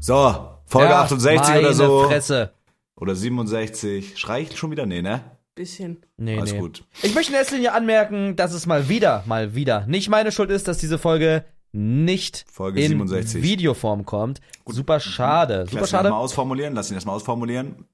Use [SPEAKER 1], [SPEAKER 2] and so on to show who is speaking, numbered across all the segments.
[SPEAKER 1] So, Folge
[SPEAKER 2] Ja,
[SPEAKER 1] 68
[SPEAKER 2] meine
[SPEAKER 1] oder so.
[SPEAKER 2] Fresse.
[SPEAKER 1] Oder 67. Schrei ich schon wieder? Nee, ne?
[SPEAKER 3] Bisschen.
[SPEAKER 2] Nee,
[SPEAKER 1] Alles
[SPEAKER 2] nee.
[SPEAKER 1] gut.
[SPEAKER 2] Ich möchte in erster Linie anmerken, dass es mal wieder, mal wieder nicht meine Schuld ist, dass diese Folge nicht
[SPEAKER 1] Folge
[SPEAKER 2] in
[SPEAKER 1] 67.
[SPEAKER 2] Videoform kommt. Super schade.
[SPEAKER 1] Ich
[SPEAKER 2] Super
[SPEAKER 1] lass ihn erstmal
[SPEAKER 2] schade.
[SPEAKER 1] ausformulieren, lass ihn erstmal ausformulieren.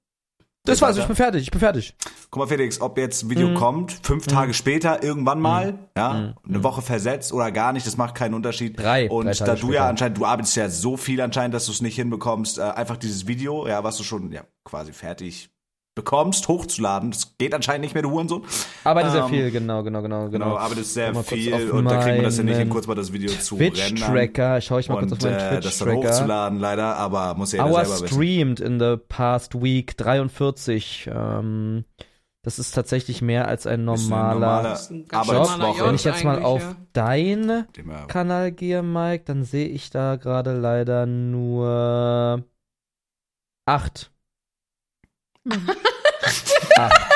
[SPEAKER 2] Das war's,
[SPEAKER 1] weiter.
[SPEAKER 2] ich bin fertig, ich bin fertig.
[SPEAKER 1] Guck mal, Felix, ob jetzt ein Video
[SPEAKER 2] Mhm.
[SPEAKER 1] kommt, fünf Tage später, irgendwann mal, ja, eine Woche versetzt oder gar nicht, das macht keinen Unterschied.
[SPEAKER 2] Mhm. Drei,
[SPEAKER 1] Und
[SPEAKER 2] drei Tage
[SPEAKER 1] da du ja
[SPEAKER 2] später.
[SPEAKER 1] anscheinend, du arbeitest ja so viel anscheinend, dass du es nicht hinbekommst, äh, einfach dieses Video, ja, was du schon ja, quasi fertig bekommst, hochzuladen. Das geht anscheinend nicht mehr, du Hurensohn.
[SPEAKER 2] Arbeite sehr
[SPEAKER 1] Ähm,
[SPEAKER 2] viel, genau, genau, genau, genau.
[SPEAKER 1] Genau, arbeitest
[SPEAKER 2] Schau
[SPEAKER 1] sehr
[SPEAKER 2] mal kurz
[SPEAKER 1] viel
[SPEAKER 2] auf
[SPEAKER 1] und da kriegen wir das ja nicht hin,
[SPEAKER 2] meinen äh,
[SPEAKER 1] kurz mal das Video zu rendern.
[SPEAKER 2] Twitch-Tracker, schaue ich mal kurz auf
[SPEAKER 1] Und
[SPEAKER 2] meinen
[SPEAKER 1] äh, das dann
[SPEAKER 2] Twitch-Tracker.
[SPEAKER 1] hochzuladen, leider, aber muss ja jeder
[SPEAKER 2] Hour
[SPEAKER 1] selber wissen.
[SPEAKER 2] streamed in the past week 43. Ähm, das ist tatsächlich mehr als ein
[SPEAKER 1] Ist eine
[SPEAKER 2] normaler.
[SPEAKER 3] Das ist ein ganz
[SPEAKER 2] Job.
[SPEAKER 3] normaler
[SPEAKER 1] Arbeitswoche.
[SPEAKER 2] Wenn ich jetzt mal
[SPEAKER 3] eigentlich,
[SPEAKER 2] auf
[SPEAKER 3] ja.
[SPEAKER 2] dein
[SPEAKER 1] Dem wir-
[SPEAKER 2] Kanal gehe, Mike, dann sehe ich da gerade leider nur acht. acht.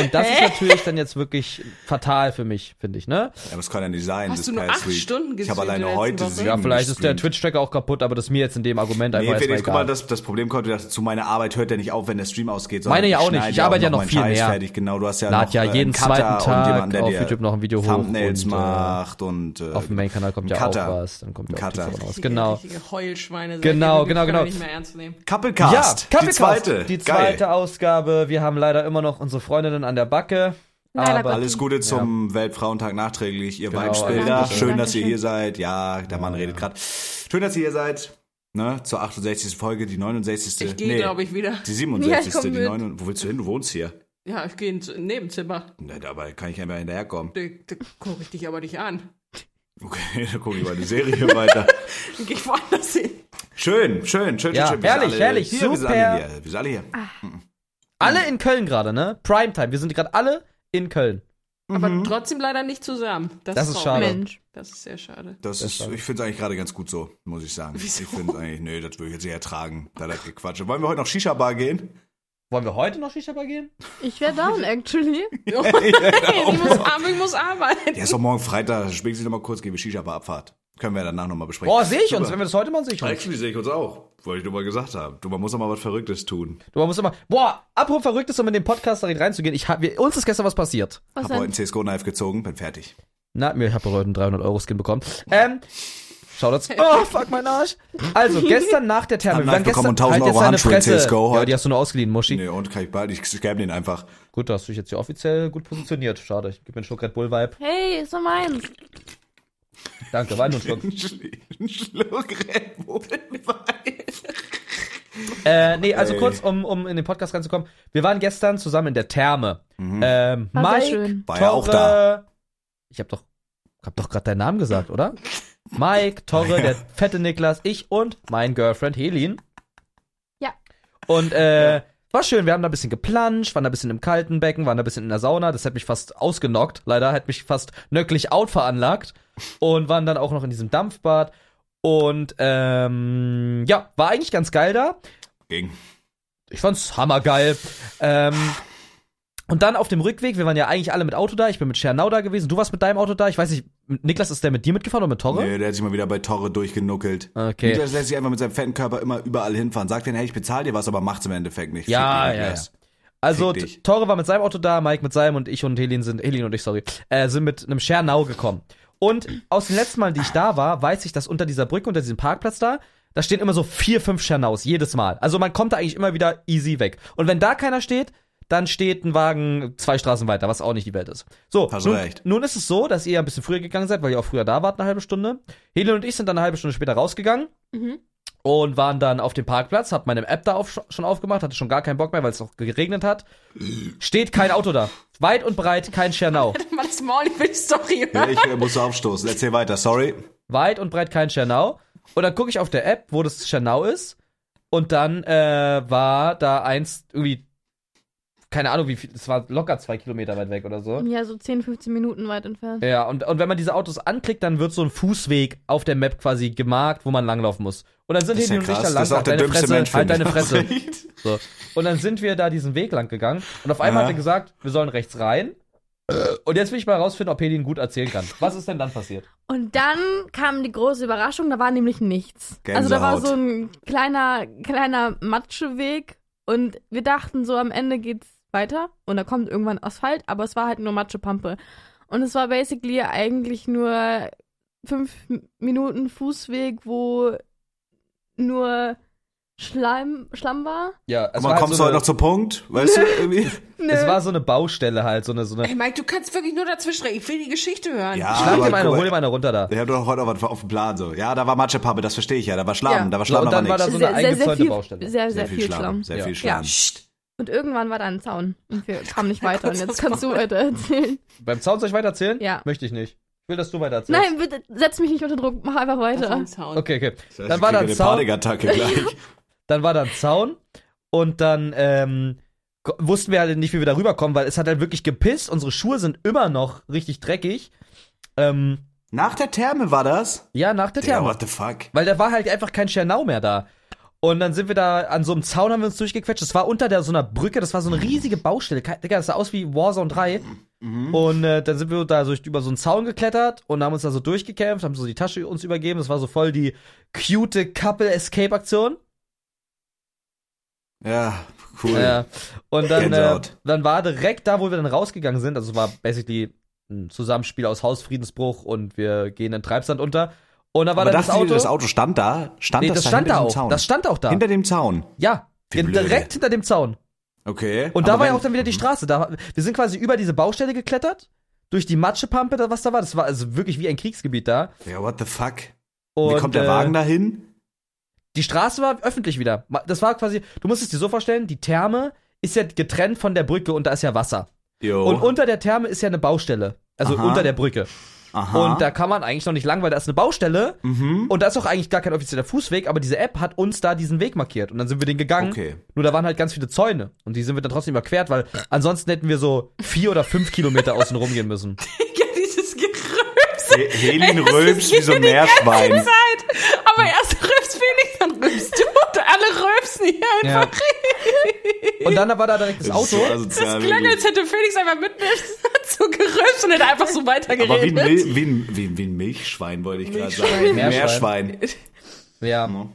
[SPEAKER 2] Und das ist
[SPEAKER 3] Hä?
[SPEAKER 2] natürlich dann jetzt wirklich fatal für mich, finde ich, ne?
[SPEAKER 1] Ja, aber es kann ja nicht sein.
[SPEAKER 3] Hast
[SPEAKER 1] das
[SPEAKER 3] du nur
[SPEAKER 1] Past
[SPEAKER 3] acht
[SPEAKER 1] Week.
[SPEAKER 3] Stunden
[SPEAKER 1] Ich
[SPEAKER 3] gestreamt
[SPEAKER 1] habe
[SPEAKER 3] in
[SPEAKER 1] alleine
[SPEAKER 3] der
[SPEAKER 1] heute
[SPEAKER 3] letzten Woche?
[SPEAKER 1] sieben
[SPEAKER 2] Ja, vielleicht ist der
[SPEAKER 1] gestreamt.
[SPEAKER 2] Twitch-Tracker auch kaputt, aber das ist mir jetzt in dem Argument
[SPEAKER 1] Nee,
[SPEAKER 2] einfach erstmal
[SPEAKER 1] Felix, guck mal,
[SPEAKER 2] egal.
[SPEAKER 1] das, das Problem kommt, dass zu meiner Arbeit hört ja nicht auf, wenn der Stream ausgeht. sondern
[SPEAKER 2] Meine ja
[SPEAKER 1] ich
[SPEAKER 2] auch nicht.
[SPEAKER 1] schneide
[SPEAKER 2] Ich arbeite ja noch
[SPEAKER 1] meinen
[SPEAKER 2] viel
[SPEAKER 1] Scheiß
[SPEAKER 2] mehr.
[SPEAKER 1] Fertig. Genau, du hast ja
[SPEAKER 2] Lad
[SPEAKER 1] noch,
[SPEAKER 2] ja
[SPEAKER 1] äh,
[SPEAKER 2] jeden
[SPEAKER 1] einen Cutter
[SPEAKER 2] zweiten Tag
[SPEAKER 1] und jemanden, der
[SPEAKER 2] auf
[SPEAKER 1] dir
[SPEAKER 2] YouTube noch ein Video hoch
[SPEAKER 1] Thumbnails
[SPEAKER 2] und, äh,
[SPEAKER 1] macht und äh,
[SPEAKER 2] Auf dem Main-Kanal kommt
[SPEAKER 1] ein
[SPEAKER 2] ja auch
[SPEAKER 1] Cutter.
[SPEAKER 2] was, dann kommt ja auch
[SPEAKER 1] Cutter.
[SPEAKER 2] Cutter. raus.
[SPEAKER 3] Richtige-
[SPEAKER 2] Genau.
[SPEAKER 3] richtige Heulschweine. seid
[SPEAKER 2] Genau,
[SPEAKER 3] ihr
[SPEAKER 2] genau,
[SPEAKER 3] wirklich, kann
[SPEAKER 2] genau.
[SPEAKER 3] man Nicht mehr ernst nehmen.
[SPEAKER 1] Couplecast,
[SPEAKER 2] Ja,
[SPEAKER 1] die
[SPEAKER 2] Kaffeekast.
[SPEAKER 1] zweite.
[SPEAKER 2] Die
[SPEAKER 1] Geil.
[SPEAKER 2] zweite Ausgabe. Wir haben leider immer noch unsere Freundinnen an der Backe.
[SPEAKER 3] Leider
[SPEAKER 2] aber
[SPEAKER 3] Gottes.
[SPEAKER 1] Alles Gute zum Weltfrauentag nachträglich, ihr
[SPEAKER 2] Genau,
[SPEAKER 1] Weibsbilder.
[SPEAKER 3] Dankeschön,
[SPEAKER 1] Schön, dass ihr
[SPEAKER 3] Dankeschön.
[SPEAKER 1] hier seid. Ja, der Mann redet gerade. Schön, dass ihr hier seid. Ne, zur 68. Folge, die 69.
[SPEAKER 3] Ich gehe,
[SPEAKER 1] nee,
[SPEAKER 3] glaube ich, wieder.
[SPEAKER 1] Die
[SPEAKER 3] Ja, ich
[SPEAKER 1] 67.
[SPEAKER 3] komm
[SPEAKER 1] die
[SPEAKER 3] mit.
[SPEAKER 1] 9. Wo willst du hin? Du wohnst hier.
[SPEAKER 3] Ja, ich gehe ins Nebenzimmer.
[SPEAKER 1] Na, dabei kann ich einfach hinterherkommen.
[SPEAKER 3] Da, da gucke ich dich aber nicht an.
[SPEAKER 1] Okay, dann gucke ich meine Serie weiter.
[SPEAKER 3] Dann gehe ich woanders hin.
[SPEAKER 1] Schön, schön, schön,
[SPEAKER 2] Ja,
[SPEAKER 1] schön, schön. Wir sind
[SPEAKER 2] herrlich,
[SPEAKER 1] alle
[SPEAKER 2] herrlich,
[SPEAKER 1] hier, Wir sind alle
[SPEAKER 2] super. Ah.
[SPEAKER 1] hier. Wir sind alle hier.
[SPEAKER 2] Alle in Köln gerade, ne? Primetime. Wir sind gerade alle in Köln.
[SPEAKER 3] Aber trotzdem leider nicht zusammen. Das,
[SPEAKER 2] Das ist
[SPEAKER 3] traurig.
[SPEAKER 2] schade.
[SPEAKER 4] Mhm. Mensch.
[SPEAKER 3] Das ist sehr schade.
[SPEAKER 1] Das ist, ich finde es eigentlich gerade ganz gut so, muss ich sagen.
[SPEAKER 3] Wieso?
[SPEAKER 1] Ich finde eigentlich, nee, das würde ich jetzt nicht ertragen. Da das Gequatsche. Wollen wir heute noch Shisha-Bar gehen?
[SPEAKER 2] Wollen wir heute noch Shisha Bar gehen?
[SPEAKER 4] Ich wäre down, actually.
[SPEAKER 3] Oh, ich, muss, ar- ich muss arbeiten.
[SPEAKER 1] Ja, ist doch morgen Freitag. Springen Sie noch mal kurz, gehen wir Shisha-Bar Abfahrt. Können wir danach noch mal besprechen.
[SPEAKER 2] Boah, sehe ich
[SPEAKER 1] Super.
[SPEAKER 2] uns. Wenn wir das heute machen, sehe ich uns.
[SPEAKER 1] Actually sehe ich uns auch. Wollte ich nur mal gesagt haben. Du, man muss doch mal was Verrücktes tun.
[SPEAKER 2] Du man muss immer. Boah, apropos Verrücktes, um in den Podcast da reinzugehen. Ich hab, wir, uns ist gestern was passiert.
[SPEAKER 4] Was
[SPEAKER 1] Hab heute einen
[SPEAKER 4] denn?
[SPEAKER 1] CSGO-Knife gezogen, bin fertig.
[SPEAKER 2] Na, mir, ich habe heute einen 300-Euro-Skin bekommen. Ähm. Shoutouts. Oh, fuck, mein Arsch. Also, gestern nach der Therme.
[SPEAKER 1] Hab
[SPEAKER 2] wir waren
[SPEAKER 1] Knife bekommen
[SPEAKER 2] gestern,
[SPEAKER 1] und 1000
[SPEAKER 2] halt jetzt
[SPEAKER 1] Euro
[SPEAKER 2] deine
[SPEAKER 1] Handschuhe in
[SPEAKER 2] Fresse.
[SPEAKER 1] CS:GO
[SPEAKER 2] Ja,
[SPEAKER 1] heute.
[SPEAKER 2] die hast du nur ausgeliehen, Muschi.
[SPEAKER 1] Nee, und kann ich bald, ich scam den einfach.
[SPEAKER 2] Gut, da hast du dich jetzt hier offiziell gut positioniert. Schade, ich gebe mir einen Schluck Red Bull-Vibe.
[SPEAKER 4] Hey, ist doch meins.
[SPEAKER 2] Danke, Wein und Schluck.
[SPEAKER 1] Einen Schluck Red Bull.
[SPEAKER 2] Äh, nee, also
[SPEAKER 1] Ey.
[SPEAKER 2] kurz, um, um in den Podcast reinzukommen. Wir waren gestern zusammen in der Therme. Ähm,
[SPEAKER 4] War
[SPEAKER 2] Mike,
[SPEAKER 4] sehr schön.
[SPEAKER 1] Mhm. War ja auch
[SPEAKER 2] Torre-
[SPEAKER 1] da.
[SPEAKER 2] Ich hab doch, hab doch gerade deinen Namen gesagt, oder? Mike, Torre, der fette Niklas, ich und mein Girlfriend Helin.
[SPEAKER 4] Ja.
[SPEAKER 2] Und äh, war schön, wir haben da ein bisschen geplanscht, waren da ein bisschen im kalten Becken, waren da ein bisschen in der Sauna. Das hat mich fast ausgenockt, leider, hat mich fast nöcklich out veranlagt. Und waren dann auch noch in diesem Dampfbad. Und ähm, ja, war eigentlich ganz geil da.
[SPEAKER 1] Ging.
[SPEAKER 2] Ich fand's hammergeil. Ähm, und dann auf dem Rückweg, wir waren ja eigentlich alle mit Auto da, ich bin mit Schernau da gewesen, du warst mit deinem Auto da, ich weiß nicht, Niklas, ist der mit dir mitgefahren oder mit Torre?
[SPEAKER 1] Nee, der hat sich mal wieder bei Torre durchgenuckelt.
[SPEAKER 2] Okay.
[SPEAKER 1] Niklas lässt sich einfach mit seinem fetten Körper immer überall hinfahren. Sagt denen, hey, ich bezahle dir was, aber macht's im Endeffekt nicht.
[SPEAKER 2] Ja,
[SPEAKER 1] Fick den
[SPEAKER 2] ja,
[SPEAKER 1] Niklas.
[SPEAKER 2] Also
[SPEAKER 1] Fick
[SPEAKER 2] T-
[SPEAKER 1] dich.
[SPEAKER 2] Tore war mit seinem Auto da, Mike mit seinem und ich und Helin sind, Helin und ich, sorry, äh, sind mit einem Schernau gekommen. Und aus den letzten Malen, die ich da war, weiß ich, dass unter dieser Brücke, unter diesem Parkplatz da, da stehen immer so vier, fünf Schernaus, jedes Mal. Also man kommt da eigentlich immer wieder easy weg. Und wenn da keiner steht, dann steht ein Wagen zwei Straßen weiter, was auch nicht die Welt ist. So,
[SPEAKER 1] Hast
[SPEAKER 2] nun,
[SPEAKER 1] recht.
[SPEAKER 2] nun ist es so, dass ihr ein bisschen früher gegangen seid, weil ihr auch früher da wart, eine halbe Stunde. Helin und ich sind dann eine halbe Stunde später rausgegangen und waren dann auf dem Parkplatz, hab meine App da auf, schon aufgemacht, hatte schon gar keinen Bock mehr, weil es noch geregnet hat. Steht kein Auto da. Weit und breit kein Schernau.
[SPEAKER 3] Mal das Maul, ich will die Story
[SPEAKER 1] Ja,
[SPEAKER 3] hören.
[SPEAKER 1] ich äh, muss aufstoßen. Erzähl weiter, sorry.
[SPEAKER 2] Weit und breit kein Schernau. Und dann gucke ich auf der App, wo das Schernau ist. Und dann äh, war da eins irgendwie, keine Ahnung wie viel, es war locker zwei Kilometer weit weg oder so.
[SPEAKER 4] Ja, so 10, 15 Minuten weit entfernt.
[SPEAKER 2] Ja, und, und wenn man diese Autos anklickt, dann wird so ein Fußweg auf der Map quasi gemarkt, wo man langlaufen muss. Und dann sind
[SPEAKER 1] Das ist
[SPEAKER 2] Helene
[SPEAKER 1] ja
[SPEAKER 2] und ich da
[SPEAKER 1] krass.
[SPEAKER 2] lang,
[SPEAKER 1] Das ist auch
[SPEAKER 2] sag,
[SPEAKER 1] der
[SPEAKER 2] deine
[SPEAKER 1] dümmste
[SPEAKER 2] Fresse,
[SPEAKER 1] Mensch,
[SPEAKER 2] halt deine
[SPEAKER 1] finde ich.
[SPEAKER 2] Fresse. So. Und dann sind wir da diesen Weg lang gegangen und auf einmal
[SPEAKER 1] Ja.
[SPEAKER 2] hat er gesagt, wir sollen rechts rein. Und jetzt will ich mal rausfinden, ob Helin gut erzählen kann. Was ist denn dann passiert?
[SPEAKER 4] Und dann kam die große Überraschung, da war nämlich nichts. Also da war
[SPEAKER 1] Gänsehaut.
[SPEAKER 4] so ein kleiner, kleiner Matscheweg und wir dachten so, am Ende geht's weiter und da kommt irgendwann Asphalt, aber es war halt nur Matschepampe. Und es war basically eigentlich nur fünf M- Minuten Fußweg, wo nur Schleim, Schlamm war.
[SPEAKER 2] Ja, es
[SPEAKER 1] Guck mal,
[SPEAKER 2] halt
[SPEAKER 1] kommst
[SPEAKER 2] so
[SPEAKER 1] du heute
[SPEAKER 2] eine,
[SPEAKER 1] noch zum Punkt? Weißt du, irgendwie?
[SPEAKER 4] Nö.
[SPEAKER 2] es war so eine Baustelle halt, so eine, so eine.
[SPEAKER 3] Ey, Mike, du kannst wirklich nur dazwischen reden. Ich will die Geschichte hören.
[SPEAKER 1] Ja,
[SPEAKER 2] Schlag
[SPEAKER 1] aber
[SPEAKER 2] dir mal eine,
[SPEAKER 1] guck mal,
[SPEAKER 2] hol dir mal eine runter da.
[SPEAKER 1] Ich hab doch heute noch was auf dem Plan so. Ja, da war Matschepappe, das verstehe ich ja. Da war Schlamm,
[SPEAKER 3] Ja.
[SPEAKER 1] da war
[SPEAKER 2] So,
[SPEAKER 1] Schlamm,
[SPEAKER 2] und
[SPEAKER 1] da war
[SPEAKER 2] dann war da
[SPEAKER 1] nichts.
[SPEAKER 2] so
[SPEAKER 4] Sehr-
[SPEAKER 2] eine
[SPEAKER 4] sehr, sehr
[SPEAKER 2] eingezäunte
[SPEAKER 4] viel,
[SPEAKER 2] Baustelle.
[SPEAKER 4] Sehr, sehr, viel Schlamm.
[SPEAKER 1] sehr
[SPEAKER 2] Ja.
[SPEAKER 1] viel
[SPEAKER 2] Ja.
[SPEAKER 1] Schlamm.
[SPEAKER 3] Psst.
[SPEAKER 4] Und irgendwann war da ein Zaun und wir kamen nicht weiter. Und
[SPEAKER 3] kurz
[SPEAKER 4] jetzt
[SPEAKER 3] aufs
[SPEAKER 4] kannst du
[SPEAKER 3] Maul.
[SPEAKER 4] weiter erzählen.
[SPEAKER 2] Beim Zaun soll ich weiter erzählen?
[SPEAKER 4] Ja.
[SPEAKER 2] Möchte ich nicht. Ich will, dass du weiter erzählst.
[SPEAKER 4] Nein, bitte, setz mich nicht unter Druck, mach einfach
[SPEAKER 3] Das war
[SPEAKER 4] weiter.
[SPEAKER 3] ein Sound.
[SPEAKER 2] Okay, okay.
[SPEAKER 1] Das heißt,
[SPEAKER 2] Dann
[SPEAKER 1] ich
[SPEAKER 2] war
[SPEAKER 1] kriege
[SPEAKER 2] da ein
[SPEAKER 1] eine
[SPEAKER 2] Zaun.
[SPEAKER 1] Panikattacke gleich.
[SPEAKER 2] Dann war da ein Zaun und dann ähm, ko- wussten wir halt nicht, wie wir da rüberkommen, weil es hat halt wirklich gepisst. Unsere Schuhe sind immer noch richtig dreckig. Ähm,
[SPEAKER 1] Nach der Therme war das?
[SPEAKER 2] ja, nach der
[SPEAKER 1] Ja,
[SPEAKER 2] Therme.
[SPEAKER 1] what the fuck?
[SPEAKER 2] Weil da war halt einfach kein Schernau mehr da. Und dann sind wir da an so einem Zaun, haben wir uns durchgequetscht. Das war unter der, so einer Brücke, das war so eine riesige Baustelle. Ke- Digga, das sah aus wie Warzone 3. Und äh, dann sind wir da so über so einen Zaun geklettert und haben uns da so durchgekämpft, haben so die Tasche uns übergeben. Das war so voll die cute Couple-Escape-Aktion.
[SPEAKER 1] Ja, cool.
[SPEAKER 2] Ja. Und dann, äh,
[SPEAKER 1] Gänsehaut.
[SPEAKER 2] dann war direkt da, wo wir dann rausgegangen sind, also es war basically ein Zusammenspiel aus Hausfriedensbruch und wir gehen in Treibsand unter. Und da war
[SPEAKER 1] Aber
[SPEAKER 2] dann das
[SPEAKER 1] dachtest du,
[SPEAKER 2] Auto.
[SPEAKER 1] das Auto stand da? Stand
[SPEAKER 2] nee,
[SPEAKER 1] das,
[SPEAKER 2] das stand
[SPEAKER 1] hinter
[SPEAKER 2] da
[SPEAKER 1] dem
[SPEAKER 2] auch.
[SPEAKER 1] Zaun?
[SPEAKER 2] Das stand auch da.
[SPEAKER 1] hinter dem Zaun.
[SPEAKER 2] ja.
[SPEAKER 1] Die
[SPEAKER 2] Ja,
[SPEAKER 1] Blöde.
[SPEAKER 2] direkt hinter dem Zaun.
[SPEAKER 1] Okay.
[SPEAKER 2] Und da
[SPEAKER 1] Aber
[SPEAKER 2] war ja
[SPEAKER 1] wenn- Mhm.
[SPEAKER 2] auch dann wieder die Straße. Da, wir sind quasi über diese Baustelle geklettert, durch die Matschepampe, da- was da war. Das war also wirklich wie ein Kriegsgebiet da.
[SPEAKER 1] Ja, what the fuck?
[SPEAKER 2] Und, äh,
[SPEAKER 1] Wie kommt der Wagen dahin?
[SPEAKER 2] Die Straße war öffentlich wieder. Ma- Das war quasi, du musst es dir so vorstellen, die Therme ist ja getrennt von der Brücke und da ist ja Wasser.
[SPEAKER 1] Jo.
[SPEAKER 2] Und unter der Therme ist ja eine Baustelle. Also
[SPEAKER 1] Aha.
[SPEAKER 2] unter der Brücke.
[SPEAKER 1] Aha.
[SPEAKER 2] Und da kann man eigentlich noch nicht lang, weil da ist eine Baustelle.
[SPEAKER 1] mhm.
[SPEAKER 2] Und da ist auch eigentlich gar kein offizieller Fußweg, aber diese App hat uns da diesen Weg markiert. Und dann sind wir den gegangen.
[SPEAKER 1] Okay.
[SPEAKER 2] Nur da waren halt ganz viele Zäune. Und die sind wir dann trotzdem überquert, weil ansonsten hätten wir so vier oder fünf Kilometer außen rumgehen müssen.
[SPEAKER 3] Ja, dieses Gerübs.
[SPEAKER 1] He- Helin
[SPEAKER 3] Ey, das
[SPEAKER 1] rülpst wie
[SPEAKER 3] geht
[SPEAKER 1] so ein
[SPEAKER 3] die ganze
[SPEAKER 1] Meerschwein.
[SPEAKER 3] Zeit. Aber erst rülpst Felix, dann rülpst du und alle rülpsen hier
[SPEAKER 2] Ja.
[SPEAKER 3] einfach.
[SPEAKER 2] Und dann war da direkt das
[SPEAKER 1] ist
[SPEAKER 2] Auto.
[SPEAKER 1] so also asozial,
[SPEAKER 3] Das klang,
[SPEAKER 1] wirklich.
[SPEAKER 3] als hätte Felix einfach mitten im Satz so gerülpst und hätte einfach so
[SPEAKER 1] Aber wie ein,
[SPEAKER 3] weitergeredet.
[SPEAKER 1] Mil wie, ein, wie, ein- wie ein Milchschwein, wollte ich gerade
[SPEAKER 3] Milchschwein.
[SPEAKER 1] sagen.
[SPEAKER 2] Meerschwein.
[SPEAKER 1] Meerschwein.
[SPEAKER 2] Ja.
[SPEAKER 1] Ja.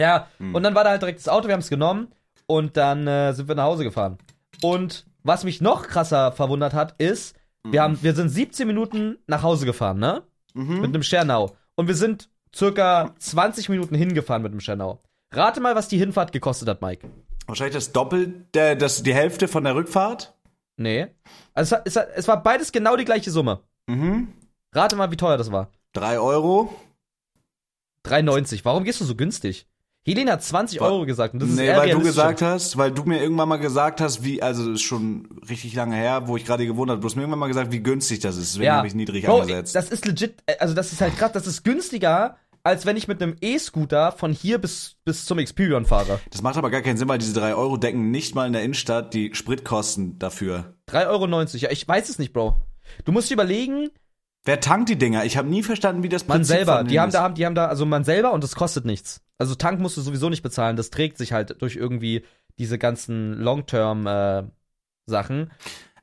[SPEAKER 2] Ja.
[SPEAKER 1] Hm.
[SPEAKER 2] Und dann war da halt direkt das Auto, wir haben es genommen. Und dann äh, sind wir nach Hause gefahren. Und was mich noch krasser verwundert hat, ist,
[SPEAKER 1] Mhm.
[SPEAKER 2] wir, haben, wir sind 17 Minuten nach Hause gefahren, ne? Mit einem Schernau. Und wir sind circa 20 Minuten hingefahren mit dem Schernau. Rate mal, was die Hinfahrt gekostet hat, Mike.
[SPEAKER 1] Wahrscheinlich das Doppelte, äh, das, die Hälfte von der Rückfahrt.
[SPEAKER 2] Nee. Also es, hat- es, hat- es war beides genau die gleiche Summe.
[SPEAKER 1] Mhm.
[SPEAKER 2] Rate mal, wie teuer das war.
[SPEAKER 1] Drei Euro.
[SPEAKER 2] 3,90. Warum gehst du so günstig? Helene hat 20
[SPEAKER 1] Wa-
[SPEAKER 2] Euro gesagt und das ist
[SPEAKER 1] Nee,
[SPEAKER 2] eher
[SPEAKER 1] weil du
[SPEAKER 2] realistisch.
[SPEAKER 1] gesagt hast, weil du mir irgendwann mal gesagt hast, wie, also ist schon richtig lange her, wo ich gerade gewohnt habe, du hast mir irgendwann mal gesagt, wie günstig das ist. Deswegen
[SPEAKER 2] ja.
[SPEAKER 1] habe ich niedrig
[SPEAKER 2] Bro,
[SPEAKER 1] angesetzt.
[SPEAKER 2] Das ist legit, äh, also das ist halt krass, das ist günstiger, als wenn ich mit einem E-Scooter von hier bis, bis zum Experion fahre.
[SPEAKER 1] Das macht aber gar keinen Sinn, weil diese drei Euro decken nicht mal in der Innenstadt die Spritkosten dafür.
[SPEAKER 2] 3,90 Euro. Ja, ich weiß es nicht, Bro. Du musst dir überlegen,
[SPEAKER 1] Wer tankt die Dinger? Ich habe nie verstanden, wie das
[SPEAKER 2] Man
[SPEAKER 1] Prinzip
[SPEAKER 2] selber,
[SPEAKER 1] von
[SPEAKER 2] die
[SPEAKER 1] denen
[SPEAKER 2] haben
[SPEAKER 1] ist.
[SPEAKER 2] da, haben, die haben da, also man selber und das kostet nichts. Also Tank musst du sowieso nicht bezahlen, das trägt sich halt durch irgendwie diese ganzen Long-Term äh, Sachen.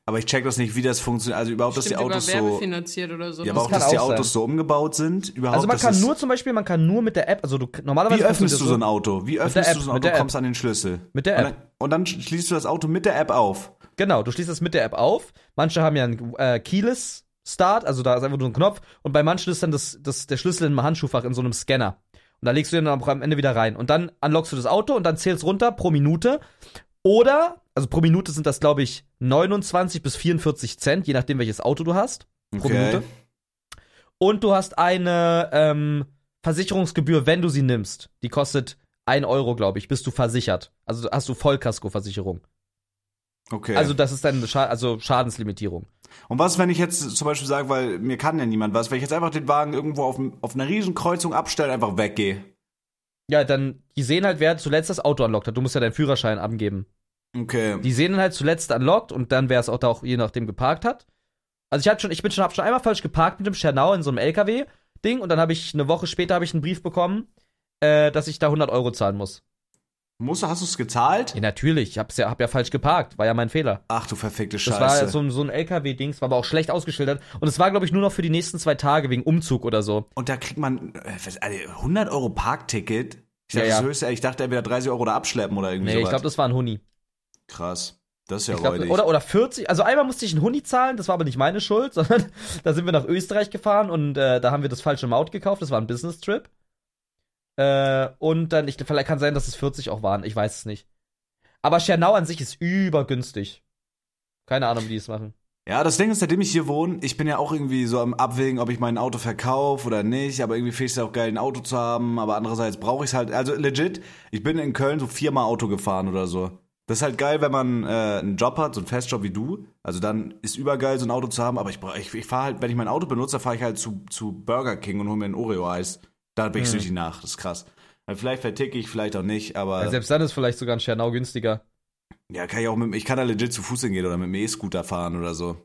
[SPEAKER 1] Aber ich check das nicht, wie das funktioniert. Also überhaupt, dass die Autos so,
[SPEAKER 3] werbefinanziert oder so.
[SPEAKER 1] ja, aber auch,
[SPEAKER 2] kann
[SPEAKER 1] dass die
[SPEAKER 2] auch sein.
[SPEAKER 1] Autos so umgebaut sind. Überhaupt,
[SPEAKER 2] Also man
[SPEAKER 1] das
[SPEAKER 2] kann
[SPEAKER 1] ist-
[SPEAKER 2] nur zum Beispiel, man kann nur mit der App, also du normalerweise
[SPEAKER 1] Wie
[SPEAKER 2] kannst du
[SPEAKER 1] öffnest
[SPEAKER 2] das
[SPEAKER 1] du so ein Auto? Wie
[SPEAKER 2] der
[SPEAKER 1] öffnest
[SPEAKER 2] App,
[SPEAKER 1] du so
[SPEAKER 2] ne? mit
[SPEAKER 1] ein Auto?
[SPEAKER 2] der
[SPEAKER 1] Kommst an den Schlüssel.
[SPEAKER 2] Mit der
[SPEAKER 1] und
[SPEAKER 2] App.
[SPEAKER 1] Dann, und dann schließt du das Auto mit der App auf.
[SPEAKER 2] Genau, du schließt das mit der App auf. Manche haben ja ein äh, Keyless Start, also da ist einfach nur ein Knopf und bei manchen ist dann das, das, der Schlüssel im Handschuhfach in so einem Scanner. Und da legst du den dann auch am Ende wieder rein und dann unlockst du das Auto und dann zählst runter pro Minute oder also pro Minute sind das glaube ich 29 bis 44 Cent, je nachdem welches Auto du hast. Pro Minute. Und du hast eine ähm, Versicherungsgebühr, wenn du sie nimmst. Die kostet 1 Euro, glaube ich, bist du versichert. Also hast du Vollkaskoversicherung.
[SPEAKER 1] Okay.
[SPEAKER 2] Also das ist dann Scha also Schadenslimitierung.
[SPEAKER 1] und was, wenn ich jetzt zum Beispiel sage, weil mir kann ja niemand was, wenn ich jetzt einfach den Wagen irgendwo auf, dem- auf einer riesen Kreuzung abstelle, einfach weggehe?
[SPEAKER 2] Ja, dann, die sehen halt, wer zuletzt das Auto unlockt hat. Du musst ja deinen Führerschein angeben.
[SPEAKER 1] Okay.
[SPEAKER 2] Die sehen dann halt zuletzt unlockt und dann, wer es auch da auch je nachdem geparkt hat. Also ich hab schon, ich bin schon, hab schon einmal falsch geparkt mit dem Schernau in so einem LKW-Ding und dann habe ich eine Woche später habe ich einen Brief bekommen, äh, dass ich da 100 Euro zahlen muss.
[SPEAKER 1] Musst du, hast du es gezahlt?
[SPEAKER 2] Ja, natürlich. Ich hab's ja, hab ja falsch geparkt. War ja mein Fehler.
[SPEAKER 1] Ach du verfickte
[SPEAKER 2] Das
[SPEAKER 1] Scheiße.
[SPEAKER 2] war so, ein- so ein LKW-Dings, war aber auch schlecht ausgeschildert. Und es war, glaube ich, nur noch für die nächsten zwei Tage wegen Umzug oder so.
[SPEAKER 1] Und da kriegt man äh, was, Alter, 100 Euro Parkticket. Ich dachte,
[SPEAKER 2] Ja, ja.
[SPEAKER 1] das höchste, ich dachte entweder 30 Euro oder abschleppen oder irgendwie
[SPEAKER 2] Nee, ich
[SPEAKER 1] sowas.
[SPEAKER 2] glaube, das war ein Huni.
[SPEAKER 1] Krass. Das ist ja
[SPEAKER 2] Ich glaub,
[SPEAKER 1] räudig.
[SPEAKER 2] oder, oder 40. Also einmal musste ich einen Huni zahlen, das war aber nicht meine Schuld, sondern da sind wir nach Österreich gefahren und äh, da haben wir das falsche Maut gekauft, das war ein Business-Trip. Äh, und dann, ich, vielleicht kann sein, dass es 40 auch waren, ich weiß es nicht. Aber Schernau an sich ist übergünstig. Keine Ahnung, wie die es machen.
[SPEAKER 1] Ja, das Ding ist, seitdem ich hier wohne, ich bin ja auch irgendwie so am Abwägen, ob ich mein Auto verkaufe oder nicht. Aber irgendwie finde ich es ja auch geil, ein Auto zu haben. Aber andererseits brauche ich es halt. Also legit, ich bin in Köln so viermal Auto gefahren oder so. Das ist halt geil, wenn man äh, einen Job hat, so einen Festjob wie du. Also dann ist übergeil, so ein Auto zu haben. Aber ich, brauch- ich, ich fahre halt, wenn ich mein Auto benutze, fahre ich halt zu, zu Burger King und hole mir ein Oreo-Eis. Da bin ich süchtig nach. Das ist krass. Also Vielleicht verticke ich, vielleicht auch nicht. Aber
[SPEAKER 2] Ja, Äh, selbst dann ist vielleicht sogar ein Schernau günstiger.
[SPEAKER 1] ja, kann ich auch mit, ich kann da legit zu Fuß hingehen oder mit dem E-Scooter fahren oder so.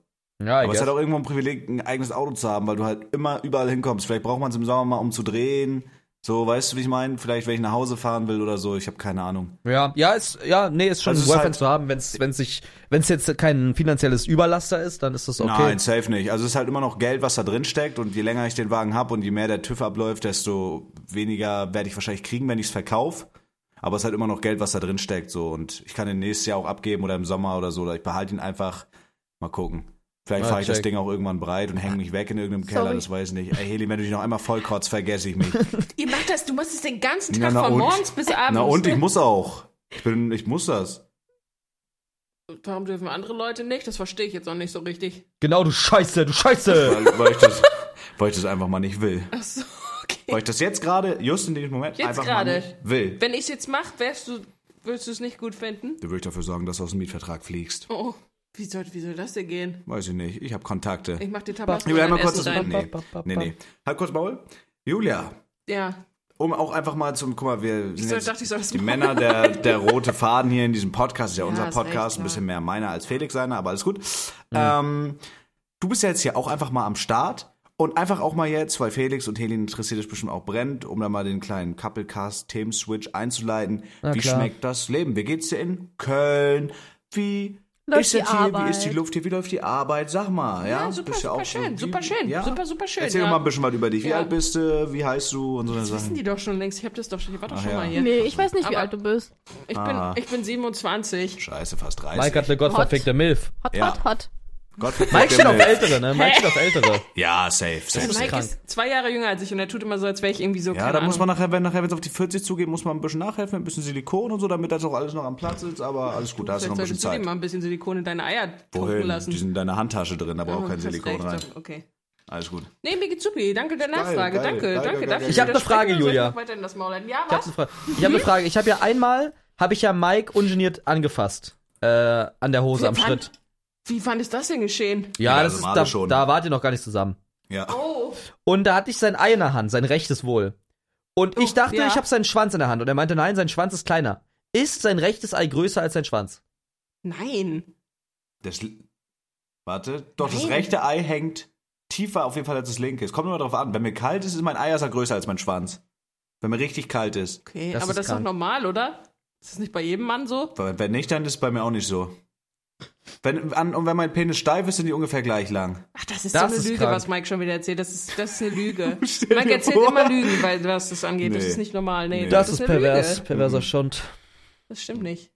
[SPEAKER 2] Ja,
[SPEAKER 1] Aber es ist halt
[SPEAKER 2] egal.
[SPEAKER 1] auch irgendwo ein Privileg, ein eigenes Auto zu haben, weil du halt immer überall hinkommst. Vielleicht braucht man es im Sommer mal, um zu drehen. So, weißt du, wie ich meine? Vielleicht, wenn ich nach Hause fahren will oder so. Ich habe keine Ahnung.
[SPEAKER 2] Ja, ja, ist, ja, nee, ist schon
[SPEAKER 1] Also es
[SPEAKER 2] also ein
[SPEAKER 1] ist halt-
[SPEAKER 2] Boyfriend zu haben, wenn es, wenn sich, wenn es jetzt kein finanzielles Überlaster ist, dann ist das okay.
[SPEAKER 1] Nein, safe nicht. Also es ist halt immer noch Geld, was da drin steckt. Und je länger ich den Wagen habe und je mehr der TÜV abläuft, desto weniger werde ich wahrscheinlich kriegen, wenn ich es verkaufe. Aber es ist halt immer noch Geld, was da drin steckt. So. Und ich kann den nächstes Jahr auch abgeben oder im Sommer oder so. Oder ich behalte ihn einfach. Mal gucken. Vielleicht
[SPEAKER 2] Ja,
[SPEAKER 1] fahre ich das
[SPEAKER 2] check.
[SPEAKER 1] Ding auch irgendwann breit und hänge mich weg in irgendeinem Keller,
[SPEAKER 4] Sorry.
[SPEAKER 1] das weiß ich nicht. Ey, Heli, wenn du dich noch einmal vollkotzt, vergesse ich mich.
[SPEAKER 3] Ihr macht das, du machst es den ganzen
[SPEAKER 1] Na,
[SPEAKER 3] Tag
[SPEAKER 1] na
[SPEAKER 3] von
[SPEAKER 1] und?
[SPEAKER 3] morgens bis abends. ne?
[SPEAKER 1] Na und ich muss auch. Ich bin, ich muss das.
[SPEAKER 3] Warum dürfen andere Leute nicht? Das verstehe ich jetzt noch nicht so richtig.
[SPEAKER 2] Genau, du Scheiße, du Scheiße!
[SPEAKER 1] Weil, weil ich das, weil ich das einfach mal nicht will.
[SPEAKER 3] Ach so, okay.
[SPEAKER 1] Weil ich das jetzt gerade, just in dem Moment,
[SPEAKER 3] Jetzt
[SPEAKER 1] einfach
[SPEAKER 3] gerade.
[SPEAKER 1] mal nicht will.
[SPEAKER 3] Wenn ich es jetzt mache, wärst du, würdest du es nicht gut finden?
[SPEAKER 1] Da würde ich dafür sorgen, dass du aus dem Mietvertrag fliegst.
[SPEAKER 3] Oh, wie soll, wie soll das denn gehen?
[SPEAKER 1] Weiß ich nicht. Ich habe Kontakte.
[SPEAKER 3] Ich mach dir Tabasco
[SPEAKER 1] Ich will
[SPEAKER 3] in
[SPEAKER 1] einmal
[SPEAKER 3] dein
[SPEAKER 1] kurz
[SPEAKER 3] Essen
[SPEAKER 1] das
[SPEAKER 3] rein.
[SPEAKER 1] Nee, nee, nee. Halt kurz Maul. Julia,
[SPEAKER 3] Ja,
[SPEAKER 1] um auch einfach mal zum, guck mal, wir
[SPEAKER 3] ich
[SPEAKER 1] sind
[SPEAKER 3] soll,
[SPEAKER 1] jetzt
[SPEAKER 3] dachte, ich soll das
[SPEAKER 1] die
[SPEAKER 3] machen.
[SPEAKER 1] Männer, der, der rote Faden hier in diesem Podcast, ist ja,
[SPEAKER 3] Ja,
[SPEAKER 1] unser
[SPEAKER 3] ist recht,
[SPEAKER 1] Podcast, ein
[SPEAKER 3] ja. Mhm.
[SPEAKER 1] bisschen mehr meiner als Felix seiner, aber alles gut. Ähm, du bist ja jetzt hier auch einfach mal am Start und einfach auch mal jetzt, weil Felix und Helene interessiert es bestimmt auch brennt, um da mal den kleinen Couplecast-Themen-Switch einzuleiten.
[SPEAKER 2] Na
[SPEAKER 1] wie
[SPEAKER 2] klar.
[SPEAKER 1] schmeckt das Leben? Wie geht's dir in Köln? Wie
[SPEAKER 4] Läuft
[SPEAKER 1] ist es
[SPEAKER 4] die
[SPEAKER 1] hier? Wie
[SPEAKER 4] Arbeit?
[SPEAKER 1] ist die Luft hier? Wie läuft die Arbeit? Sag mal. Ja,
[SPEAKER 3] Ja, super,
[SPEAKER 1] Bist ja
[SPEAKER 3] super
[SPEAKER 1] auch so-
[SPEAKER 3] schön, super schön, super, super schön,
[SPEAKER 1] Erzähl doch
[SPEAKER 3] ja.
[SPEAKER 1] mal ein bisschen was über dich. Wie
[SPEAKER 3] Ja.
[SPEAKER 1] alt bist du? Wie heißt du? Und so eine
[SPEAKER 3] Das wissen
[SPEAKER 1] Sachen.
[SPEAKER 3] die doch schon längst. Ich habe das doch schon. Ich war doch
[SPEAKER 1] Ach
[SPEAKER 3] schon
[SPEAKER 1] ja.
[SPEAKER 3] mal hier.
[SPEAKER 4] Nee, ich weiß nicht, wie
[SPEAKER 3] Aber-
[SPEAKER 4] alt du bist.
[SPEAKER 3] Ich,
[SPEAKER 1] Ah.
[SPEAKER 3] bin, ich bin 27.
[SPEAKER 1] Scheiße, fast 30.
[SPEAKER 2] Mike hat eine gottverfickte Milf.
[SPEAKER 4] Hot,
[SPEAKER 1] Ja.
[SPEAKER 4] hot, hot.
[SPEAKER 1] Gott,
[SPEAKER 2] Mike steht auf Ältere, ne? Mike steht auf Ältere.
[SPEAKER 1] Ja, safe, safe.
[SPEAKER 3] Mike
[SPEAKER 2] krank.
[SPEAKER 3] ist zwei Jahre jünger als ich und er tut immer so, als wäre ich irgendwie so.
[SPEAKER 1] Ja,
[SPEAKER 3] keine
[SPEAKER 1] da muss
[SPEAKER 3] Ahnung.
[SPEAKER 1] man nachher, wenn nachher, wenn es auf die 40 zugeht, muss man ein bisschen nachhelfen, ein bisschen Silikon und so, damit das auch alles noch am Platz ist, aber alles gut, da hast du noch ein bisschen
[SPEAKER 3] Vielleicht solltest du dir
[SPEAKER 1] Zeit.
[SPEAKER 3] mal ein bisschen Silikon in deine Eier tunken
[SPEAKER 1] Wohin?
[SPEAKER 3] lassen.
[SPEAKER 1] Die sind in deiner Handtasche drin, da braucht
[SPEAKER 3] Oh,
[SPEAKER 1] kein
[SPEAKER 3] hast
[SPEAKER 1] Silikon
[SPEAKER 3] recht,
[SPEAKER 1] rein.
[SPEAKER 3] doch, Okay.
[SPEAKER 1] Alles gut.
[SPEAKER 3] Nee, mir geht's super. Danke der Nachfrage.
[SPEAKER 1] geil, geil,
[SPEAKER 3] danke, danke.
[SPEAKER 1] geil,
[SPEAKER 3] Darf
[SPEAKER 1] geil,
[SPEAKER 3] ich
[SPEAKER 1] geil.
[SPEAKER 2] Ich hab eine Frage,
[SPEAKER 3] widersprechen oder soll
[SPEAKER 2] Julia.
[SPEAKER 3] Ich noch weiter in das Maul halten? Ja,
[SPEAKER 2] Ich habe
[SPEAKER 3] was?
[SPEAKER 2] eine, Fra ich hab eine Frage. Ich habe ja einmal, habe ich ja Mike ungeniert angefasst. Äh, an der Hose, am
[SPEAKER 3] Wie fand-
[SPEAKER 2] Schritt.
[SPEAKER 3] Wie fand ist das denn geschehen?
[SPEAKER 1] Ja,
[SPEAKER 2] Ja, das
[SPEAKER 1] also
[SPEAKER 2] ist,
[SPEAKER 1] Male
[SPEAKER 2] da,
[SPEAKER 1] schon.
[SPEAKER 2] da wart ihr noch gar nicht zusammen.
[SPEAKER 1] Ja.
[SPEAKER 3] Oh,
[SPEAKER 2] Und da hatte ich sein Ei in der Hand, sein rechtes Wohl. Und ich dachte,
[SPEAKER 3] Oh, ja.
[SPEAKER 2] ich habe seinen Schwanz in der Hand. Und er meinte, nein, sein Schwanz ist kleiner. Ist sein rechtes Ei größer als sein Schwanz?
[SPEAKER 3] nein.
[SPEAKER 1] Das, warte, doch, das
[SPEAKER 3] Nein.
[SPEAKER 1] rechte Ei hängt tiefer auf jeden Fall als das linke. Es kommt immer drauf an, wenn mir kalt ist, ist mein Eiersack größer als mein Schwanz. Wenn mir richtig kalt ist.
[SPEAKER 3] Okay,
[SPEAKER 2] Das
[SPEAKER 3] aber
[SPEAKER 2] ist
[SPEAKER 3] das ist doch
[SPEAKER 2] krank.
[SPEAKER 3] normal, oder? Ist das nicht bei jedem Mann so?
[SPEAKER 1] Weil Wenn nicht, dann ist es bei mir auch nicht so. Wenn, an, und wenn mein Penis steif ist, sind die ungefähr gleich lang.
[SPEAKER 3] Ach, das ist
[SPEAKER 2] Das
[SPEAKER 3] so eine
[SPEAKER 2] ist
[SPEAKER 3] Lüge,
[SPEAKER 2] krank.
[SPEAKER 3] was Mike schon wieder erzählt. Das ist, das ist eine Lüge.
[SPEAKER 1] Stell
[SPEAKER 3] Mike
[SPEAKER 1] dir
[SPEAKER 3] erzählt
[SPEAKER 1] vor.
[SPEAKER 3] immer Lügen, weil, was das angeht. Das
[SPEAKER 1] Nee.
[SPEAKER 3] ist nicht normal. Nee,
[SPEAKER 1] Nee.
[SPEAKER 2] Das,
[SPEAKER 3] ist
[SPEAKER 2] ist
[SPEAKER 3] eine
[SPEAKER 2] pervers.
[SPEAKER 3] Lüge.
[SPEAKER 2] Perverser Schund.
[SPEAKER 3] Das stimmt nicht.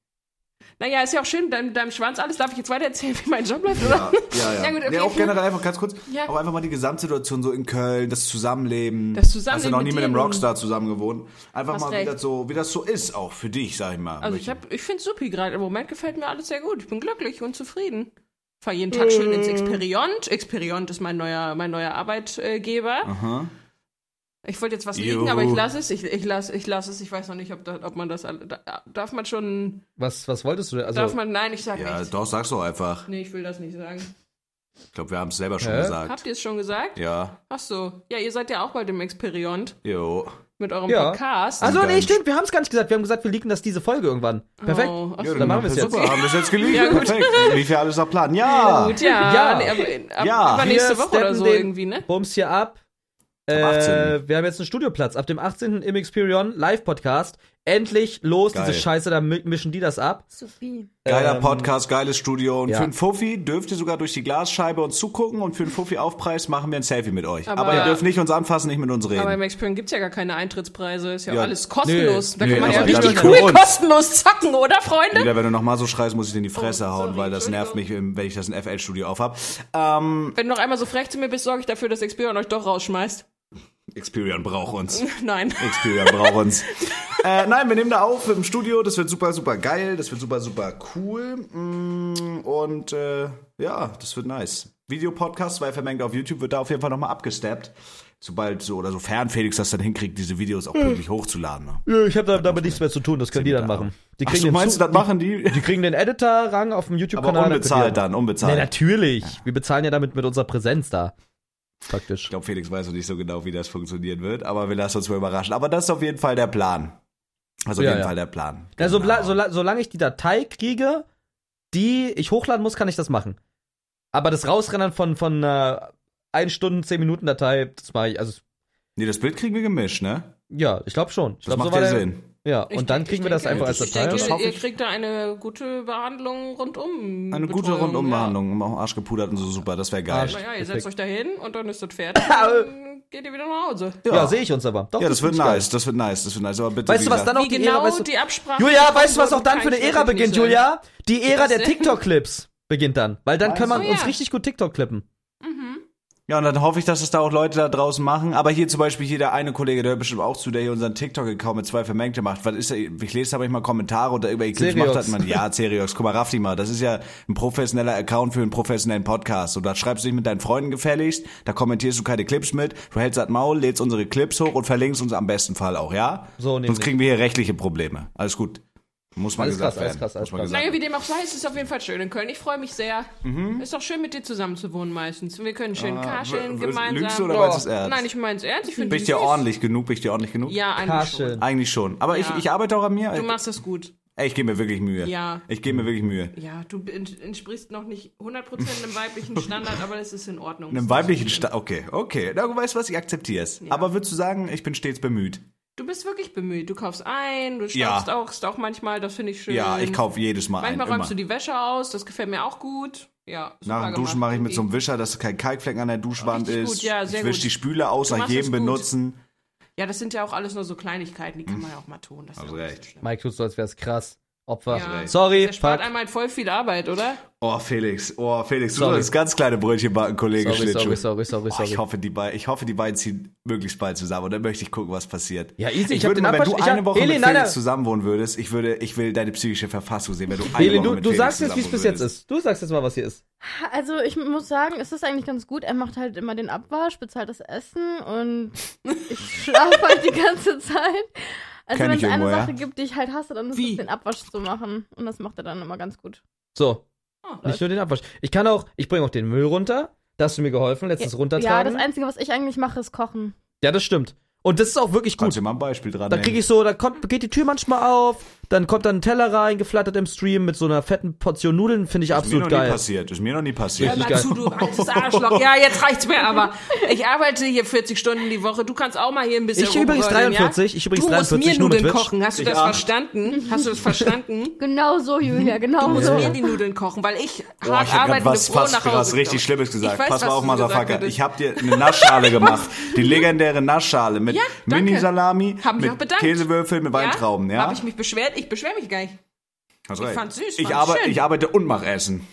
[SPEAKER 3] Naja, ist ja auch schön, dein, deinem Schwanz alles. Darf ich jetzt weiter erzählen, wie mein Job läuft,
[SPEAKER 1] Ja,
[SPEAKER 3] oder?
[SPEAKER 1] ja, ja.
[SPEAKER 3] Ja, gut, okay.
[SPEAKER 1] nee, auch generell einfach ganz kurz,
[SPEAKER 3] Ja.
[SPEAKER 1] auch einfach mal die Gesamtsituation so in Köln, das Zusammenleben.
[SPEAKER 3] Das Zusammenleben
[SPEAKER 1] Hast du noch nie
[SPEAKER 3] mit
[SPEAKER 1] mit dem
[SPEAKER 3] denen.
[SPEAKER 1] Rockstar zusammen gewohnt. Einfach
[SPEAKER 3] Hast
[SPEAKER 1] mal, wie
[SPEAKER 3] recht.
[SPEAKER 1] das, so, wie das so ist, auch für dich, sag ich mal.
[SPEAKER 3] Also ich,
[SPEAKER 1] Möchte-
[SPEAKER 3] hab- ich finde es supi gerade. Im Moment gefällt mir alles sehr gut. Ich bin glücklich und zufrieden. Fahr jeden Tag schön
[SPEAKER 1] Äh.
[SPEAKER 3] ins Experiont. Experiont ist mein neuer, mein neuer Arbeitgeber.
[SPEAKER 1] Aha.
[SPEAKER 3] Ich wollte jetzt was
[SPEAKER 1] Ah. Juhu.
[SPEAKER 3] liegen, aber ich lasse es. Ich, ich lasse ich lass es. Ich weiß noch nicht, ob, da, ob man das. alle- da- Darf man schon.
[SPEAKER 2] Was, was wolltest du denn? Also,
[SPEAKER 3] darf man. Nein, ich sag
[SPEAKER 1] Ja,
[SPEAKER 3] nichts.
[SPEAKER 1] doch, sag's doch einfach.
[SPEAKER 3] Nee, ich will das nicht sagen.
[SPEAKER 1] Ich glaube, wir haben es selber schon
[SPEAKER 2] Hä?
[SPEAKER 1] gesagt.
[SPEAKER 3] Habt ihr es schon gesagt?
[SPEAKER 1] Ja,
[SPEAKER 3] Ach so. Ja, ihr seid ja auch bald im Experiont
[SPEAKER 1] jo.
[SPEAKER 3] mit eurem
[SPEAKER 2] Ja.
[SPEAKER 3] Podcast.
[SPEAKER 2] also
[SPEAKER 1] Geil.
[SPEAKER 2] nee, stimmt, wir haben es gar nicht gesagt. Wir haben gesagt, wir liegen das diese Folge irgendwann. Perfekt.
[SPEAKER 3] Oh, ach
[SPEAKER 1] Ja,
[SPEAKER 3] so.
[SPEAKER 2] dann machen wir es jetzt.
[SPEAKER 1] Super, haben wir es jetzt geliebt.
[SPEAKER 3] Ja, gut.
[SPEAKER 1] Perfekt. Wie viel alles nach Plan? Ja.
[SPEAKER 3] Gut, ja.
[SPEAKER 2] Ja.
[SPEAKER 3] Nee, aber, ab,
[SPEAKER 1] Ja.
[SPEAKER 3] Übernächste
[SPEAKER 2] Wir
[SPEAKER 3] Woche oder
[SPEAKER 2] steppen
[SPEAKER 3] so
[SPEAKER 2] den-
[SPEAKER 3] irgendwie, ne?
[SPEAKER 2] Bums hier ab. Äh,
[SPEAKER 1] 18..
[SPEAKER 2] wir haben jetzt einen Studioplatz ab dem 18. im Experion Live-Podcast Endlich los,
[SPEAKER 1] Geil.
[SPEAKER 2] diese Scheiße, da mi- mischen die das ab.
[SPEAKER 4] Sophie.
[SPEAKER 1] Geiler
[SPEAKER 2] Ähm,
[SPEAKER 1] Podcast, geiles Studio. Und
[SPEAKER 2] ja.
[SPEAKER 1] für einen Fuffi dürft ihr sogar durch die Glasscheibe uns zugucken und für einen Fuffi-Aufpreis machen wir ein Selfie mit euch. Aber,
[SPEAKER 3] Aber-
[SPEAKER 1] ihr dürft nicht uns anfassen, nicht mit uns reden.
[SPEAKER 3] Aber im Experience gibt's ja gar keine Eintrittspreise, ist ja,
[SPEAKER 1] Ja.
[SPEAKER 3] alles kostenlos.
[SPEAKER 2] Nö.
[SPEAKER 3] Da
[SPEAKER 1] Nö,
[SPEAKER 3] kann man ja
[SPEAKER 1] aber dann
[SPEAKER 3] richtig
[SPEAKER 1] für
[SPEAKER 3] cool
[SPEAKER 1] uns.
[SPEAKER 3] kostenlos zacken, oder Freunde?
[SPEAKER 1] Wieder, wenn du noch mal so schreist, muss ich dir in die Fresse
[SPEAKER 3] Oh,
[SPEAKER 1] hauen,
[SPEAKER 3] sorry,
[SPEAKER 1] weil das nervt mich, wenn ich das in FL-Studio aufhab. Ähm,
[SPEAKER 3] Wenn du noch einmal so frech zu mir bist, sorge ich dafür, dass Experience euch doch rausschmeißt.
[SPEAKER 1] Experian braucht uns.
[SPEAKER 3] Nein.
[SPEAKER 1] Experian braucht uns. Äh, nein, wir nehmen da auf im Studio. Das wird super, super geil. Das wird super, super cool. Mm, Und äh, ja, das wird nice. Videopodcast, weil vermengt auf YouTube, wird da auf jeden Fall nochmal abgesteppt. Sobald so oder sofern Felix das dann hinkriegt, diese Videos
[SPEAKER 3] Hm.
[SPEAKER 1] auch pünktlich hochzuladen. Ne?
[SPEAKER 2] Ich habe da, damit nichts mehr zu tun, das können die dann machen. Die
[SPEAKER 1] Ach, du
[SPEAKER 2] den
[SPEAKER 1] meinst,
[SPEAKER 2] Zu-
[SPEAKER 1] das machen die?
[SPEAKER 2] die kriegen den Editor-Rang auf dem
[SPEAKER 1] Aber
[SPEAKER 2] YouTube-Kanal. dann können die
[SPEAKER 1] unbezahlt dann,
[SPEAKER 2] Nee,
[SPEAKER 1] unbezahlt.
[SPEAKER 2] natürlich. Wir bezahlen ja damit mit unserer Präsenz da. Praktisch.
[SPEAKER 1] Ich glaube, Felix weiß noch nicht so genau, wie das funktionieren wird, aber wir lassen uns mal überraschen. Aber das ist auf jeden Fall der Plan. Also auf
[SPEAKER 2] Ja,
[SPEAKER 1] jeden
[SPEAKER 2] ja.
[SPEAKER 1] Fall der Plan.
[SPEAKER 2] Ja, so,
[SPEAKER 1] Genau.
[SPEAKER 2] bla- sola- solange ich die Datei kriege, die ich hochladen muss, kann ich das machen. Aber das Rausrennen von, von einer 1 Stunden, 10 Minuten Datei, das mache ich, also,
[SPEAKER 1] Nee, das Bild kriegen wir gemischt, ne?
[SPEAKER 2] ja, ich glaube schon. Ich
[SPEAKER 1] Das
[SPEAKER 2] glaub,
[SPEAKER 1] macht
[SPEAKER 2] so war
[SPEAKER 1] ja
[SPEAKER 2] der-
[SPEAKER 1] Sinn.
[SPEAKER 2] Ja,
[SPEAKER 3] Ich
[SPEAKER 2] und dann
[SPEAKER 3] denke-
[SPEAKER 2] kriegen wir
[SPEAKER 3] ich
[SPEAKER 2] das
[SPEAKER 3] denke,
[SPEAKER 2] einfach als
[SPEAKER 3] ich
[SPEAKER 2] Datei.
[SPEAKER 1] Das
[SPEAKER 3] Denke,
[SPEAKER 1] hoffe
[SPEAKER 3] ihr
[SPEAKER 1] ich.
[SPEAKER 3] kriegt da eine gute Behandlung rundum.
[SPEAKER 1] Eine gute
[SPEAKER 3] Betreuung,
[SPEAKER 1] Rundumbehandlung, um auch Arsch gepudert und so super, das wäre geil.
[SPEAKER 2] Arsch.
[SPEAKER 3] Ja. Naja, ihr
[SPEAKER 2] Perfekt.
[SPEAKER 3] setzt euch da hin und dann ist das fertig. dann geht ihr wieder nach Hause.
[SPEAKER 2] ja, sehe ich uns aber. Doch,
[SPEAKER 1] Ja, das wird
[SPEAKER 2] finde ich
[SPEAKER 1] nice, das wird nice, das wird nice. Aber bitte,
[SPEAKER 2] Weißt
[SPEAKER 1] wie
[SPEAKER 2] du, was
[SPEAKER 1] gesagt-
[SPEAKER 2] dann auch
[SPEAKER 3] Wie
[SPEAKER 2] die
[SPEAKER 3] genau
[SPEAKER 2] Ära, weißt du,
[SPEAKER 3] die Absprache.
[SPEAKER 2] Julia, weißt du, was auch dann für
[SPEAKER 3] Kann
[SPEAKER 2] eine
[SPEAKER 3] ich
[SPEAKER 2] Ära
[SPEAKER 3] wirklich
[SPEAKER 2] beginnt,
[SPEAKER 3] nicht
[SPEAKER 2] Julia?
[SPEAKER 3] sagen.
[SPEAKER 2] Die Ära
[SPEAKER 3] Was
[SPEAKER 2] der
[SPEAKER 3] denn?
[SPEAKER 2] TikTok-Clips beginnt dann. Weil dann kann man
[SPEAKER 3] Oh, ja.
[SPEAKER 2] uns richtig gut TikTok-Clippen.
[SPEAKER 1] Ja, und dann hoffe ich, dass es da auch Leute da draußen machen. Aber hier zum Beispiel hier der eine Kollege, der hört bestimmt auch zu, der hier unseren TikTok-Account mit zwei Vermengte macht. Was ist da, ich lese da manchmal Kommentare oder irgendwelche Clips
[SPEAKER 2] Seriox.
[SPEAKER 1] macht hat man. Ja, Seriox, guck mal, raff die mal. Das ist ja ein professioneller Account für einen professionellen Podcast. Und da schreibst du dich mit deinen Freunden gefälligst, da kommentierst du keine Clips mit, du hältst das Maul, lädst unsere Clips hoch und verlinkst uns am besten Fall auch, ja?
[SPEAKER 2] So nämlich.
[SPEAKER 1] Sonst kriegen wir hier rechtliche Probleme. Alles gut. Muss mal
[SPEAKER 2] Alles
[SPEAKER 1] gesagt
[SPEAKER 2] krass, alles
[SPEAKER 1] werden.
[SPEAKER 2] krass,
[SPEAKER 1] Muss
[SPEAKER 2] alles
[SPEAKER 1] mal
[SPEAKER 2] krass.
[SPEAKER 1] gesagt
[SPEAKER 3] Naja, wie dem auch sei, es ist auf jeden Fall schön in Köln. Ich freue mich sehr.
[SPEAKER 2] Mhm.
[SPEAKER 3] Ist doch schön, mit dir zusammen zu wohnen meistens. Wir können schön
[SPEAKER 1] Ah,
[SPEAKER 3] kascheln,
[SPEAKER 1] w- w-
[SPEAKER 3] gemeinsam.
[SPEAKER 1] lügst du oder
[SPEAKER 3] Ja.
[SPEAKER 1] meinst du es ernst?
[SPEAKER 3] Nein, ich meine es ernst. Ich finde
[SPEAKER 1] Bin ich dir ordentlich genug? Bin ich dir ordentlich genug?
[SPEAKER 3] Ja, eigentlich schon.
[SPEAKER 2] Kascheln.
[SPEAKER 1] Eigentlich schon. Aber ich,
[SPEAKER 3] Ja.
[SPEAKER 1] ich arbeite auch an mir.
[SPEAKER 3] Du machst das gut.
[SPEAKER 1] Ey, ich gebe mir wirklich Mühe.
[SPEAKER 3] Ja.
[SPEAKER 1] Ich gebe mir wirklich Mühe.
[SPEAKER 3] Ja, du ent- entsprichst noch nicht 100% einem weiblichen Standard, aber das ist in Ordnung.
[SPEAKER 1] Einem weiblichen Sta Okay, okay. Na, du weißt was, ich akzeptiere es. Aber würdest du sagen, ich bin stets bemüht?
[SPEAKER 3] Du bist wirklich bemüht. Du kaufst ein, du
[SPEAKER 1] Ja.
[SPEAKER 3] staubst auch, auch manchmal, das finde ich schön.
[SPEAKER 1] Ja, ich kaufe jedes Mal
[SPEAKER 3] Mhm. Manchmal
[SPEAKER 1] ein.
[SPEAKER 3] räumst
[SPEAKER 1] Immer.
[SPEAKER 3] du die Wäsche aus, das gefällt mir auch gut. Ja, super
[SPEAKER 1] Nach dem Duschen
[SPEAKER 3] gemacht,
[SPEAKER 1] mache ich mit so
[SPEAKER 3] Bibi.
[SPEAKER 1] einem Wischer, dass kein Kalkflecken an der Duschwand
[SPEAKER 3] Richtig
[SPEAKER 1] ist.
[SPEAKER 3] gut, ja, sehr
[SPEAKER 1] ich wisch
[SPEAKER 3] gut.
[SPEAKER 1] die Spüle aus,
[SPEAKER 3] Du
[SPEAKER 1] nach
[SPEAKER 3] machst
[SPEAKER 1] jedem
[SPEAKER 3] es gut.
[SPEAKER 1] benutzen.
[SPEAKER 3] Ja, das sind ja auch alles nur so Kleinigkeiten, die kann man ja auch mal tun. Das ist
[SPEAKER 1] Hast
[SPEAKER 3] ja auch nicht
[SPEAKER 1] recht.
[SPEAKER 3] so schlimm.
[SPEAKER 2] Mike tut so, als wäre es krass. Opfer.
[SPEAKER 3] Ja.
[SPEAKER 2] Sorry,
[SPEAKER 3] Das spart
[SPEAKER 2] fuck.
[SPEAKER 3] einem halt voll viel Arbeit, oder?
[SPEAKER 1] Oh, Felix, oh, Felix, du
[SPEAKER 2] Sorry.
[SPEAKER 1] sollst ganz kleine Brötchen backen, Kollege
[SPEAKER 2] Sorry,
[SPEAKER 1] Schlittschuh.
[SPEAKER 2] sorry, sorry, sorry,
[SPEAKER 1] Oh, ich,
[SPEAKER 2] sorry.
[SPEAKER 1] hoffe, die bei, ich hoffe, die beiden ziehen möglichst bald zusammen und dann möchte ich gucken, was passiert.
[SPEAKER 2] Ja, easy,
[SPEAKER 1] Ich
[SPEAKER 2] ich hab
[SPEAKER 1] würde
[SPEAKER 2] den
[SPEAKER 1] mal, wenn
[SPEAKER 2] Abwasch-
[SPEAKER 1] du
[SPEAKER 2] ich
[SPEAKER 1] eine
[SPEAKER 2] hab-
[SPEAKER 1] Woche
[SPEAKER 2] Elin,
[SPEAKER 1] mit
[SPEAKER 2] nein,
[SPEAKER 1] Felix
[SPEAKER 2] nein.
[SPEAKER 1] zusammenwohnen würdest, ich, würde, ich will deine psychische Verfassung sehen, wenn du eine
[SPEAKER 2] Elin,
[SPEAKER 1] Woche
[SPEAKER 2] du,
[SPEAKER 1] mit
[SPEAKER 2] du
[SPEAKER 1] Felix
[SPEAKER 2] sagst jetzt, wie es
[SPEAKER 1] zusammenwohnen
[SPEAKER 2] bis jetzt
[SPEAKER 1] würdest.
[SPEAKER 2] ist. Du sagst jetzt mal, was hier ist.
[SPEAKER 4] Also ich muss sagen, es ist eigentlich ganz gut. Er macht halt immer den Abwasch, bezahlt das Essen und ich schlafe halt die ganze Zeit. Also
[SPEAKER 1] Kenn
[SPEAKER 4] wenn
[SPEAKER 1] ich
[SPEAKER 4] es eine
[SPEAKER 1] irgendwo,
[SPEAKER 4] Sache
[SPEAKER 1] ja.
[SPEAKER 4] gibt, die ich halt hasse, dann ist
[SPEAKER 3] Wie?
[SPEAKER 4] es den Abwasch zu machen. Und das macht er dann immer ganz gut.
[SPEAKER 2] So.
[SPEAKER 3] Ah,
[SPEAKER 2] Nicht nur den Abwasch. Ich kann auch, ich bringe auch den Müll runter. Da hast du mir geholfen, letztens
[SPEAKER 4] Ja,
[SPEAKER 2] runtertragen.
[SPEAKER 4] das Einzige, was ich eigentlich mache, ist kochen.
[SPEAKER 2] ja, das stimmt. Und das ist auch wirklich gut.
[SPEAKER 1] Kannst du mal ein Beispiel dran
[SPEAKER 2] Da kriege ich so, da kommt, geht die Tür manchmal auf, dann kommt dann ein Teller rein, geflattert im Stream mit so einer fetten Portion Nudeln, finde ich
[SPEAKER 1] Ist Also mir
[SPEAKER 2] absolut
[SPEAKER 1] noch nie
[SPEAKER 2] geil.
[SPEAKER 1] passiert. Ist mir noch nie
[SPEAKER 3] Hör
[SPEAKER 1] passiert.
[SPEAKER 2] Ja,
[SPEAKER 3] mal
[SPEAKER 2] geil.
[SPEAKER 3] zu, du altes Arschloch. Ja, jetzt reicht's mir aber. Ich arbeite hier 40 Stunden die Woche. Du kannst auch mal hier ein bisschen
[SPEAKER 2] Ich übrigens
[SPEAKER 3] rumrödeln,
[SPEAKER 2] 43, ich übrigens
[SPEAKER 3] du
[SPEAKER 2] 43,
[SPEAKER 3] musst mir
[SPEAKER 2] nur mit
[SPEAKER 3] Nudeln
[SPEAKER 2] Twitch.
[SPEAKER 3] kochen. Hast du
[SPEAKER 1] Ich
[SPEAKER 3] das
[SPEAKER 1] auch.
[SPEAKER 3] verstanden? Hast du das verstanden?
[SPEAKER 4] Genau so, Julia,
[SPEAKER 3] Du
[SPEAKER 4] genau
[SPEAKER 3] musst
[SPEAKER 4] so.
[SPEAKER 3] mir die Nudeln kochen, weil ich
[SPEAKER 1] Boah,
[SPEAKER 3] hart
[SPEAKER 1] ich hab grad
[SPEAKER 3] arbeitende
[SPEAKER 1] was
[SPEAKER 3] Frau
[SPEAKER 1] fast
[SPEAKER 3] nach Hause
[SPEAKER 1] was richtig
[SPEAKER 3] gebracht.
[SPEAKER 1] Schlimmes gesagt.
[SPEAKER 3] Ich weiß,
[SPEAKER 1] Pass mal
[SPEAKER 3] was
[SPEAKER 1] auf,
[SPEAKER 3] du gesagt
[SPEAKER 1] Motherfucker.
[SPEAKER 3] hättest.
[SPEAKER 1] Ich hab dir eine Naschschale gemacht. Die legendäre Naschschale mit
[SPEAKER 3] Ja, danke.
[SPEAKER 1] Mini-Salami,
[SPEAKER 3] Hab mich auch
[SPEAKER 1] mit
[SPEAKER 3] bedankt.
[SPEAKER 1] Käsewürfeln, mit Weintrauben, ja?
[SPEAKER 3] Habe ich mich beschwert? Ich beschwere mich gar nicht.
[SPEAKER 1] Hast
[SPEAKER 3] ich
[SPEAKER 1] recht.
[SPEAKER 3] fand's süß,
[SPEAKER 1] Ich,
[SPEAKER 3] fand's
[SPEAKER 1] arbe
[SPEAKER 3] schön.
[SPEAKER 1] ich arbeite und mach Essen.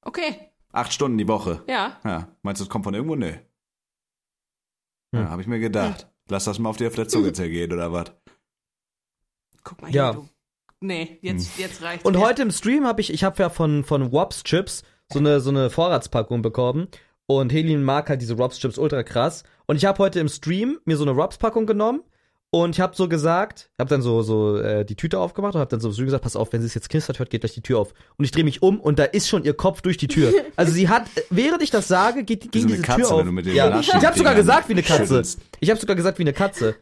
[SPEAKER 3] Okay,
[SPEAKER 1] Acht Stunden die Woche.
[SPEAKER 3] ja.
[SPEAKER 1] Ja. Meinst du, das kommt von irgendwo? Nö.
[SPEAKER 2] Hm.
[SPEAKER 1] Ja, hab ich mir gedacht. Lass das mal auf dir auf der
[SPEAKER 4] Hm.
[SPEAKER 1] Zunge zergehen, oder was?
[SPEAKER 3] Guck mal
[SPEAKER 2] Ja. Hm.
[SPEAKER 3] hier, du. Nee, jetzt, jetzt reicht's.
[SPEAKER 2] Und
[SPEAKER 3] mir.
[SPEAKER 2] heute im Stream habe ich, ich habe ja von, von Wops Chips so eine, so eine Vorratspackung bekommen. Und Helin mag halt diese Wops Chips ultra krass. Und ich habe heute im Stream mir so eine Wops Packung genommen. Und ich habe so gesagt, ich habe dann so, so äh, die Tüte aufgemacht und habe dann so im Stream gesagt, pass auf, wenn sie es jetzt knistert hört, geht gleich die Tür auf. Und ich drehe mich um und da ist schon ihr Kopf durch die Tür. Also sie hat, äh, während ich das sage, geht, ging
[SPEAKER 1] so eine
[SPEAKER 2] diese
[SPEAKER 1] Katze,
[SPEAKER 2] Tür auf.
[SPEAKER 1] wenn du mit den
[SPEAKER 2] ja. Ich
[SPEAKER 1] Naschen-
[SPEAKER 2] habe sogar
[SPEAKER 1] Dingern
[SPEAKER 2] gesagt wie eine Katze.
[SPEAKER 1] schüttelst.
[SPEAKER 2] Ich habe sogar gesagt wie eine Katze.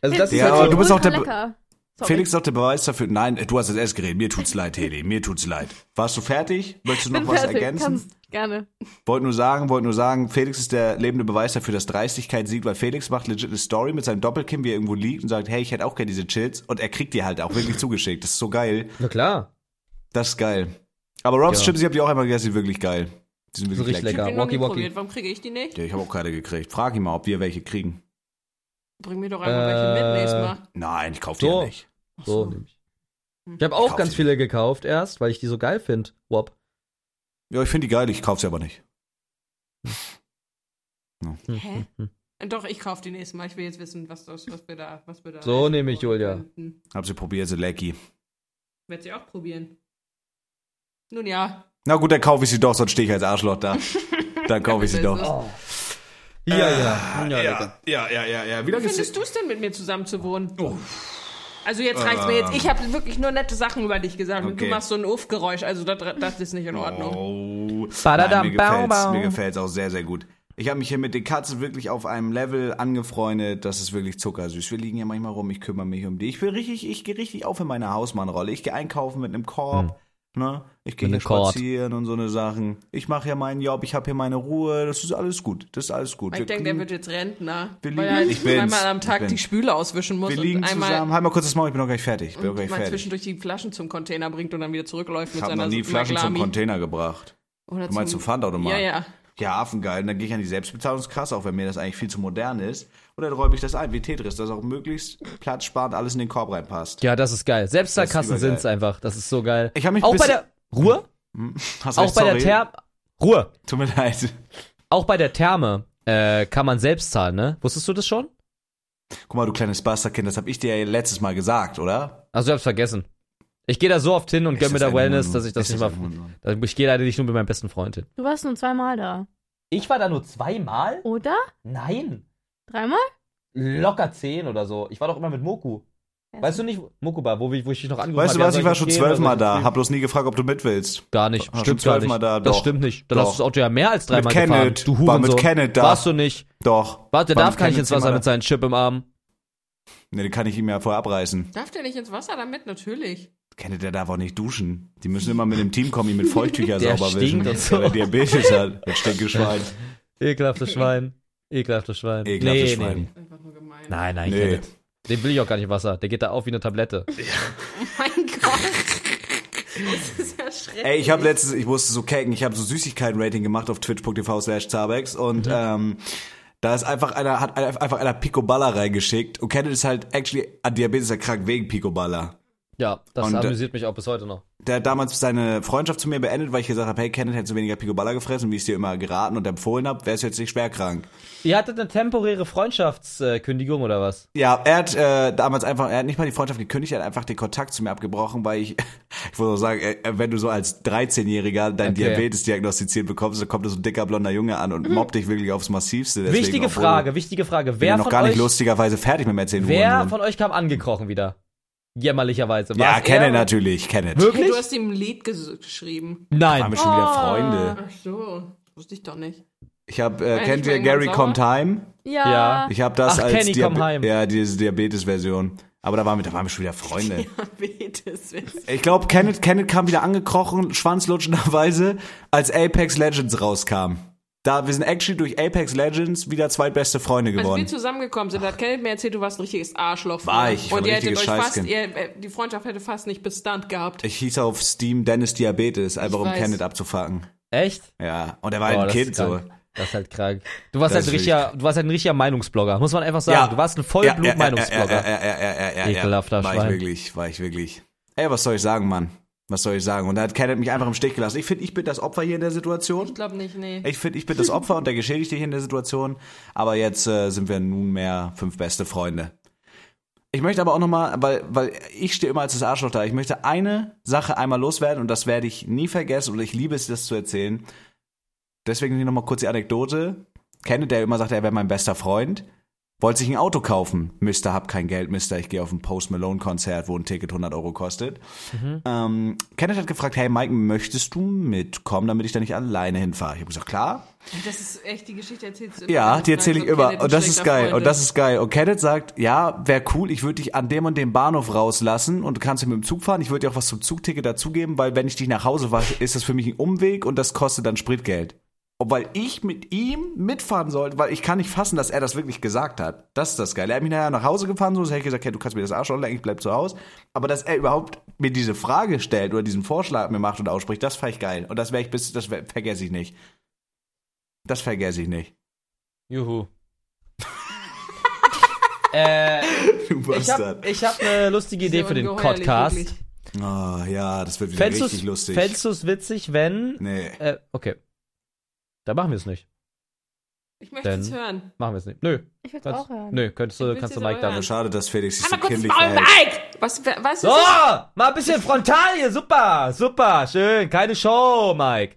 [SPEAKER 2] Also das
[SPEAKER 1] Ja,
[SPEAKER 2] ist
[SPEAKER 1] aber
[SPEAKER 2] halt
[SPEAKER 1] du
[SPEAKER 2] so,
[SPEAKER 1] bist auch
[SPEAKER 4] Ultra
[SPEAKER 1] der-
[SPEAKER 4] lecker. Sorry.
[SPEAKER 1] Felix ist auch der Beweis dafür. Nein, du hast jetzt erst geredet. Mir tut's leid, Heli. Mir tut's leid. Warst du fertig? Möchtest du noch
[SPEAKER 4] bin
[SPEAKER 1] was
[SPEAKER 4] fertig,
[SPEAKER 1] ergänzen?
[SPEAKER 4] kannst gerne.
[SPEAKER 1] Wollte nur sagen, wollte nur sagen, Felix ist der lebende Beweis dafür, dass Dreistigkeit siegt, weil Felix macht legit eine Story mit seinem Doppelkinn, wie er irgendwo liegt und sagt, hey, ich hätte auch gerne diese Chills. Und er kriegt die halt auch wirklich zugeschickt. Das ist so geil.
[SPEAKER 2] Na klar.
[SPEAKER 1] Das ist geil. Aber Rob's
[SPEAKER 2] Ja.
[SPEAKER 1] Chips, ich hab die auch einmal gegessen, die sind wirklich geil. Die sind wirklich
[SPEAKER 2] richtig
[SPEAKER 1] lecker.
[SPEAKER 2] lecker.
[SPEAKER 3] bin noch nie
[SPEAKER 2] Walkie, walkie.
[SPEAKER 3] probiert. Warum kriege ich die nicht?
[SPEAKER 1] Ja, ich habe auch keine gekriegt. Frag ihn mal, ob wir welche kriegen.
[SPEAKER 3] Bring mir doch einmal welche mit nächstes
[SPEAKER 2] Äh,
[SPEAKER 3] Mal.
[SPEAKER 1] Nein, ich kauf die
[SPEAKER 2] So.
[SPEAKER 1] ja nicht.
[SPEAKER 2] So,
[SPEAKER 3] Ach so.
[SPEAKER 2] nehm ich. Ich habe auch
[SPEAKER 1] Kauf
[SPEAKER 2] ganz
[SPEAKER 1] sie.
[SPEAKER 2] viele gekauft erst, weil ich die so geil finde. Wop.
[SPEAKER 1] Ja, ich finde die geil, ich kauf sie aber nicht.
[SPEAKER 2] Hm,
[SPEAKER 3] Hä? Doch, ich kaufe die nächste Mal. Ich will jetzt wissen, was, das, was wir da. Was wir da
[SPEAKER 2] So
[SPEAKER 3] essen
[SPEAKER 2] nehme ich,
[SPEAKER 3] wollen
[SPEAKER 2] Julia.
[SPEAKER 3] könnten.
[SPEAKER 1] Hab sie probiert, sie lecky.
[SPEAKER 3] Werd sie auch probieren. Nun ja.
[SPEAKER 1] Na gut, dann kaufe ich sie doch, sonst stehe ich als Arschloch da. Dann kaufe ich sie doch.
[SPEAKER 3] Oh.
[SPEAKER 2] Ja, ja. Ja, lecker.
[SPEAKER 1] Ah, ja, ja, ja, ja. Wie
[SPEAKER 3] Wie
[SPEAKER 1] lange ist
[SPEAKER 3] Ah, findest du es denn, mit mir zusammen zu wohnen?
[SPEAKER 1] Oh.
[SPEAKER 3] Also jetzt reicht's mir jetzt. Ich habe wirklich nur nette Sachen über dich gesagt und du
[SPEAKER 1] Ähm. Okay.
[SPEAKER 3] machst so ein Uff-Geräusch. Also das, das ist nicht in Ordnung.
[SPEAKER 1] Oh.
[SPEAKER 2] Badadam,
[SPEAKER 1] Nein, mir
[SPEAKER 2] bau,
[SPEAKER 1] gefällt's,
[SPEAKER 2] bau.
[SPEAKER 1] mir gefällt's auch sehr, sehr gut. Ich habe mich hier mit den Katzen wirklich auf einem Level angefreundet. Das ist wirklich zuckersüß. Wir liegen ja manchmal rum, ich kümmere mich um die. Ich will richtig, ich gehe richtig auf in meiner Hausmannrolle. Ich gehe einkaufen mit einem Korb. Ne? Ich gehe
[SPEAKER 2] Hm. Mit
[SPEAKER 1] hier
[SPEAKER 2] einem Korb.
[SPEAKER 1] spazieren und so eine Sachen. Ich mache ja meinen Job, ich habe hier meine Ruhe. Das ist alles gut. Das ist alles gut.
[SPEAKER 3] Ich
[SPEAKER 1] Wir
[SPEAKER 3] denke, der
[SPEAKER 1] liegen-
[SPEAKER 3] wird jetzt Rentner.
[SPEAKER 1] Wir
[SPEAKER 3] weil
[SPEAKER 1] liegen-
[SPEAKER 3] er halt
[SPEAKER 1] Ich bin's,
[SPEAKER 3] zweimal am
[SPEAKER 1] ich
[SPEAKER 3] Tag die
[SPEAKER 1] bin's.
[SPEAKER 3] Spüle auswischen muss
[SPEAKER 1] wir
[SPEAKER 3] und
[SPEAKER 1] liegen
[SPEAKER 3] einmal,
[SPEAKER 1] zusammen. Halt mal kurz das Maul, ich bin noch gleich fertig. Ich bin noch
[SPEAKER 3] und
[SPEAKER 1] gleich
[SPEAKER 3] mal
[SPEAKER 1] fertig.
[SPEAKER 3] zwischendurch die Flaschen zum Container bringt und dann wieder zurückläuft
[SPEAKER 1] Ich
[SPEAKER 3] mit
[SPEAKER 1] habe
[SPEAKER 3] seiner
[SPEAKER 1] noch nie Flaschen zum
[SPEAKER 3] Maglami.
[SPEAKER 1] Container gebracht.
[SPEAKER 3] Oder
[SPEAKER 1] Du meinst zum Pfandautomaten?
[SPEAKER 3] Ja, ja.
[SPEAKER 1] Ja, Hafengeil. Und dann gehe ich an die Selbstbezahlungskasse, auch wenn mir das eigentlich viel zu modern ist. Und dann räume ich das ein, wie Tetris, dass auch möglichst platzsparend alles in den Korb reinpasst.
[SPEAKER 2] Ja, das ist geil.
[SPEAKER 1] Das
[SPEAKER 2] Selbstsackkassen
[SPEAKER 1] ist übergeil.
[SPEAKER 2] sind's einfach. Das ist so geil.
[SPEAKER 1] Ich hab mich
[SPEAKER 2] auch
[SPEAKER 1] bis-
[SPEAKER 2] bei der Ruhe,
[SPEAKER 1] Hast
[SPEAKER 2] auch
[SPEAKER 1] recht,
[SPEAKER 2] bei der
[SPEAKER 1] sorry.
[SPEAKER 2] Therm Ruhe,
[SPEAKER 1] Tut mir leid.
[SPEAKER 2] auch bei der Therme äh, kann man selbst zahlen, ne? Wusstest du das schon?
[SPEAKER 1] Guck mal, du kleines Bastardkind, das habe ich dir ja letztes Mal gesagt, oder?
[SPEAKER 2] Also ich hab's vergessen. Ich gehe da so oft hin und gönn mir da
[SPEAKER 1] das ein
[SPEAKER 2] Wellness,
[SPEAKER 1] Hurensohn?
[SPEAKER 2] dass ich das
[SPEAKER 1] Ist
[SPEAKER 2] nicht
[SPEAKER 1] das
[SPEAKER 2] mal.
[SPEAKER 1] ein Hurensohn?
[SPEAKER 2] Ich gehe da nicht nur mit meinem besten Freund hin.
[SPEAKER 4] Du warst nur zweimal da,
[SPEAKER 2] Ich war da nur zweimal?
[SPEAKER 4] oder?
[SPEAKER 2] Nein.
[SPEAKER 4] Dreimal?
[SPEAKER 2] Locker zehn oder so. Ich war doch immer mit Moku. Weißt du nicht, Mokuba, wo, ich- wo ich dich noch angerufen
[SPEAKER 1] Weißt du
[SPEAKER 2] ja,
[SPEAKER 1] was,
[SPEAKER 2] soll
[SPEAKER 1] ich war
[SPEAKER 2] nicht
[SPEAKER 1] schon
[SPEAKER 2] gehen,
[SPEAKER 1] zwölfmal
[SPEAKER 2] oder soll ich
[SPEAKER 1] da,
[SPEAKER 2] nicht
[SPEAKER 1] hab bloß nie gefragt, ob du mit willst.
[SPEAKER 2] Gar nicht,
[SPEAKER 1] War schon
[SPEAKER 2] stimmt gar
[SPEAKER 1] zwölfmal
[SPEAKER 2] nicht.
[SPEAKER 1] da,
[SPEAKER 2] das
[SPEAKER 1] doch.
[SPEAKER 2] stimmt nicht. Dann hast
[SPEAKER 1] Doch.
[SPEAKER 2] du das Auto ja mehr als dreimal
[SPEAKER 1] Mit
[SPEAKER 2] gefahren.
[SPEAKER 1] Kenneth.
[SPEAKER 2] Du
[SPEAKER 1] War mit
[SPEAKER 2] Hurensohn.
[SPEAKER 1] Kenneth da.
[SPEAKER 2] Warst du nicht.
[SPEAKER 1] Doch.
[SPEAKER 2] Warte,
[SPEAKER 1] War
[SPEAKER 2] darf
[SPEAKER 1] mit
[SPEAKER 2] gar nicht
[SPEAKER 1] Kenneth
[SPEAKER 2] ins Wasser
[SPEAKER 1] immer
[SPEAKER 2] mit seinem Chip im Arm.
[SPEAKER 1] da? Nee, den kann ich ihm ja vorher abreißen.
[SPEAKER 3] Darf der nicht ins Wasser damit? Natürlich.
[SPEAKER 1] Kenneth, der darf auch nicht duschen. Die müssen immer mit dem Team kommen, ihn mit Feuchttücher
[SPEAKER 2] Der
[SPEAKER 1] sauber
[SPEAKER 2] stinkt
[SPEAKER 1] wischen.
[SPEAKER 2] und so.
[SPEAKER 1] Weil er Diabetes hat. Das stinkige Schwein.
[SPEAKER 2] Ekelhaftes Schwein. Ekelhaftes Schwein.
[SPEAKER 1] Ekelhaftes
[SPEAKER 2] Nee,
[SPEAKER 1] Schwein.
[SPEAKER 2] nee,
[SPEAKER 3] Einfach nur gemein.
[SPEAKER 2] nee. Nein, nein,
[SPEAKER 1] Nee.
[SPEAKER 2] Kenneth. Den will ich auch gar nicht im Wasser. Der geht da auf wie eine Tablette.
[SPEAKER 3] Mein Gott. Das ist ja schrecklich.
[SPEAKER 1] Ey, ich habe letztens, ich musste so kacken, ich habe so Süßigkeiten-Rating gemacht auf twitch.tv slash Zabex und ähm, da ist einfach einer, hat einer- einfach einer Picoballa reingeschickt und Kenneth ist halt actually an Diabetes erkrankt wegen Picoballa.
[SPEAKER 2] Ja, das
[SPEAKER 1] Und, äh,
[SPEAKER 2] amüsiert mich auch bis heute noch.
[SPEAKER 1] Der hat damals seine Freundschaft zu mir beendet, weil ich gesagt habe, hey, Kenneth hättest du weniger Picoballa gefressen, wie ich es dir immer geraten und empfohlen habe, wärst du jetzt nicht schwerkrank.
[SPEAKER 2] Ihr hattet eine temporäre Freundschaftskündigung oder was?
[SPEAKER 1] Ja, er hat äh, damals einfach, er hat nicht mal die Freundschaft gekündigt, er hat einfach den Kontakt zu mir abgebrochen, weil ich, ich muss auch sagen, äh, wenn du so als 13-Jähriger deinen
[SPEAKER 2] Okay. Mhm.
[SPEAKER 1] Diabetes diagnostiziert bekommst, dann kommt da so ein dicker blonder Junge an und mobbt dich wirklich aufs Massivste. Deswegen,
[SPEAKER 2] wichtige
[SPEAKER 1] obwohl
[SPEAKER 2] Frage, wichtige Frage.
[SPEAKER 1] Ich
[SPEAKER 2] Wer
[SPEAKER 1] bin noch
[SPEAKER 2] von
[SPEAKER 1] gar nicht
[SPEAKER 2] euch,
[SPEAKER 1] lustigerweise fertig mit dem Erzählen.
[SPEAKER 2] wer
[SPEAKER 1] Hurensohn.
[SPEAKER 2] von euch kam angekrochen wieder? Jämmerlicherweise.
[SPEAKER 1] ja,
[SPEAKER 2] War's er?
[SPEAKER 1] Kenneth natürlich, Kenneth. Wir
[SPEAKER 3] Hey,
[SPEAKER 2] Wirklich?
[SPEAKER 3] du hast ihm ein Lied ges- geschrieben.
[SPEAKER 1] haben
[SPEAKER 2] Nein.
[SPEAKER 1] wir schon wieder Freunde.
[SPEAKER 3] Ach so. Wusste ich doch nicht.
[SPEAKER 1] Ich habe, äh,
[SPEAKER 3] Nein,
[SPEAKER 1] kennt
[SPEAKER 3] ich
[SPEAKER 1] ihr
[SPEAKER 3] bin ganz
[SPEAKER 1] Gary
[SPEAKER 3] sauer.
[SPEAKER 1] Come Time?
[SPEAKER 4] Ja.
[SPEAKER 2] Ja.
[SPEAKER 1] Ich habe das
[SPEAKER 2] Ach,
[SPEAKER 1] als
[SPEAKER 2] Kenny, komm heim.
[SPEAKER 1] ja, diese Diabetes-Version. Aber da waren wir, da waren wir schon wieder Freunde.
[SPEAKER 3] Diabetes. Ist.
[SPEAKER 1] Ich glaube, Kenneth, Kenneth kam wieder angekrochen, schwanzlutschenderweise, als Apex Legends rauskam. Da, wir sind actually durch Apex Legends wieder zweitbeste Freunde
[SPEAKER 3] Als wir
[SPEAKER 1] geworden.
[SPEAKER 3] zusammengekommen sind, hat Kenneth mir erzählt, du warst ein richtiges Arschloch.
[SPEAKER 1] War
[SPEAKER 3] früher.
[SPEAKER 1] ich, ich war
[SPEAKER 3] Und
[SPEAKER 1] ein
[SPEAKER 3] ihr hättet euch
[SPEAKER 1] richtiges
[SPEAKER 3] fast,
[SPEAKER 1] Scheißkind.
[SPEAKER 3] ihr, äh, die Freundschaft hätte fast nicht Bestand gehabt.
[SPEAKER 1] ich hieß auf Steam Dennis Diabetes, einfach
[SPEAKER 3] Ich
[SPEAKER 1] um
[SPEAKER 3] weiß.
[SPEAKER 1] Kenneth abzufacken.
[SPEAKER 2] Echt?
[SPEAKER 1] Ja, und er war halt
[SPEAKER 2] Boah,
[SPEAKER 1] ein
[SPEAKER 2] das
[SPEAKER 1] Kind
[SPEAKER 2] ist
[SPEAKER 1] so.
[SPEAKER 2] krank. Das ist halt krank. Du warst,
[SPEAKER 1] Das
[SPEAKER 2] halt ein
[SPEAKER 1] ist wirklich
[SPEAKER 2] richtiger, du warst halt ein richtiger Meinungsblogger, muss man einfach sagen. Du warst ein
[SPEAKER 1] Ja,
[SPEAKER 2] Vollblut-Meinungsblogger.
[SPEAKER 1] ja, ja, ja, ja, ja, ja, ja.
[SPEAKER 2] Ekelhafter
[SPEAKER 1] War
[SPEAKER 2] Schwein.
[SPEAKER 1] ich wirklich, war ich wirklich. Ey, was soll ich sagen, Mann? Was soll ich sagen? Und da hat Kenneth mich einfach im Stich gelassen. Ich finde, ich bin das Opfer hier in der Situation.
[SPEAKER 3] Ich glaube nicht, nee.
[SPEAKER 1] Ich finde, ich bin das Opfer und der Geschädigte hier in der Situation. Aber jetzt äh, sind wir nunmehr fünf beste Freunde. Ich möchte aber auch nochmal, weil, weil ich stehe immer als das Arschloch da. Ich möchte eine Sache einmal loswerden und das werde ich nie vergessen und ich liebe es, das zu erzählen. Deswegen hier nochmal kurz die Anekdote. Kenneth, der immer sagt, er wäre mein bester Freund. Wollte sich ein Auto kaufen. Mister, hab kein Geld, Mister, ich gehe auf ein Post Malone Konzert, wo ein Ticket 100 Euro kostet. Ähm, Kenneth hat gefragt, hey Mike, möchtest du mitkommen, damit ich da nicht alleine hinfahre? Ich habe gesagt, klar.
[SPEAKER 3] Das ist echt die Geschichte, erzählst du immer.
[SPEAKER 1] Ja,
[SPEAKER 3] wenn
[SPEAKER 1] die
[SPEAKER 3] du
[SPEAKER 1] erzähle ich
[SPEAKER 3] sagst, okay,
[SPEAKER 1] immer.
[SPEAKER 3] der
[SPEAKER 1] Und das
[SPEAKER 3] schlechter
[SPEAKER 1] ist geil.
[SPEAKER 3] Freund
[SPEAKER 1] Und das ist geil. Und Kenneth sagt, ja, wäre cool, ich würde dich an dem und dem Bahnhof rauslassen und du kannst mit dem Zug fahren. Ich würde dir auch was zum Zugticket dazugeben, weil wenn ich dich nach Hause wasche, ist das für mich ein Umweg und das kostet dann Spritgeld. Und weil ich mit ihm mitfahren sollte, weil ich kann nicht fassen, dass er das wirklich gesagt hat. Das ist das Geile. Er hat mich nachher nach Hause gefahren, so dass ich gesagt, hey, du kannst mir das Arsch anlegen, ich bleib zu Hause. Aber dass er überhaupt mir diese Frage stellt oder diesen Vorschlag mir macht und ausspricht, das fand ich geil. Und das wär ich bis, das wär, vergesse ich nicht. Das vergesse ich nicht.
[SPEAKER 2] Juhu. äh,
[SPEAKER 1] Du
[SPEAKER 2] ich hab, ich hab eine lustige Idee
[SPEAKER 3] Sehr
[SPEAKER 2] für den
[SPEAKER 3] ungeheuerlich,
[SPEAKER 2] Podcast.
[SPEAKER 3] wirklich.
[SPEAKER 1] Ah, ja, das wird wieder
[SPEAKER 2] Fändest
[SPEAKER 1] richtig lustig.
[SPEAKER 2] du es witzig, wenn.
[SPEAKER 1] nee.
[SPEAKER 2] Äh, okay. Da machen wir es nicht.
[SPEAKER 3] Ich möchte
[SPEAKER 2] Denn-
[SPEAKER 3] es hören.
[SPEAKER 2] Machen wir es nicht. Nö.
[SPEAKER 4] Ich würde
[SPEAKER 2] Kannst,
[SPEAKER 4] auch hören.
[SPEAKER 2] Nö, könntest du,
[SPEAKER 3] Ich
[SPEAKER 2] kannst du
[SPEAKER 3] will's
[SPEAKER 2] Mike
[SPEAKER 3] jetzt aber
[SPEAKER 2] da nicht.
[SPEAKER 1] Schade, dass Felix sich so
[SPEAKER 3] Einmal kurz
[SPEAKER 1] kindlich
[SPEAKER 3] Maul,
[SPEAKER 1] verhält.
[SPEAKER 3] Mike! Was, wer- was
[SPEAKER 2] So!
[SPEAKER 3] ist das?
[SPEAKER 2] Mal ein bisschen frontal hier. Super, super, schön. Keine Show, Mike.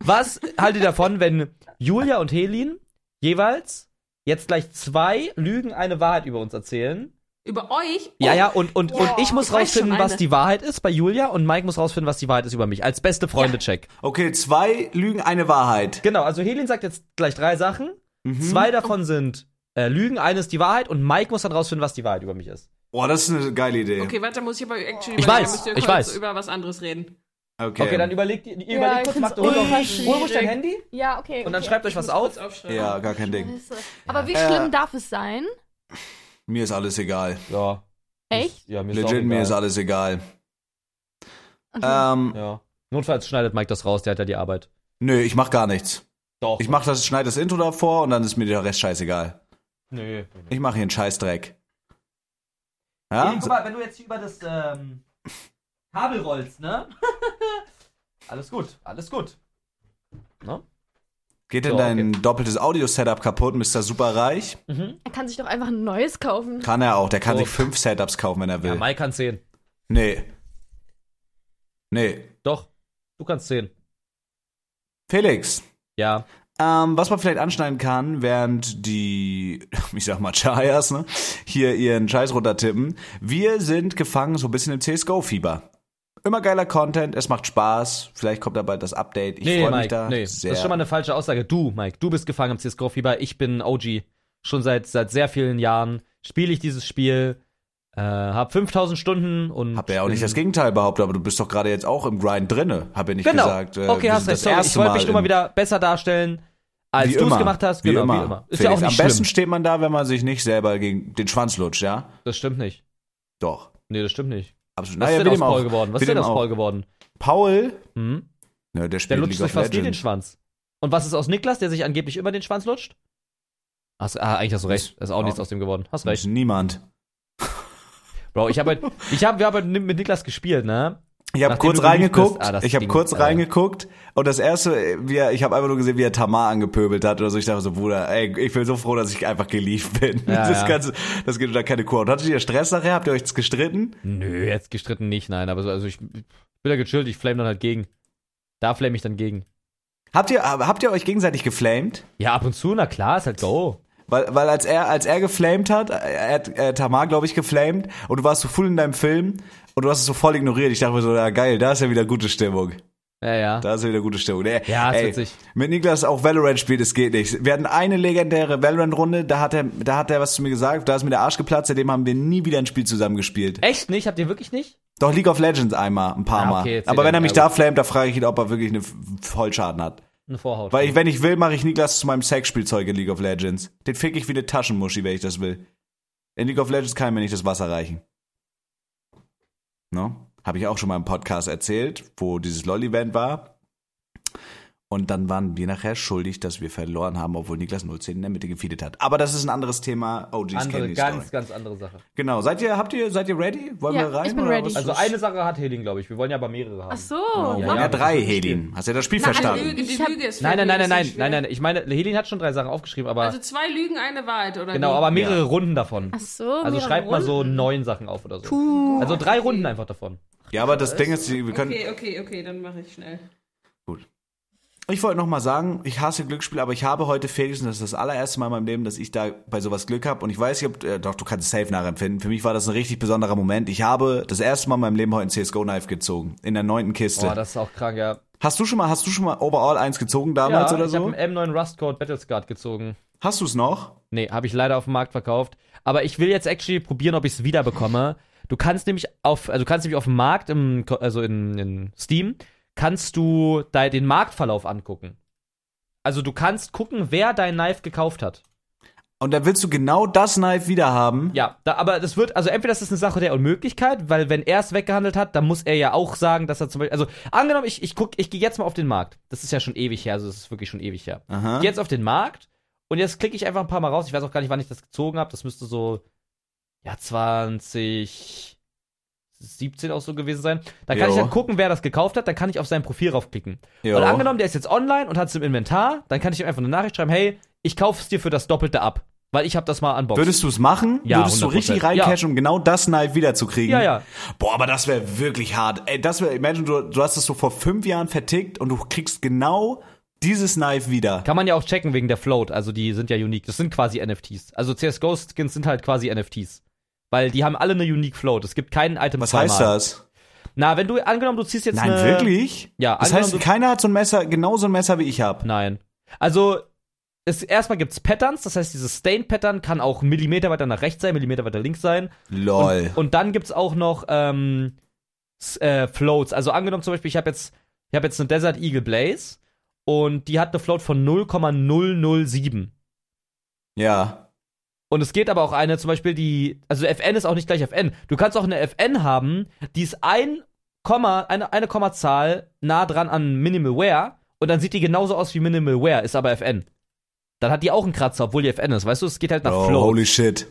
[SPEAKER 2] Was haltet ihr davon, wenn Julia und Helin jeweils jetzt gleich zwei Lügen, eine Wahrheit über uns erzählen?
[SPEAKER 3] Über euch?
[SPEAKER 2] Ja,
[SPEAKER 3] Oh,
[SPEAKER 2] ja, und, und, und
[SPEAKER 3] Boah,
[SPEAKER 2] ich muss
[SPEAKER 3] ich weiß
[SPEAKER 2] rausfinden,
[SPEAKER 3] schon eine.
[SPEAKER 2] was die Wahrheit ist bei Julia und Mike muss rausfinden, was die Wahrheit ist über mich. Als beste Freunde-Check.
[SPEAKER 1] Okay, zwei Lügen, eine Wahrheit.
[SPEAKER 2] Genau, also Helin sagt jetzt gleich drei Sachen. Zwei davon sind äh, Lügen, eine ist die Wahrheit und Mike muss dann rausfinden, was die Wahrheit über mich ist.
[SPEAKER 1] Boah, das ist eine geile Idee.
[SPEAKER 3] Okay, warte, muss ich aber actually
[SPEAKER 2] Ich
[SPEAKER 3] überlegen,
[SPEAKER 2] weiß,
[SPEAKER 3] müsst ihr
[SPEAKER 2] ich
[SPEAKER 3] kurz
[SPEAKER 2] weiß.
[SPEAKER 3] über was anderes reden.
[SPEAKER 1] Okay,
[SPEAKER 2] Okay, dann überlegt ihr überlegt
[SPEAKER 4] ich
[SPEAKER 2] kurz,
[SPEAKER 4] find's
[SPEAKER 2] macht, hol, doch-
[SPEAKER 4] ultra
[SPEAKER 2] hol ruhig dein
[SPEAKER 3] schwierig.
[SPEAKER 2] Handy
[SPEAKER 4] Ja, okay.
[SPEAKER 2] und dann
[SPEAKER 4] okay.
[SPEAKER 2] schreibt euch was auf.
[SPEAKER 3] aufschreiben.
[SPEAKER 1] Ja, gar kein Ding.
[SPEAKER 4] Aber wie
[SPEAKER 1] Äh,
[SPEAKER 4] schlimm darf es sein?
[SPEAKER 1] Mir ist alles egal.
[SPEAKER 2] Ja.
[SPEAKER 4] Echt?
[SPEAKER 2] Ja, mir
[SPEAKER 1] Legit, mir ist
[SPEAKER 2] egal.
[SPEAKER 1] alles egal.
[SPEAKER 4] Okay.
[SPEAKER 1] Ähm,
[SPEAKER 2] Ja. Notfalls schneidet Mike das raus, der hat ja die Arbeit.
[SPEAKER 1] nö, ich mach gar nichts.
[SPEAKER 2] Doch.
[SPEAKER 1] Ich mach das, schneid das Intro davor und dann ist mir der Rest scheißegal.
[SPEAKER 2] Nö.
[SPEAKER 1] Ich mach hier einen Scheißdreck. Ja?
[SPEAKER 2] guck mal, wenn du jetzt hier über das ähm, Kabel rollst, ne? alles gut, alles gut.
[SPEAKER 1] Geht denn
[SPEAKER 2] So,
[SPEAKER 1] dein doppeltes Audio-Setup kaputt, Mr. Superreich?
[SPEAKER 2] Mhm.
[SPEAKER 4] er kann sich doch einfach ein neues kaufen.
[SPEAKER 1] Kann er auch. Der kann
[SPEAKER 2] So.
[SPEAKER 1] sich fünf Setups kaufen, wenn er will.
[SPEAKER 2] Ja, Mike kann 10.
[SPEAKER 1] nee. Nee.
[SPEAKER 2] Doch. Du kannst 10.
[SPEAKER 1] Felix.
[SPEAKER 2] Ja.
[SPEAKER 1] Ähm, was man vielleicht anschneiden kann, während die, ich sag mal, Chayas, ne, hier ihren Scheiß runtertippen. Wir sind gefangen so ein bisschen im CSGO-Fieber. Immer geiler Content, es macht Spaß. Vielleicht kommt da bald das Update. Ich
[SPEAKER 2] Nee,
[SPEAKER 1] freue
[SPEAKER 2] Mike,
[SPEAKER 1] mich da
[SPEAKER 2] nee.
[SPEAKER 1] sehr.
[SPEAKER 2] Das ist schon mal eine falsche Aussage. Du, Mike, du bist gefangen im CSGO-Fieber. Ich bin OG. Schon seit, seit sehr vielen Jahren spiele ich dieses Spiel. Äh, hab 5000 Stunden und.
[SPEAKER 1] Hab ja auch
[SPEAKER 2] bin-
[SPEAKER 1] nicht das Gegenteil behauptet, aber du bist doch gerade jetzt auch im Grind drinne. Hab ja nicht
[SPEAKER 2] Genau.
[SPEAKER 1] gesagt. äh,
[SPEAKER 2] okay,
[SPEAKER 1] wir
[SPEAKER 2] hast
[SPEAKER 1] sind
[SPEAKER 2] recht.
[SPEAKER 1] das
[SPEAKER 2] Sorry,
[SPEAKER 1] erste
[SPEAKER 2] ich wollte mich
[SPEAKER 1] Mal
[SPEAKER 2] nur mal
[SPEAKER 1] im-
[SPEAKER 2] wieder besser darstellen, als
[SPEAKER 1] wie
[SPEAKER 2] du es
[SPEAKER 1] immer.
[SPEAKER 2] gemacht hast. Genau,
[SPEAKER 1] wie immer.
[SPEAKER 2] wie immer. Ist
[SPEAKER 1] Felix,
[SPEAKER 2] ja auch
[SPEAKER 1] am
[SPEAKER 2] nicht
[SPEAKER 1] besten
[SPEAKER 2] schlimm.
[SPEAKER 1] steht man da, wenn man sich nicht selber gegen den Schwanz lutscht, ja?
[SPEAKER 2] Das stimmt nicht.
[SPEAKER 1] Doch.
[SPEAKER 2] Nee, das stimmt nicht.
[SPEAKER 1] Absolut.
[SPEAKER 2] Was
[SPEAKER 1] Naja,
[SPEAKER 2] ist
[SPEAKER 1] wie
[SPEAKER 2] denn aus
[SPEAKER 1] dem auch.
[SPEAKER 2] Paul geworden? Was
[SPEAKER 1] Wie
[SPEAKER 2] ist denn
[SPEAKER 1] dem
[SPEAKER 2] aus
[SPEAKER 1] auch.
[SPEAKER 2] Paul geworden?
[SPEAKER 1] Paul?
[SPEAKER 2] Hm?
[SPEAKER 1] Ne, der spielt
[SPEAKER 2] Der
[SPEAKER 1] League
[SPEAKER 2] lutscht
[SPEAKER 1] of
[SPEAKER 2] sich fast nie den
[SPEAKER 1] Legends.
[SPEAKER 2] Schwanz. Und was ist aus Niklas, der sich angeblich immer den Schwanz lutscht? Hast, ah, eigentlich hast du recht. Da ist auch
[SPEAKER 1] Ja.
[SPEAKER 2] nichts aus dem geworden. Hast
[SPEAKER 1] Das
[SPEAKER 2] recht.
[SPEAKER 1] ist Niemand.
[SPEAKER 2] Bro, ich habe halt, ich hab, wir haben halt mit Niklas gespielt, ne?
[SPEAKER 1] Ich habe
[SPEAKER 2] Nachdem
[SPEAKER 1] kurz
[SPEAKER 2] du geliebt
[SPEAKER 1] reingeguckt,
[SPEAKER 2] bist. Ah, das
[SPEAKER 1] ich habe
[SPEAKER 2] Ding,
[SPEAKER 1] kurz
[SPEAKER 2] äh.
[SPEAKER 1] reingeguckt und das erste, äh, wie er, ich habe einfach nur gesehen, wie er Tamar angepöbelt hat oder so. Ich dachte so, Bruder, ey, ich bin so froh, dass ich einfach geliebt bin.
[SPEAKER 2] Ja,
[SPEAKER 1] das
[SPEAKER 2] ja.
[SPEAKER 1] Ganze, das geht unter keine Kur. Und hattet ihr Stress nachher? Habt ihr euch gestritten?
[SPEAKER 2] Nö, jetzt gestritten nicht, nein. Aber so, also ich, ich bin ja gechillt, ich flame dann halt gegen. Da flame ich dann gegen.
[SPEAKER 1] Habt ihr, aber habt ihr euch gegenseitig geflamed?
[SPEAKER 2] Ja, ab und zu, na klar, ist halt Go.
[SPEAKER 1] Weil, weil als er, als er geflamed hat, äh, er hat äh, Tamar, glaube ich, geflamed und du warst so full in deinem Film und du hast es so voll ignoriert. Ich dachte mir so, ja geil, da ist ja wieder gute Stimmung.
[SPEAKER 2] Ja, ja.
[SPEAKER 1] Da ist ja wieder gute Stimmung. Ey,
[SPEAKER 2] Ja, ist
[SPEAKER 1] ey,
[SPEAKER 2] witzig.
[SPEAKER 1] Mit Niklas auch Valorant spielt, es geht nicht. Wir hatten eine legendäre Valorant-Runde, da hat er, da hat er was zu mir gesagt, da ist mir der Arsch geplatzt, seitdem haben wir nie wieder ein Spiel zusammen gespielt.
[SPEAKER 2] Echt nicht? Habt ihr wirklich nicht?
[SPEAKER 1] Doch League of Legends einmal, ein paar
[SPEAKER 2] Ah,
[SPEAKER 1] Mal.
[SPEAKER 2] okay, jetzt
[SPEAKER 1] Aber
[SPEAKER 2] seht ihr
[SPEAKER 1] wenn er
[SPEAKER 2] mich,
[SPEAKER 1] mich
[SPEAKER 2] ja,
[SPEAKER 1] da flamet, da frage ich ihn, ob er wirklich einen Vollschaden hat.
[SPEAKER 2] Eine Vorhaut. Hm.
[SPEAKER 1] Weil ich, wenn ich will, mache ich Niklas zu meinem Sexspielzeug in League of Legends. Den fick ich wie eine Taschenmuschi, wenn ich das will. In League of Legends kann mir nicht das Wasser reichen. No? Habe ich auch schon mal im Podcast erzählt, wo dieses LOL-Event war. Und dann waren wir nachher schuldig, dass wir verloren haben, obwohl Niklas 010 in der Mitte gefeedet hat. Aber das ist ein anderes Thema. OGs kennen
[SPEAKER 2] andere,
[SPEAKER 1] die
[SPEAKER 2] ganz,
[SPEAKER 1] Story.
[SPEAKER 2] ganz andere Sache.
[SPEAKER 1] Genau. Seid ihr, habt ihr, seid ihr ready? Wollen
[SPEAKER 4] Ja,
[SPEAKER 1] wir rein?
[SPEAKER 4] ich bin
[SPEAKER 1] oder
[SPEAKER 4] ready.
[SPEAKER 1] was
[SPEAKER 2] Also
[SPEAKER 1] ist-
[SPEAKER 2] eine Sache hat Helin, glaube ich. Wir wollen ja aber mehrere haben.
[SPEAKER 4] Ach so.
[SPEAKER 1] Oh, wir
[SPEAKER 2] Ja,
[SPEAKER 1] haben
[SPEAKER 2] ja,
[SPEAKER 1] ja,
[SPEAKER 2] das
[SPEAKER 1] drei,
[SPEAKER 2] ist das Spiel.
[SPEAKER 1] Helin. Hast du ja das Spiel
[SPEAKER 3] Na, eine
[SPEAKER 1] verstanden?
[SPEAKER 3] Lüge, die
[SPEAKER 4] Ich hab-
[SPEAKER 3] Lüge ist für
[SPEAKER 2] Nein, nein,
[SPEAKER 3] mich
[SPEAKER 2] nein, nein,
[SPEAKER 3] so
[SPEAKER 2] nein,
[SPEAKER 3] schwierig.
[SPEAKER 2] nein, nein. Ich meine, Helin hat schon drei Sachen aufgeschrieben, aber
[SPEAKER 3] Also zwei Lügen, eine Wahrheit, oder
[SPEAKER 2] genau,
[SPEAKER 3] wie?
[SPEAKER 2] aber mehrere
[SPEAKER 1] Ja.
[SPEAKER 2] Runden davon.
[SPEAKER 4] Ach so.
[SPEAKER 2] Also
[SPEAKER 4] mehrere
[SPEAKER 2] schreibt mal so
[SPEAKER 4] Runden.
[SPEAKER 2] neun Sachen auf oder so.
[SPEAKER 4] Puh.
[SPEAKER 2] Also drei Runden einfach davon.
[SPEAKER 1] Ja, aber das Ding ist, wir können.
[SPEAKER 3] Okay, okay, okay, dann mache ich schnell.
[SPEAKER 1] Gut. Ich wollte noch mal sagen, ich hasse Glücksspiel, aber ich habe heute Felix, und das ist das allererste Mal in meinem Leben, dass ich da bei sowas Glück habe. Und ich weiß nicht, ob, äh, doch, du kannst es safe nachempfinden. Für mich war das ein richtig besonderer Moment. Ich habe das erste Mal in meinem Leben heute einen CSGO-Knife gezogen. In der neunten Kiste.
[SPEAKER 2] Boah, Oh, das ist auch krank, ja.
[SPEAKER 1] hast du schon mal, hast du schon mal Overall 1 gezogen damals
[SPEAKER 2] ja
[SPEAKER 1] oder
[SPEAKER 2] ich hab
[SPEAKER 1] so?
[SPEAKER 2] habe einen M9 Rust Code Battlescard gezogen.
[SPEAKER 1] Hast du es noch?
[SPEAKER 2] Nee, habe ich leider auf dem Markt verkauft. Aber ich will jetzt actually probieren, ob ich es wieder bekomme. Du kannst nämlich auf, also du kannst nämlich auf dem Markt, im, Ko- also in, in Steam, kannst du da den Marktverlauf angucken. Also du kannst gucken, wer dein Knife gekauft hat.
[SPEAKER 1] Und da willst du genau das Knife wieder haben?
[SPEAKER 2] Ja, da, aber das wird, also entweder das ist eine Sache der Unmöglichkeit, weil wenn er es weggehandelt hat, dann muss er ja auch sagen, dass er zum Beispiel, also angenommen, ich, ich guck, ich gehe jetzt mal auf den Markt. Das ist ja schon ewig her, also das ist wirklich schon ewig her.
[SPEAKER 1] Aha.
[SPEAKER 2] Geh jetzt auf den Markt und jetzt klicke ich einfach ein paar Mal raus. Ich weiß auch gar nicht, wann ich das gezogen habe. Das müsste so, ja, 2017 auch so gewesen sein. Dann kann
[SPEAKER 1] Jo.
[SPEAKER 2] ich dann gucken, wer das gekauft hat. Dann kann ich auf sein Profil raufklicken.
[SPEAKER 1] Jo.
[SPEAKER 2] Und angenommen, der ist jetzt online und hat es im Inventar, dann kann ich ihm einfach eine Nachricht schreiben, hey, ich kaufe es dir für das Doppelte ab, weil ich habe das mal unboxed.
[SPEAKER 1] Würdest du es machen?
[SPEAKER 2] Ja,
[SPEAKER 1] Würdest du
[SPEAKER 2] 100%.
[SPEAKER 1] richtig reincashen, um genau das Knife wiederzukriegen?
[SPEAKER 2] Ja, ja.
[SPEAKER 1] Boah, aber das wäre wirklich hart. Ey, das wäre, imagine, du, du hast es so vor fünf Jahren vertickt und du kriegst genau dieses Knife wieder.
[SPEAKER 2] Kann man ja auch checken wegen der Float, also die sind ja unique. Das sind quasi NFTs. Also CSGO-Skins sind halt quasi NFTs. Weil die haben alle eine unique Float. Es gibt kein Item
[SPEAKER 1] Was
[SPEAKER 2] zweimal.
[SPEAKER 1] heißt das?
[SPEAKER 2] Na, wenn du, angenommen, du ziehst jetzt
[SPEAKER 1] Nein,
[SPEAKER 2] eine...
[SPEAKER 1] wirklich?
[SPEAKER 2] Ja,
[SPEAKER 1] Das
[SPEAKER 2] also angenommen,
[SPEAKER 1] heißt,
[SPEAKER 2] du-
[SPEAKER 1] keiner hat so ein Messer, genau so ein Messer wie ich hab.
[SPEAKER 2] Nein. Also, es, erstmal gibt's Patterns, das heißt, dieses Stain-Pattern kann auch Millimeter weiter nach rechts sein, Millimeter weiter links sein.
[SPEAKER 1] Lol.
[SPEAKER 2] Und, und dann gibt's auch noch ähm, S- äh, Floats. Also angenommen zum Beispiel, ich habe jetzt, ich hab jetzt eine Desert Eagle Blaze und die hat eine Float von 0,007.
[SPEAKER 1] ja.
[SPEAKER 2] Und es geht aber auch eine, zum Beispiel die, also FN ist auch nicht gleich FN. Du kannst auch eine FN haben, die ist ein Komma, eine, eine Kommazahl nah dran an Minimal Wear und dann sieht die genauso aus wie Minimal Wear, ist aber FN. Dann hat die auch einen Kratzer, obwohl die FN ist. Weißt du, es geht halt nach
[SPEAKER 1] Oh,
[SPEAKER 2] Flow.
[SPEAKER 1] holy shit.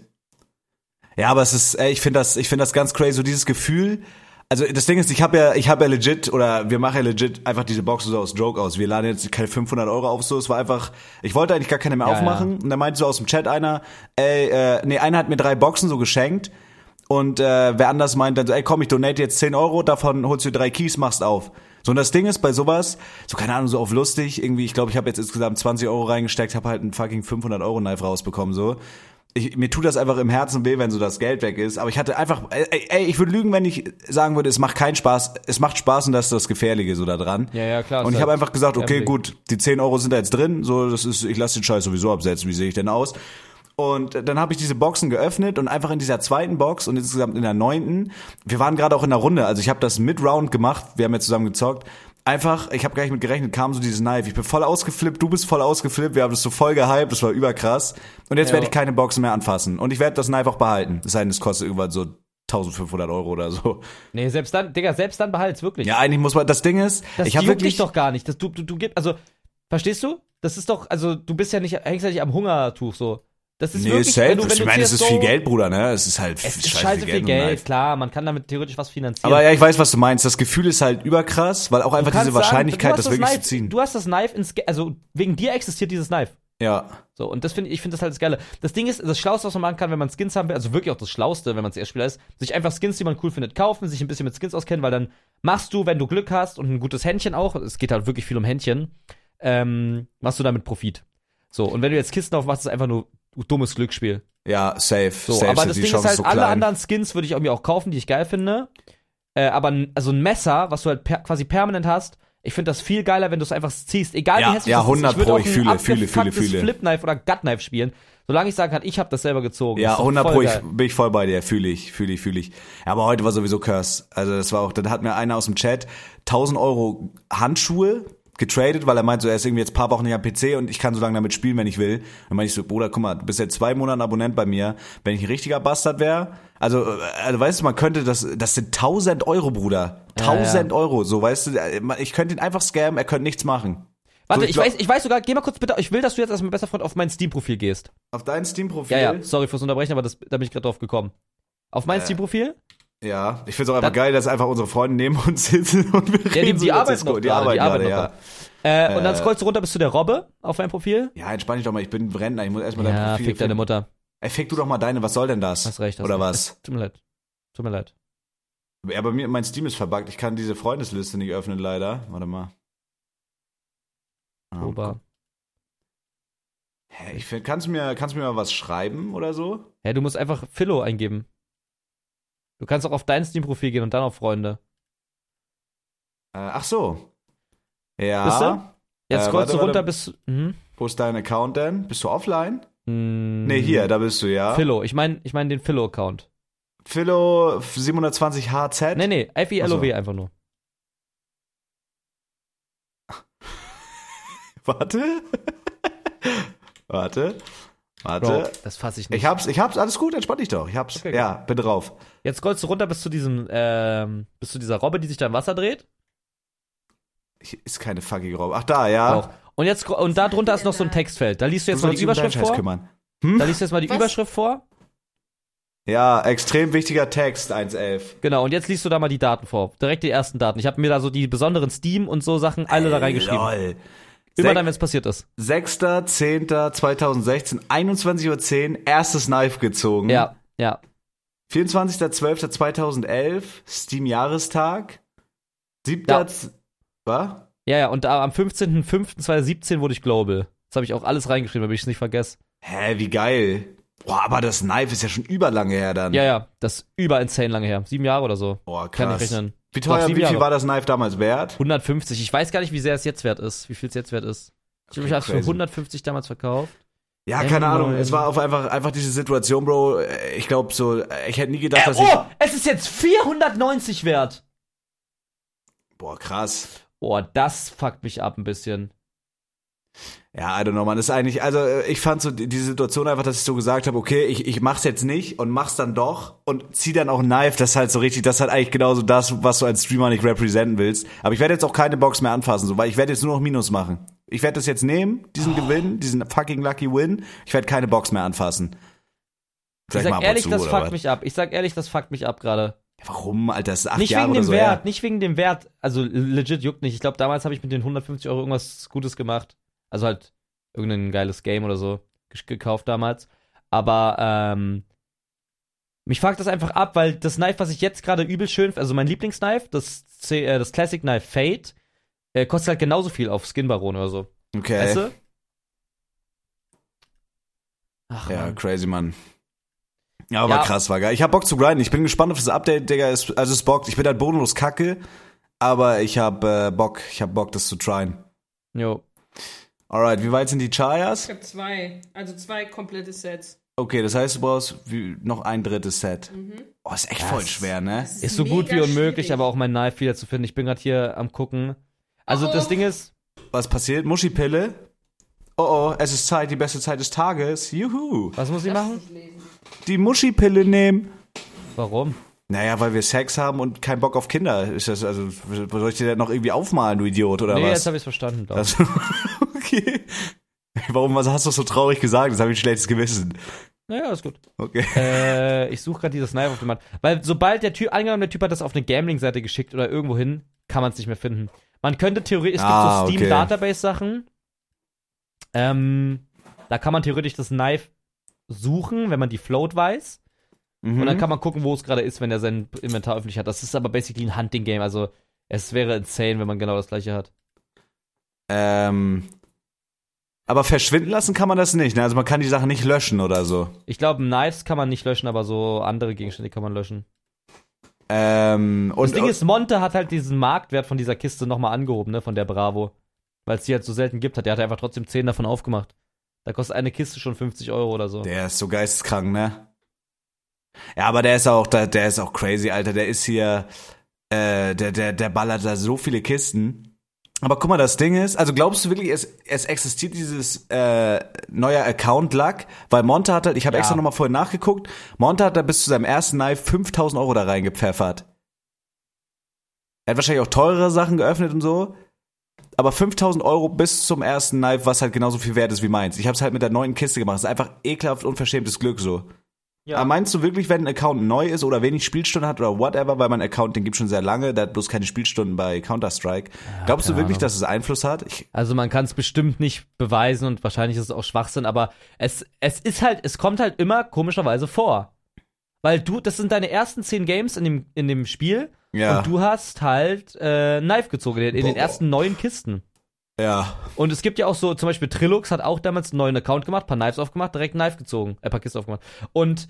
[SPEAKER 1] Ja, aber es ist, ey, ich finde das, ich finde das ganz crazy, so dieses Gefühl. Also das Ding ist, ich habe ja, ich habe ja legit oder wir machen ja legit einfach diese Boxen so aus Joke aus. Wir laden jetzt keine 500 Euro auf, so es war einfach. Ich wollte eigentlich gar keine mehr
[SPEAKER 2] Ja,
[SPEAKER 1] aufmachen und dann meinte so aus dem Chat einer, ey, äh, nee, einer hat mir drei Boxen so geschenkt und äh, wer anders meint dann so, ey, komm, ich donate jetzt 10 Euro, davon holst du dir drei Keys, machst auf. So und das Ding ist bei sowas, so keine Ahnung, so auf lustig irgendwie. Ich glaube, ich habe jetzt insgesamt 20 Euro reingesteckt, habe halt einen fucking 500 Euro Knife rausbekommen so ich, mir tut das einfach im Herzen weh, wenn so das Geld weg ist. Aber ich hatte einfach, ey, ey, ich würde lügen, wenn ich sagen würde, es macht keinen Spaß. Es macht Spaß und das ist das Gefährliche so da dran.
[SPEAKER 2] Ja, ja, klar,
[SPEAKER 1] Und
[SPEAKER 2] ist
[SPEAKER 1] ich habe
[SPEAKER 2] halt
[SPEAKER 1] einfach gesagt, okay,
[SPEAKER 2] gambling.
[SPEAKER 1] gut, die 10 Euro sind da jetzt drin. So, das ist, ich lasse den Scheiß sowieso absetzen. Wie sehe ich denn aus? Und dann habe ich diese Boxen geöffnet und einfach in dieser zweiten Box und insgesamt in der neunten, wir waren gerade auch in der Runde, also ich habe das mit Round gemacht, wir haben ja zusammen gezockt, einfach, ich habe gar nicht mit gerechnet, kam so dieses Knife, ich bin voll ausgeflippt, du bist voll ausgeflippt, wir haben das so voll gehypt, das war überkrass und jetzt
[SPEAKER 2] Ja.
[SPEAKER 1] werde ich keine Boxen mehr anfassen und ich werde das Knife auch behalten, es sei denn, es kostet irgendwann so 1500 Euro oder so.
[SPEAKER 2] Nee, selbst dann, Digga, selbst dann behalt's wirklich.
[SPEAKER 1] Ja, eigentlich muss man, das Ding ist,
[SPEAKER 2] Das
[SPEAKER 1] ich habe
[SPEAKER 2] juckt
[SPEAKER 1] wirklich...
[SPEAKER 2] dich doch gar nicht. Das, du, du, du gibst, also, verstehst du? Das ist doch, also, du bist ja nicht, hängst ja nicht am Hungertuch so. Das ist
[SPEAKER 1] Nee,
[SPEAKER 2] wirklich,
[SPEAKER 1] safe.
[SPEAKER 2] wenn du, wenn
[SPEAKER 1] ich
[SPEAKER 2] du
[SPEAKER 1] meine, es ist
[SPEAKER 2] CS:GO
[SPEAKER 1] viel Geld, Bruder, ne? Es ist halt
[SPEAKER 2] Es ist scheiße viel
[SPEAKER 1] und
[SPEAKER 2] Geld,
[SPEAKER 1] Knife.
[SPEAKER 2] klar, man kann damit theoretisch was finanzieren.
[SPEAKER 1] Aber ja, ich weiß, was du meinst. Das Gefühl ist halt überkrass, weil auch einfach
[SPEAKER 2] Du kannst
[SPEAKER 1] diese Wahrscheinlichkeit,
[SPEAKER 2] sagen, du
[SPEAKER 1] das
[SPEAKER 2] hast
[SPEAKER 1] wirklich
[SPEAKER 2] Knife,
[SPEAKER 1] zu ziehen.
[SPEAKER 2] Du hast das Knife ins, Ge- also wegen dir existiert dieses Knife.
[SPEAKER 1] Ja.
[SPEAKER 2] So, und das finde ich, finde das halt das Geile. Das Ding ist, das Schlauste, was man machen kann, wenn man Skins haben will, also wirklich auch das Schlauste, wenn man CS-Spieler ist, sich einfach Skins, die man cool findet, kaufen, sich ein bisschen mit Skins auskennen, weil dann machst du, wenn du Glück hast und ein gutes Händchen auch, es geht halt wirklich viel um Händchen, ähm, machst du damit Profit. So, und wenn du jetzt Kisten aufmachst, ist es einfach nur dummes Glücksspiel.
[SPEAKER 1] Ja, safe.
[SPEAKER 2] So,
[SPEAKER 1] safe
[SPEAKER 2] aber
[SPEAKER 1] sind
[SPEAKER 2] das
[SPEAKER 1] die
[SPEAKER 2] Ding ist
[SPEAKER 1] Chancen
[SPEAKER 2] halt,
[SPEAKER 1] so
[SPEAKER 2] alle
[SPEAKER 1] klein.
[SPEAKER 2] anderen Skins würde ich irgendwie auch kaufen, die ich geil finde. Äh, aber n- also ein Messer, was du halt per quasi permanent hast, ich finde das viel geiler, wenn du es einfach ziehst. Egal
[SPEAKER 1] Ja,
[SPEAKER 2] wie hässlich
[SPEAKER 1] ja,
[SPEAKER 2] das
[SPEAKER 1] 100
[SPEAKER 2] ist. Ich würd
[SPEAKER 1] Pro,
[SPEAKER 2] auch
[SPEAKER 1] ich
[SPEAKER 2] ein
[SPEAKER 1] fühle, fühle, fühle,
[SPEAKER 2] abgefucktes
[SPEAKER 1] fühle.
[SPEAKER 2] Flipknife oder Gutknife spielen, solange ich sagen kann, ich habe das selber gezogen.
[SPEAKER 1] ja,
[SPEAKER 2] Ist doch
[SPEAKER 1] 100
[SPEAKER 2] voll
[SPEAKER 1] Pro, ich,
[SPEAKER 2] geil.
[SPEAKER 1] bin ich voll bei dir, fühle ich, fühle ich, fühle ich. Ja, aber heute war sowieso Curse. Also das war auch, dann hat mir einer aus dem Chat 1000 Euro Handschuhe getradet, weil er meint so, er ist irgendwie jetzt ein paar Wochen nicht am PC und ich kann so lange damit spielen, wenn ich will. Dann meine ich so, Bruder, guck mal, du bist jetzt zwei Monate Abonnent bei mir. Wenn ich ein richtiger Bastard wäre, also, äh, also weißt du, man könnte das, das sind 1000 Euro, Bruder. 1000 Euro, so weißt du, äh, ich könnte ihn einfach scammen, er könnte nichts machen.
[SPEAKER 2] Warte,
[SPEAKER 1] So,
[SPEAKER 2] ich,
[SPEAKER 1] glaub-
[SPEAKER 2] weiß, ich weiß sogar, geh mal kurz bitte, ich will, dass du jetzt als mein bester Freund auf mein Steam-Profil gehst.
[SPEAKER 1] Auf dein Steam-Profil?
[SPEAKER 2] Ja, ja, sorry fürs Unterbrechen, aber das, da bin ich gerade drauf gekommen. Auf
[SPEAKER 1] Äh.
[SPEAKER 2] mein Steam-Profil?
[SPEAKER 1] Ja, ich find's auch einfach
[SPEAKER 2] Dann-
[SPEAKER 1] geil, dass einfach unsere Freunde neben uns sitzen und wir
[SPEAKER 2] Ja, die,
[SPEAKER 1] reden so
[SPEAKER 2] die
[SPEAKER 1] über
[SPEAKER 2] arbeiten
[SPEAKER 1] Cisco.
[SPEAKER 2] noch
[SPEAKER 1] die
[SPEAKER 2] gerade,
[SPEAKER 1] arbeiten gerade,
[SPEAKER 2] noch
[SPEAKER 1] ja.
[SPEAKER 2] gerade. Äh, und dann scrollst du runter bis zu der Robbe auf meinem Profil.
[SPEAKER 1] Ja, entspann dich doch mal, ich bin Rentner, ich muss erstmal dein
[SPEAKER 2] Ja,
[SPEAKER 1] Profil
[SPEAKER 2] fick deine
[SPEAKER 1] finden.
[SPEAKER 2] Mutter.
[SPEAKER 1] Ey, fick du doch mal deine, was soll denn das?
[SPEAKER 2] Hast recht, hast
[SPEAKER 1] Oder
[SPEAKER 2] recht.
[SPEAKER 1] was?
[SPEAKER 2] Tut mir leid. Tut mir leid.
[SPEAKER 1] Ja, bei mir, mein Steam ist verbuggt, ich kann diese Freundesliste nicht öffnen, leider. Warte mal.
[SPEAKER 2] drüber.
[SPEAKER 1] Ähm, Hä, ich find, kannst, du mir, kannst du mir mal was schreiben oder so?
[SPEAKER 2] Hä, du musst einfach Philo eingeben. Du kannst auch auf dein Steam-Profil gehen und dann auf Freunde.
[SPEAKER 1] Äh, ach so. Ja.
[SPEAKER 2] Bist du? Jetzt
[SPEAKER 1] Äh,
[SPEAKER 2] scrollst
[SPEAKER 1] warte,
[SPEAKER 2] du runter
[SPEAKER 1] warte.
[SPEAKER 2] bis. Mhm.
[SPEAKER 1] Wo ist dein Account denn? Bist du offline?
[SPEAKER 2] Mm,
[SPEAKER 1] Ne, hier, da bist du, ja.
[SPEAKER 2] Philo, ich meine ich mein den Philo-Account.
[SPEAKER 1] Philo 720HZ.
[SPEAKER 2] Nee, nee, F-I-L-O-W
[SPEAKER 1] Ach
[SPEAKER 2] einfach nur.
[SPEAKER 1] Warte. Warte.
[SPEAKER 2] Bro,
[SPEAKER 1] Warte.
[SPEAKER 2] das fasse ich nicht.
[SPEAKER 1] Ich hab's, ich hab's, alles gut, entspann dich doch. Ich hab's.
[SPEAKER 2] Okay,
[SPEAKER 1] ja, bin drauf.
[SPEAKER 2] Jetzt scrollst du runter bis zu diesem, ähm, bis zu dieser Robbe, die sich da im Wasser dreht.
[SPEAKER 1] Ich, ist keine fucking Robbe. Ach, da, ja.
[SPEAKER 2] Auch. Und jetzt scro- und da drunter ist noch so ein Textfeld. Da liest du
[SPEAKER 1] Ah. Du
[SPEAKER 2] jetzt mal
[SPEAKER 1] sollst
[SPEAKER 2] die
[SPEAKER 1] dich um deinen
[SPEAKER 2] Überschrift
[SPEAKER 1] Scheiß
[SPEAKER 2] vor.
[SPEAKER 1] kümmern.
[SPEAKER 2] Da liest du jetzt mal die
[SPEAKER 3] Was?
[SPEAKER 2] Überschrift vor.
[SPEAKER 1] Ja, extrem wichtiger Text, 1.11.
[SPEAKER 2] Genau, und jetzt liest du da mal die Daten vor. Direkt die ersten Daten. Ich habe mir da so die besonderen Steam und so Sachen alle da reingeschrieben.
[SPEAKER 1] Lol.
[SPEAKER 2] Immer dann, wenn es passiert ist.
[SPEAKER 1] 6.10.2016, 21.10 Uhr, erstes Knife gezogen.
[SPEAKER 2] Ja, ja.
[SPEAKER 1] 24.12.2011, Steam-Jahrestag. 7.
[SPEAKER 2] Ja.
[SPEAKER 1] Was?
[SPEAKER 2] Ja, ja, und da am 15.05.2017 wurde ich Global. Das habe ich auch alles reingeschrieben, damit ich es nicht vergesse.
[SPEAKER 1] Hä, wie geil. Boah, aber das Knife ist ja schon überlange her dann.
[SPEAKER 2] Ja, ja, das ist über insane lange her. Sieben Jahre oder so.
[SPEAKER 1] Boah, krass.
[SPEAKER 2] Kann ich rechnen.
[SPEAKER 1] Wie
[SPEAKER 2] Doch,
[SPEAKER 1] teuer,
[SPEAKER 2] sieben
[SPEAKER 1] wie viel
[SPEAKER 2] Jahre.
[SPEAKER 1] war das Knife damals wert?
[SPEAKER 2] 150. Ich weiß gar nicht, wie sehr es jetzt wert ist. Wie viel es jetzt wert ist. Ich
[SPEAKER 1] Okay,
[SPEAKER 2] habe mich halt für
[SPEAKER 1] crazy. Äh,
[SPEAKER 2] 150 damals verkauft.
[SPEAKER 1] Ja, keine
[SPEAKER 2] Ähm,
[SPEAKER 1] Ahnung. Es war auf einfach, einfach diese Situation, Bro. Äh, Ich glaube so, äh, ich hätte nie gedacht, dass ich.
[SPEAKER 2] oh, es ist jetzt 490 wert.
[SPEAKER 1] Boah, krass.
[SPEAKER 2] Oh, das fuckt mich ab ein bisschen.
[SPEAKER 1] Ja, I don't know, man. Das ist eigentlich, also äh, ich fand so die, die Situation einfach, dass ich so gesagt habe, okay, ich, ich mach's jetzt nicht und mach's dann doch und zieh dann auch ein Knife. Das ist halt so richtig, das ist halt eigentlich genauso das, was du als Streamer nicht representen willst. Aber ich werde jetzt auch keine Box mehr anfassen, so, weil ich werde jetzt nur noch Minus machen. Ich werde das jetzt nehmen,
[SPEAKER 2] Oh.
[SPEAKER 1] diesen Gewinn, diesen fucking lucky Win. Ich werde keine Box mehr anfassen.
[SPEAKER 2] Ich
[SPEAKER 1] Vielleicht mal ab
[SPEAKER 2] sag
[SPEAKER 1] und
[SPEAKER 2] ehrlich,
[SPEAKER 1] zu,
[SPEAKER 2] das
[SPEAKER 1] oder
[SPEAKER 2] fuckt
[SPEAKER 1] was?
[SPEAKER 2] mich ab. Ich sag ehrlich, das fuckt mich ab gerade.
[SPEAKER 1] Warum, Alter? Das ist acht
[SPEAKER 2] Nicht
[SPEAKER 1] Jahre
[SPEAKER 2] wegen dem
[SPEAKER 1] oder so
[SPEAKER 2] Wert,
[SPEAKER 1] her.
[SPEAKER 2] nicht wegen dem Wert. Also legit juckt nicht. Ich glaube, damals habe ich mit den 150 Euro irgendwas Gutes gemacht. Also halt irgendein geiles Game oder so gesch- gekauft damals. Aber ähm, mich fuckt das einfach ab, weil das Knife, was ich jetzt gerade übel schön, also mein Lieblingsknife, das, C- äh, das Classic Knife Fade, äh, kostet halt genauso viel auf Skin Baron oder so.
[SPEAKER 1] Okay.
[SPEAKER 2] Weißt du? Ach,
[SPEAKER 1] Ja,
[SPEAKER 2] Mann.
[SPEAKER 1] crazy, Mann. Ja, aber
[SPEAKER 2] ähm, Ja.
[SPEAKER 1] krass, war geil. Ich hab Bock zu grinden. Ich bin gespannt auf das Update, Digga. Es, also es bockt. Ich bin halt bodenlos kacke, aber ich hab äh, Bock. Ich hab Bock, das zu tryen.
[SPEAKER 2] Jo.
[SPEAKER 1] Alright, wie weit sind die
[SPEAKER 3] Ich
[SPEAKER 1] Chayas?
[SPEAKER 3] habe zwei. Also zwei komplette Sets.
[SPEAKER 1] Okay, das heißt, du brauchst wie, noch ein drittes Set. Oh, ist echt voll schwer, ne?
[SPEAKER 3] Das
[SPEAKER 2] Mhm. Ist so
[SPEAKER 3] mega
[SPEAKER 2] gut wie unmöglich,
[SPEAKER 3] schwierig.
[SPEAKER 2] aber auch mein Knife wieder zu finden. Ich bin gerade hier am gucken. Also das
[SPEAKER 3] Oh.
[SPEAKER 2] Ding ist,
[SPEAKER 1] Was passiert? Muschipille? Oh oh, es ist Zeit, die beste Zeit des Tages. Juhu.
[SPEAKER 2] was muss ich machen?
[SPEAKER 1] Die Muschipille nehmen.
[SPEAKER 2] Warum?
[SPEAKER 1] Naja, weil wir Sex haben und keinen Bock auf Kinder. Ist das, also, soll ich dir das noch irgendwie aufmalen, du Idiot, oder
[SPEAKER 2] nee,
[SPEAKER 1] was?
[SPEAKER 2] jetzt habe ich es verstanden. glaub ich.
[SPEAKER 1] Also, okay. Warum was hast du so traurig gesagt? Das habe ich ein schlechtes Gewissen.
[SPEAKER 2] Naja, ist gut.
[SPEAKER 1] Okay.
[SPEAKER 2] äh, ich suche gerade dieses Knife auf dem Mann. Weil sobald der Typ, angenommen, der Typ hat das auf eine Gambling-Seite geschickt oder irgendwo hin, kann man es nicht mehr finden. Man könnte theoretisch, es
[SPEAKER 1] Ah,
[SPEAKER 2] gibt
[SPEAKER 1] okay.
[SPEAKER 2] so Steam-Database-Sachen. Ähm, da kann man theoretisch das Knife suchen, wenn man die Float weiß. Und
[SPEAKER 1] Mhm.
[SPEAKER 2] dann kann man gucken, wo es gerade ist, wenn er sein Inventar öffentlich hat. Das ist aber basically ein Hunting-Game. Also es wäre insane, wenn man genau das gleiche hat.
[SPEAKER 1] Ähm, aber verschwinden lassen kann man das nicht. Ne? Also man kann die Sachen nicht löschen oder so.
[SPEAKER 2] Ich glaube, Knives kann man nicht löschen, aber so andere Gegenstände kann man löschen.
[SPEAKER 1] Ähm, und
[SPEAKER 2] Das Ding ist, Monte hat halt diesen Marktwert von dieser Kiste nochmal angehoben, ne, von der Bravo. Weil es die halt so selten gibt hat. Der hat einfach trotzdem 10 davon aufgemacht. Da kostet eine Kiste schon 50 Euro oder so.
[SPEAKER 1] der ist so geisteskrank, ne? Ja, aber der ist auch, der, der ist auch crazy, Alter. Der ist hier, äh, der, der, der ballert da so viele Kisten. Aber guck mal, das Ding ist, also glaubst du wirklich, es, es existiert dieses äh, neuer Account-Luck? Weil Monte hat halt, ich habe
[SPEAKER 2] Ja.
[SPEAKER 1] extra nochmal vorhin nachgeguckt, Monte hat da bis zu seinem ersten Knife 5000 Euro da reingepfeffert. Er hat wahrscheinlich auch teurere Sachen geöffnet und so. Aber 5000 Euro bis zum ersten Knife, was halt genauso viel wert ist wie meins. Ich hab's halt mit der neuen Kiste gemacht. Das ist einfach ekelhaft unverschämtes Glück so.
[SPEAKER 2] Ja.
[SPEAKER 1] Aber meinst du wirklich, wenn ein Account neu ist oder wenig Spielstunden hat oder whatever, weil mein Account, den gibt schon sehr lange, der hat bloß keine Spielstunden bei Counter-Strike. Glaubst du
[SPEAKER 2] Ah, keine
[SPEAKER 1] wirklich,
[SPEAKER 2] Ahnung.
[SPEAKER 1] dass es Einfluss hat? Ich,
[SPEAKER 2] Also man kann es bestimmt nicht beweisen und wahrscheinlich ist es auch Schwachsinn, aber es, es ist halt, es kommt halt immer komischerweise vor. Weil du, das sind deine ersten 10 Games in dem, in dem Spiel
[SPEAKER 1] ja.
[SPEAKER 2] und du hast halt äh, Knife gezogen in, in den ersten neun Kisten.
[SPEAKER 1] Ja.
[SPEAKER 2] Und es gibt ja auch so, zum Beispiel Trilux hat auch damals einen neuen Account gemacht, paar Knives aufgemacht, direkt Knife gezogen, äh, paar Kisten aufgemacht. Und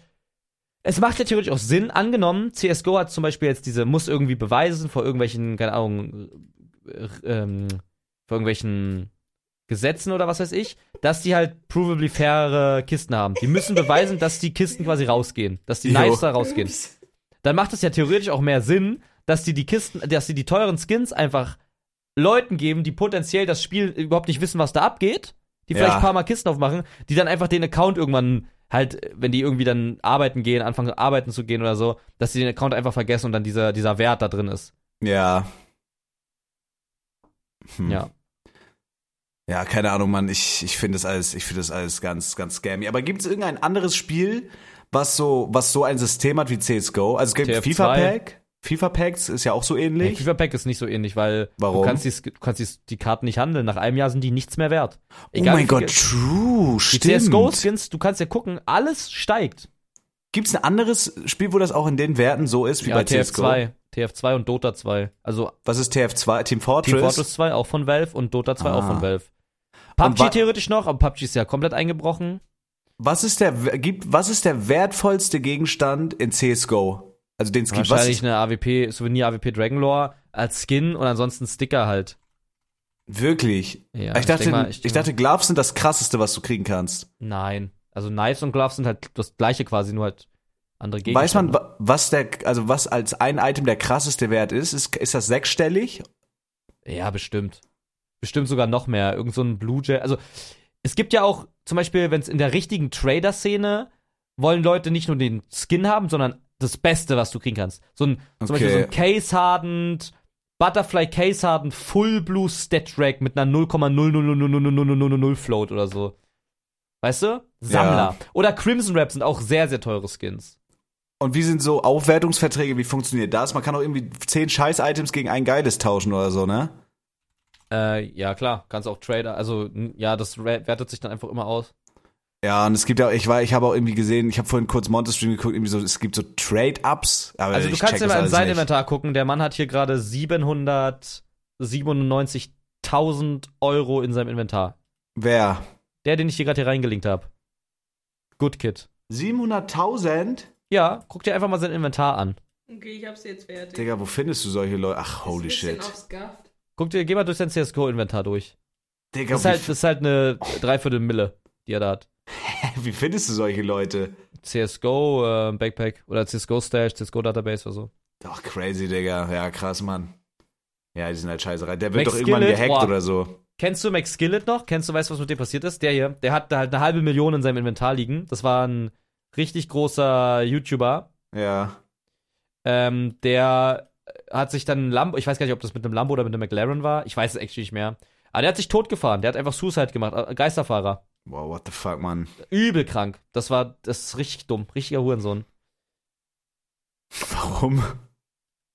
[SPEAKER 2] es macht ja theoretisch auch Sinn, angenommen, CSGO hat zum Beispiel jetzt diese, muss irgendwie beweisen vor irgendwelchen, keine Ahnung, äh, ähm, vor irgendwelchen Gesetzen oder was weiß ich, dass die halt provably faire Kisten haben. Die müssen beweisen, dass die Kisten quasi rausgehen, dass die
[SPEAKER 1] Jo.
[SPEAKER 2] Knives da rausgehen. Dann macht es ja theoretisch auch mehr Sinn, dass die die Kisten, dass die die teuren Skins einfach Leuten geben, die potenziell das Spiel überhaupt nicht wissen, was da abgeht, die vielleicht
[SPEAKER 1] Ja.
[SPEAKER 2] ein paar Mal Kisten aufmachen, die dann einfach den Account irgendwann halt, wenn die irgendwie dann arbeiten gehen, anfangen arbeiten zu gehen oder so, dass sie den Account einfach vergessen und dann dieser, dieser Wert da drin ist.
[SPEAKER 1] Ja. Hm.
[SPEAKER 2] Ja.
[SPEAKER 1] Ja, keine Ahnung, Mann. Ich, ich finde das alles, ich finde das alles ganz, ganz scammy. Aber gibt es irgendein anderes Spiel, was so, was so ein System hat wie CSGO? Also es gibt
[SPEAKER 2] TF2.
[SPEAKER 1] FIFA Pack. FIFA Packs ist ja auch so
[SPEAKER 2] Nee,
[SPEAKER 1] ähnlich.
[SPEAKER 2] FIFA Pack ist nicht so ähnlich, weil
[SPEAKER 1] Warum?
[SPEAKER 2] du kannst, die, Sk- du kannst die, die Karten nicht handeln. Nach einem Jahr sind die nichts mehr wert.
[SPEAKER 1] oh
[SPEAKER 2] wie
[SPEAKER 1] mein
[SPEAKER 2] viel
[SPEAKER 1] Gott,
[SPEAKER 2] Geld-
[SPEAKER 1] true,
[SPEAKER 2] Die
[SPEAKER 1] stimmt.
[SPEAKER 2] CSGO-Skins, du kannst ja gucken, alles steigt.
[SPEAKER 1] Gibt es ein anderes Spiel, wo das auch in den Werten so ist wie
[SPEAKER 2] Ja,
[SPEAKER 1] bei CSGO?
[SPEAKER 2] TF2, TF2 und Dota 2. Also
[SPEAKER 1] Was ist TF2? Team Fortress?
[SPEAKER 2] Team Fortress 2 auch von Valve und Dota 2 auch
[SPEAKER 1] Ah.
[SPEAKER 2] von Valve.
[SPEAKER 1] wa-
[SPEAKER 2] PUBG theoretisch noch, aber PUBG ist ja komplett eingebrochen.
[SPEAKER 1] Was ist der, gibt, was ist der wertvollste Gegenstand in CSGO? Also den es gibt. Was
[SPEAKER 2] Wahrscheinlich ne-
[SPEAKER 1] ist,
[SPEAKER 2] eine AWP, Souvenir AWP Dragonlore als Skin und ansonsten Sticker halt.
[SPEAKER 1] wirklich?
[SPEAKER 2] Ja,
[SPEAKER 1] ich
[SPEAKER 2] ich
[SPEAKER 1] dachte,
[SPEAKER 2] denk
[SPEAKER 1] ich,
[SPEAKER 2] mal, ich-
[SPEAKER 1] dachte, Gloves sind das krasseste, was du kriegen kannst.
[SPEAKER 2] Nein. Also Knives und Gloves sind halt das gleiche quasi, nur halt andere Gegner.
[SPEAKER 1] Weiß man, wa- was der, also was als ein Item der krasseste Wert ist? Ist, ist das sechsstellig?
[SPEAKER 2] Ja, bestimmt. Bestimmt sogar noch mehr. Irgend so ein Blue Jay. Also, es gibt ja auch, zum Beispiel, wenn es in der richtigen Trader-Szene wollen Leute nicht nur den Skin haben, sondern das Beste, was du kriegen kannst. So ein,
[SPEAKER 1] Okay.
[SPEAKER 2] zum Beispiel so ein Case Hardened, Butterfly Case Hardened, Full Blue Stat Rack mit einer 0,0000000 Float oder so. Weißt du? Sammler. Oder Crimson Rap sind auch sehr, sehr teure Skins.
[SPEAKER 1] Und wie sind so Aufwertungsverträge? Wie funktioniert das? Man kann auch irgendwie zehn Scheiß-Items gegen ein geiles tauschen oder so, ne?
[SPEAKER 2] Äh, ja, klar. Kannst auch Trader. Also, n- ja, das re- wertet sich dann einfach immer aus.
[SPEAKER 1] Ja, und es gibt ja, auch- ich war, ich habe auch irgendwie gesehen, ich habe vorhin kurz Montes Stream geguckt, irgendwie so, es gibt so Trade-Ups. aber
[SPEAKER 2] Also du
[SPEAKER 1] ich check
[SPEAKER 2] kannst
[SPEAKER 1] das
[SPEAKER 2] ja mal in
[SPEAKER 1] alles
[SPEAKER 2] sein
[SPEAKER 1] nicht.
[SPEAKER 2] Inventar gucken. Der Mann hat hier gerade 797.000 Euro in seinem Inventar.
[SPEAKER 1] Wer?
[SPEAKER 2] Der, den ich hier gerade hier reingelinkt habe. Good Kid.
[SPEAKER 1] 700.000?
[SPEAKER 2] Ja, guck dir einfach mal sein Inventar an.
[SPEAKER 3] Okay, ich hab's jetzt fertig.
[SPEAKER 1] Digga, wo findest du solche Leute? Ach, holy
[SPEAKER 3] Ist ein bisschen
[SPEAKER 1] shit.
[SPEAKER 3] aufs Gaff.
[SPEAKER 2] Guck dir, geh mal durch sein CSGO-Inventar durch.
[SPEAKER 1] Digga,
[SPEAKER 2] Das ist,
[SPEAKER 1] wie,
[SPEAKER 2] halt, das ist halt eine Dreiviertel Mille, die er da hat.
[SPEAKER 1] wie findest du solche Leute?
[SPEAKER 2] CSGO äh, Backpack oder CSGO Stash, CSGO Database oder so.
[SPEAKER 1] Doch, crazy, Digga. Ja, krass, Mann. Ja, die sind halt scheiße rein. Der wird
[SPEAKER 2] Max
[SPEAKER 1] doch irgendwann
[SPEAKER 2] Gillett,
[SPEAKER 1] gehackt
[SPEAKER 2] boah.
[SPEAKER 1] oder so.
[SPEAKER 2] Kennst du Max Skillet noch? Kennst du, weißt du, was mit dem passiert ist? Der hier, der hat da halt eine halbe Million in seinem Inventar liegen. Das war ein richtig großer YouTuber,
[SPEAKER 1] Ja.
[SPEAKER 2] Ähm, der hat sich dann ein Lambo, ich weiß gar nicht, ob das mit einem Lambo oder mit einem McLaren war, ich weiß es actually nicht mehr. Aber der hat sich totgefahren, der hat einfach Suicide gemacht, äh, Geisterfahrer.
[SPEAKER 1] Wow, what the fuck, Mann.
[SPEAKER 2] Übel krank. Das war, das ist richtig dumm, richtiger Hurensohn.
[SPEAKER 1] Warum?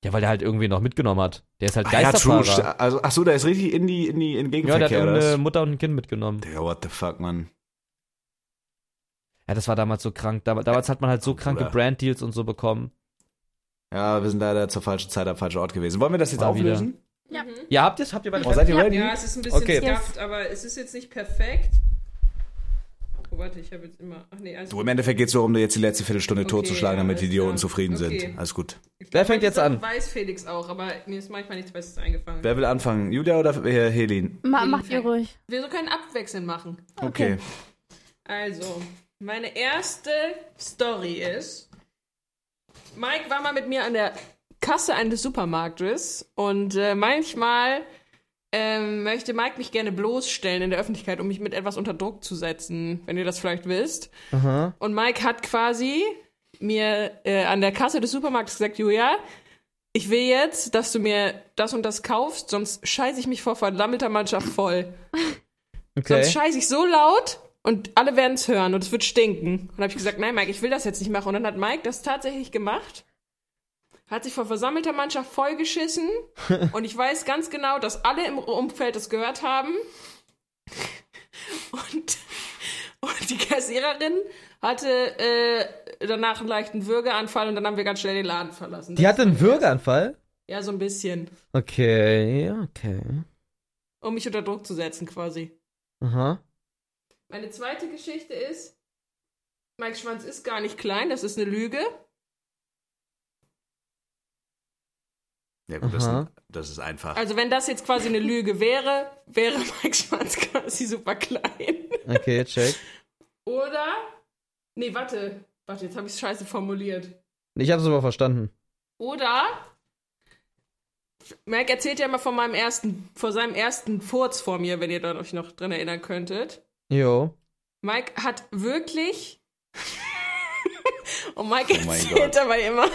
[SPEAKER 2] Ja, weil der halt irgendwie noch mitgenommen hat. Der ist halt
[SPEAKER 1] Ach ja, true.
[SPEAKER 2] Geisterfahrer.
[SPEAKER 1] Also, ach so, der ist richtig in die, in die, in den
[SPEAKER 2] Ja, der hat
[SPEAKER 1] Gegenverkehr, oder
[SPEAKER 2] irgendeine
[SPEAKER 1] was?
[SPEAKER 2] Mutter und ein Kind mitgenommen.
[SPEAKER 1] Digga, what the fuck, Mann.
[SPEAKER 2] Ja, das war damals so krank. Dam- Damals hat man halt so kranke
[SPEAKER 1] Bruder.
[SPEAKER 2] Brand-Deals und so bekommen.
[SPEAKER 1] Ja, wir sind leider zur falschen Zeit am falschen Ort gewesen. Wollen wir das jetzt
[SPEAKER 2] Mal wieder.
[SPEAKER 1] auflösen?
[SPEAKER 4] Ja.
[SPEAKER 3] Mhm.
[SPEAKER 2] Ja, habt ihr's? Habt ihr beide
[SPEAKER 1] Oh, seid ihr
[SPEAKER 4] Ja.
[SPEAKER 1] ready?
[SPEAKER 3] Ja, es ist ein bisschen
[SPEAKER 2] Okay.
[SPEAKER 3] okay. scuffed, aber es ist jetzt nicht perfekt. Oh, warte, ich habe jetzt immer. Ach nee, also alles
[SPEAKER 1] Du, im Endeffekt geht's darum, dir jetzt die letzte Viertelstunde
[SPEAKER 3] Okay,
[SPEAKER 1] totzuschlagen, damit die
[SPEAKER 3] alles
[SPEAKER 1] Idioten
[SPEAKER 3] klar.
[SPEAKER 1] zufrieden sind.
[SPEAKER 3] Okay.
[SPEAKER 1] Alles gut.
[SPEAKER 3] Ich
[SPEAKER 2] Wer
[SPEAKER 3] glaub,
[SPEAKER 2] fängt jetzt
[SPEAKER 3] manche
[SPEAKER 2] an?
[SPEAKER 3] Sachen Weiß Felix auch, aber mir ist manchmal nichts Besseres eingefallen.
[SPEAKER 1] Wer will anfangen? Julia oder äh, Helin?
[SPEAKER 4] Ma macht ihr ruhig.
[SPEAKER 3] Wir können abwechselnd machen.
[SPEAKER 1] Okay.
[SPEAKER 3] Also, meine erste Story ist: Mike war mal mit mir an der Kasse eines Supermarktes und äh, manchmal ähm, möchte Mike mich gerne bloßstellen in der Öffentlichkeit, um mich mit etwas unter Druck zu setzen, wenn ihr das vielleicht wisst.
[SPEAKER 2] Aha.
[SPEAKER 3] Und Mike hat quasi mir äh, an der Kasse des Supermarktes gesagt, Julia, ich will jetzt, dass du mir das und das kaufst, sonst scheiße ich mich vor verdammelter Mannschaft voll. Sonst
[SPEAKER 2] Okay.
[SPEAKER 3] scheiße ich so laut und alle werden es hören und es wird stinken. Und habe ich gesagt, nein, Mike, ich will das jetzt nicht machen. Und dann hat Mike das tatsächlich gemacht. Hat sich vor versammelter Mannschaft vollgeschissen. und ich weiß ganz genau, dass alle im Umfeld das gehört haben. Und, und die Kassiererin hatte äh, danach einen leichten Würgeanfall und dann haben wir ganz schnell den Laden verlassen.
[SPEAKER 2] Die hatte einen Würgeanfall?
[SPEAKER 3] ja, so ein bisschen.
[SPEAKER 2] Okay, okay.
[SPEAKER 3] um mich unter Druck zu setzen quasi.
[SPEAKER 2] Aha.
[SPEAKER 3] Meine zweite Geschichte ist, Mike Schwanz ist gar nicht klein, das ist eine Lüge.
[SPEAKER 1] Ja, gut, das
[SPEAKER 2] Aha.
[SPEAKER 1] ist, das ist einfach.
[SPEAKER 3] Also wenn das jetzt quasi eine Lüge wäre, wäre Mike Schwanz quasi super klein.
[SPEAKER 2] Okay, check.
[SPEAKER 3] Oder? Nee, warte. Warte, jetzt habe ich es scheiße formuliert.
[SPEAKER 2] Ich hab's aber verstanden.
[SPEAKER 3] Oder Mike erzählt ja immer von meinem ersten, vor seinem ersten Furz vor mir, wenn ihr da euch noch dran erinnern könntet.
[SPEAKER 2] Jo.
[SPEAKER 3] Mike hat wirklich. Und Mike
[SPEAKER 1] Oh mein
[SPEAKER 3] erzählt
[SPEAKER 1] Gott.
[SPEAKER 3] dabei immer,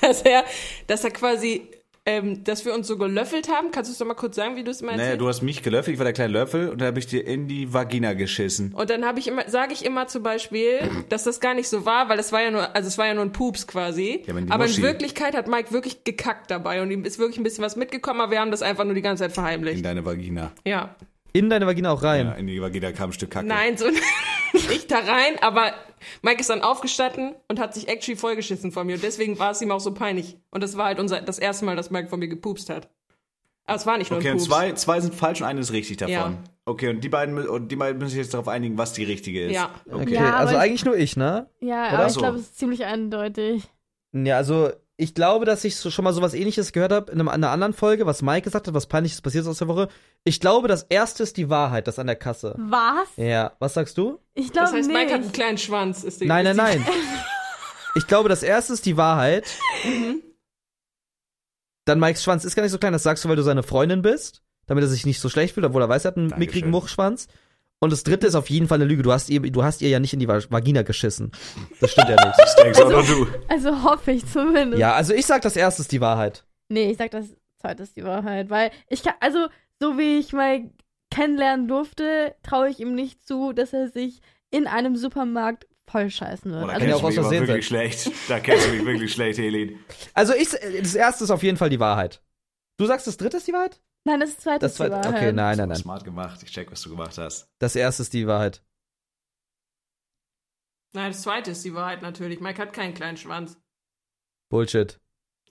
[SPEAKER 3] dass er, dass er quasi, ähm, dass wir uns so gelöffelt haben. Kannst du es doch mal kurz sagen, wie du es meinst?
[SPEAKER 1] Naja, du hast mich gelöffelt, ich war der kleine Löffel und dann habe ich dir in die Vagina geschissen.
[SPEAKER 3] Und dann habe ich immer, sage ich immer zum Beispiel, dass das gar nicht so war, weil das war ja nur, also es war ja nur ein Pups quasi.
[SPEAKER 1] Ja, aber in die
[SPEAKER 3] aber in
[SPEAKER 1] Muschi.
[SPEAKER 3] Wirklichkeit hat Mike wirklich gekackt dabei und ihm ist wirklich ein bisschen was mitgekommen, aber wir haben das einfach nur die ganze Zeit
[SPEAKER 1] In
[SPEAKER 3] verheimlicht.
[SPEAKER 1] deine Vagina.
[SPEAKER 3] Ja.
[SPEAKER 2] In deine Vagina auch rein.
[SPEAKER 1] Ja, in die Vagina kam ein Stück Kacke.
[SPEAKER 3] Nein, so nicht da rein, aber Mike ist dann aufgestanden und hat sich actually vollgeschissen von mir und deswegen war es ihm auch so peinlich. Und das war halt unser, das erste Mal, dass Mike von mir gepupst hat. Aber es war nicht nur
[SPEAKER 1] Okay,
[SPEAKER 3] ein
[SPEAKER 1] und
[SPEAKER 3] Pups.
[SPEAKER 1] zwei, zwei sind falsch und eine ist richtig davon.
[SPEAKER 3] Ja.
[SPEAKER 1] Okay, und die beiden mü- und die beiden müssen sich jetzt darauf einigen, was die richtige ist.
[SPEAKER 3] Ja.
[SPEAKER 2] Okay,
[SPEAKER 4] Ja, aber
[SPEAKER 2] also
[SPEAKER 4] ich-
[SPEAKER 2] eigentlich nur ich, ne?
[SPEAKER 4] Ja,
[SPEAKER 2] Oder
[SPEAKER 4] aber ich
[SPEAKER 1] so.
[SPEAKER 4] glaube, es ist ziemlich eindeutig.
[SPEAKER 2] Ja, also ich glaube, dass ich so- schon mal sowas ähnliches gehört habe in, einem- einer anderen Folge, was Mike gesagt hat, was peinliches passiert ist aus der Woche. Ich glaube, das erste ist die Wahrheit, das an der Kasse.
[SPEAKER 4] Was?
[SPEAKER 2] Ja, was sagst du?
[SPEAKER 4] Ich glaube
[SPEAKER 3] Das heißt,
[SPEAKER 4] nicht.
[SPEAKER 3] Mike hat einen kleinen Schwanz. Ist die,
[SPEAKER 2] Nein, nein,
[SPEAKER 3] ist
[SPEAKER 2] nein. Ich glaube, das erste ist die Wahrheit.
[SPEAKER 4] Mhm.
[SPEAKER 2] Dann Mikes Schwanz ist gar nicht so klein, das sagst du, weil du seine Freundin bist, damit er sich nicht so schlecht fühlt, obwohl er weiß, er hat einen
[SPEAKER 1] Dankeschön.
[SPEAKER 2] mickrigen Muchschwanz. Und das dritte ist auf jeden Fall eine Lüge. Du hast ihr, du hast ihr ja nicht in die Va- Vagina geschissen. Das stimmt ja nicht.
[SPEAKER 1] Das denkst auch nur du. Oh,
[SPEAKER 4] Also hoffe ich zumindest.
[SPEAKER 2] Ja, also ich sag, das erste ist die Wahrheit.
[SPEAKER 4] Nee, ich sag das zweite ist die Wahrheit, weil ich kann, also so wie ich mal kennenlernen durfte, traue ich ihm nicht zu, dass er sich in einem Supermarkt vollscheißen wird.
[SPEAKER 1] Oh, da
[SPEAKER 4] also,
[SPEAKER 2] kann ja
[SPEAKER 1] kennst du
[SPEAKER 2] auch
[SPEAKER 1] mich
[SPEAKER 2] aus
[SPEAKER 1] aber
[SPEAKER 2] Versehen
[SPEAKER 1] wirklich schlecht. Da kennst du mich wirklich schlecht, Helene.
[SPEAKER 2] Also ich, das erste ist auf jeden Fall die Wahrheit. Du sagst, das dritte ist die Wahrheit?
[SPEAKER 4] nein, das zweite
[SPEAKER 2] Das
[SPEAKER 4] ist die
[SPEAKER 2] zweite.
[SPEAKER 4] Wahrheit.
[SPEAKER 2] Okay, nein, nein, nein.
[SPEAKER 1] Smart gemacht. Ich check, was du gemacht hast.
[SPEAKER 2] Das erste ist die Wahrheit.
[SPEAKER 3] Nein, das zweite ist die Wahrheit natürlich. Mike hat keinen kleinen Schwanz.
[SPEAKER 2] Bullshit.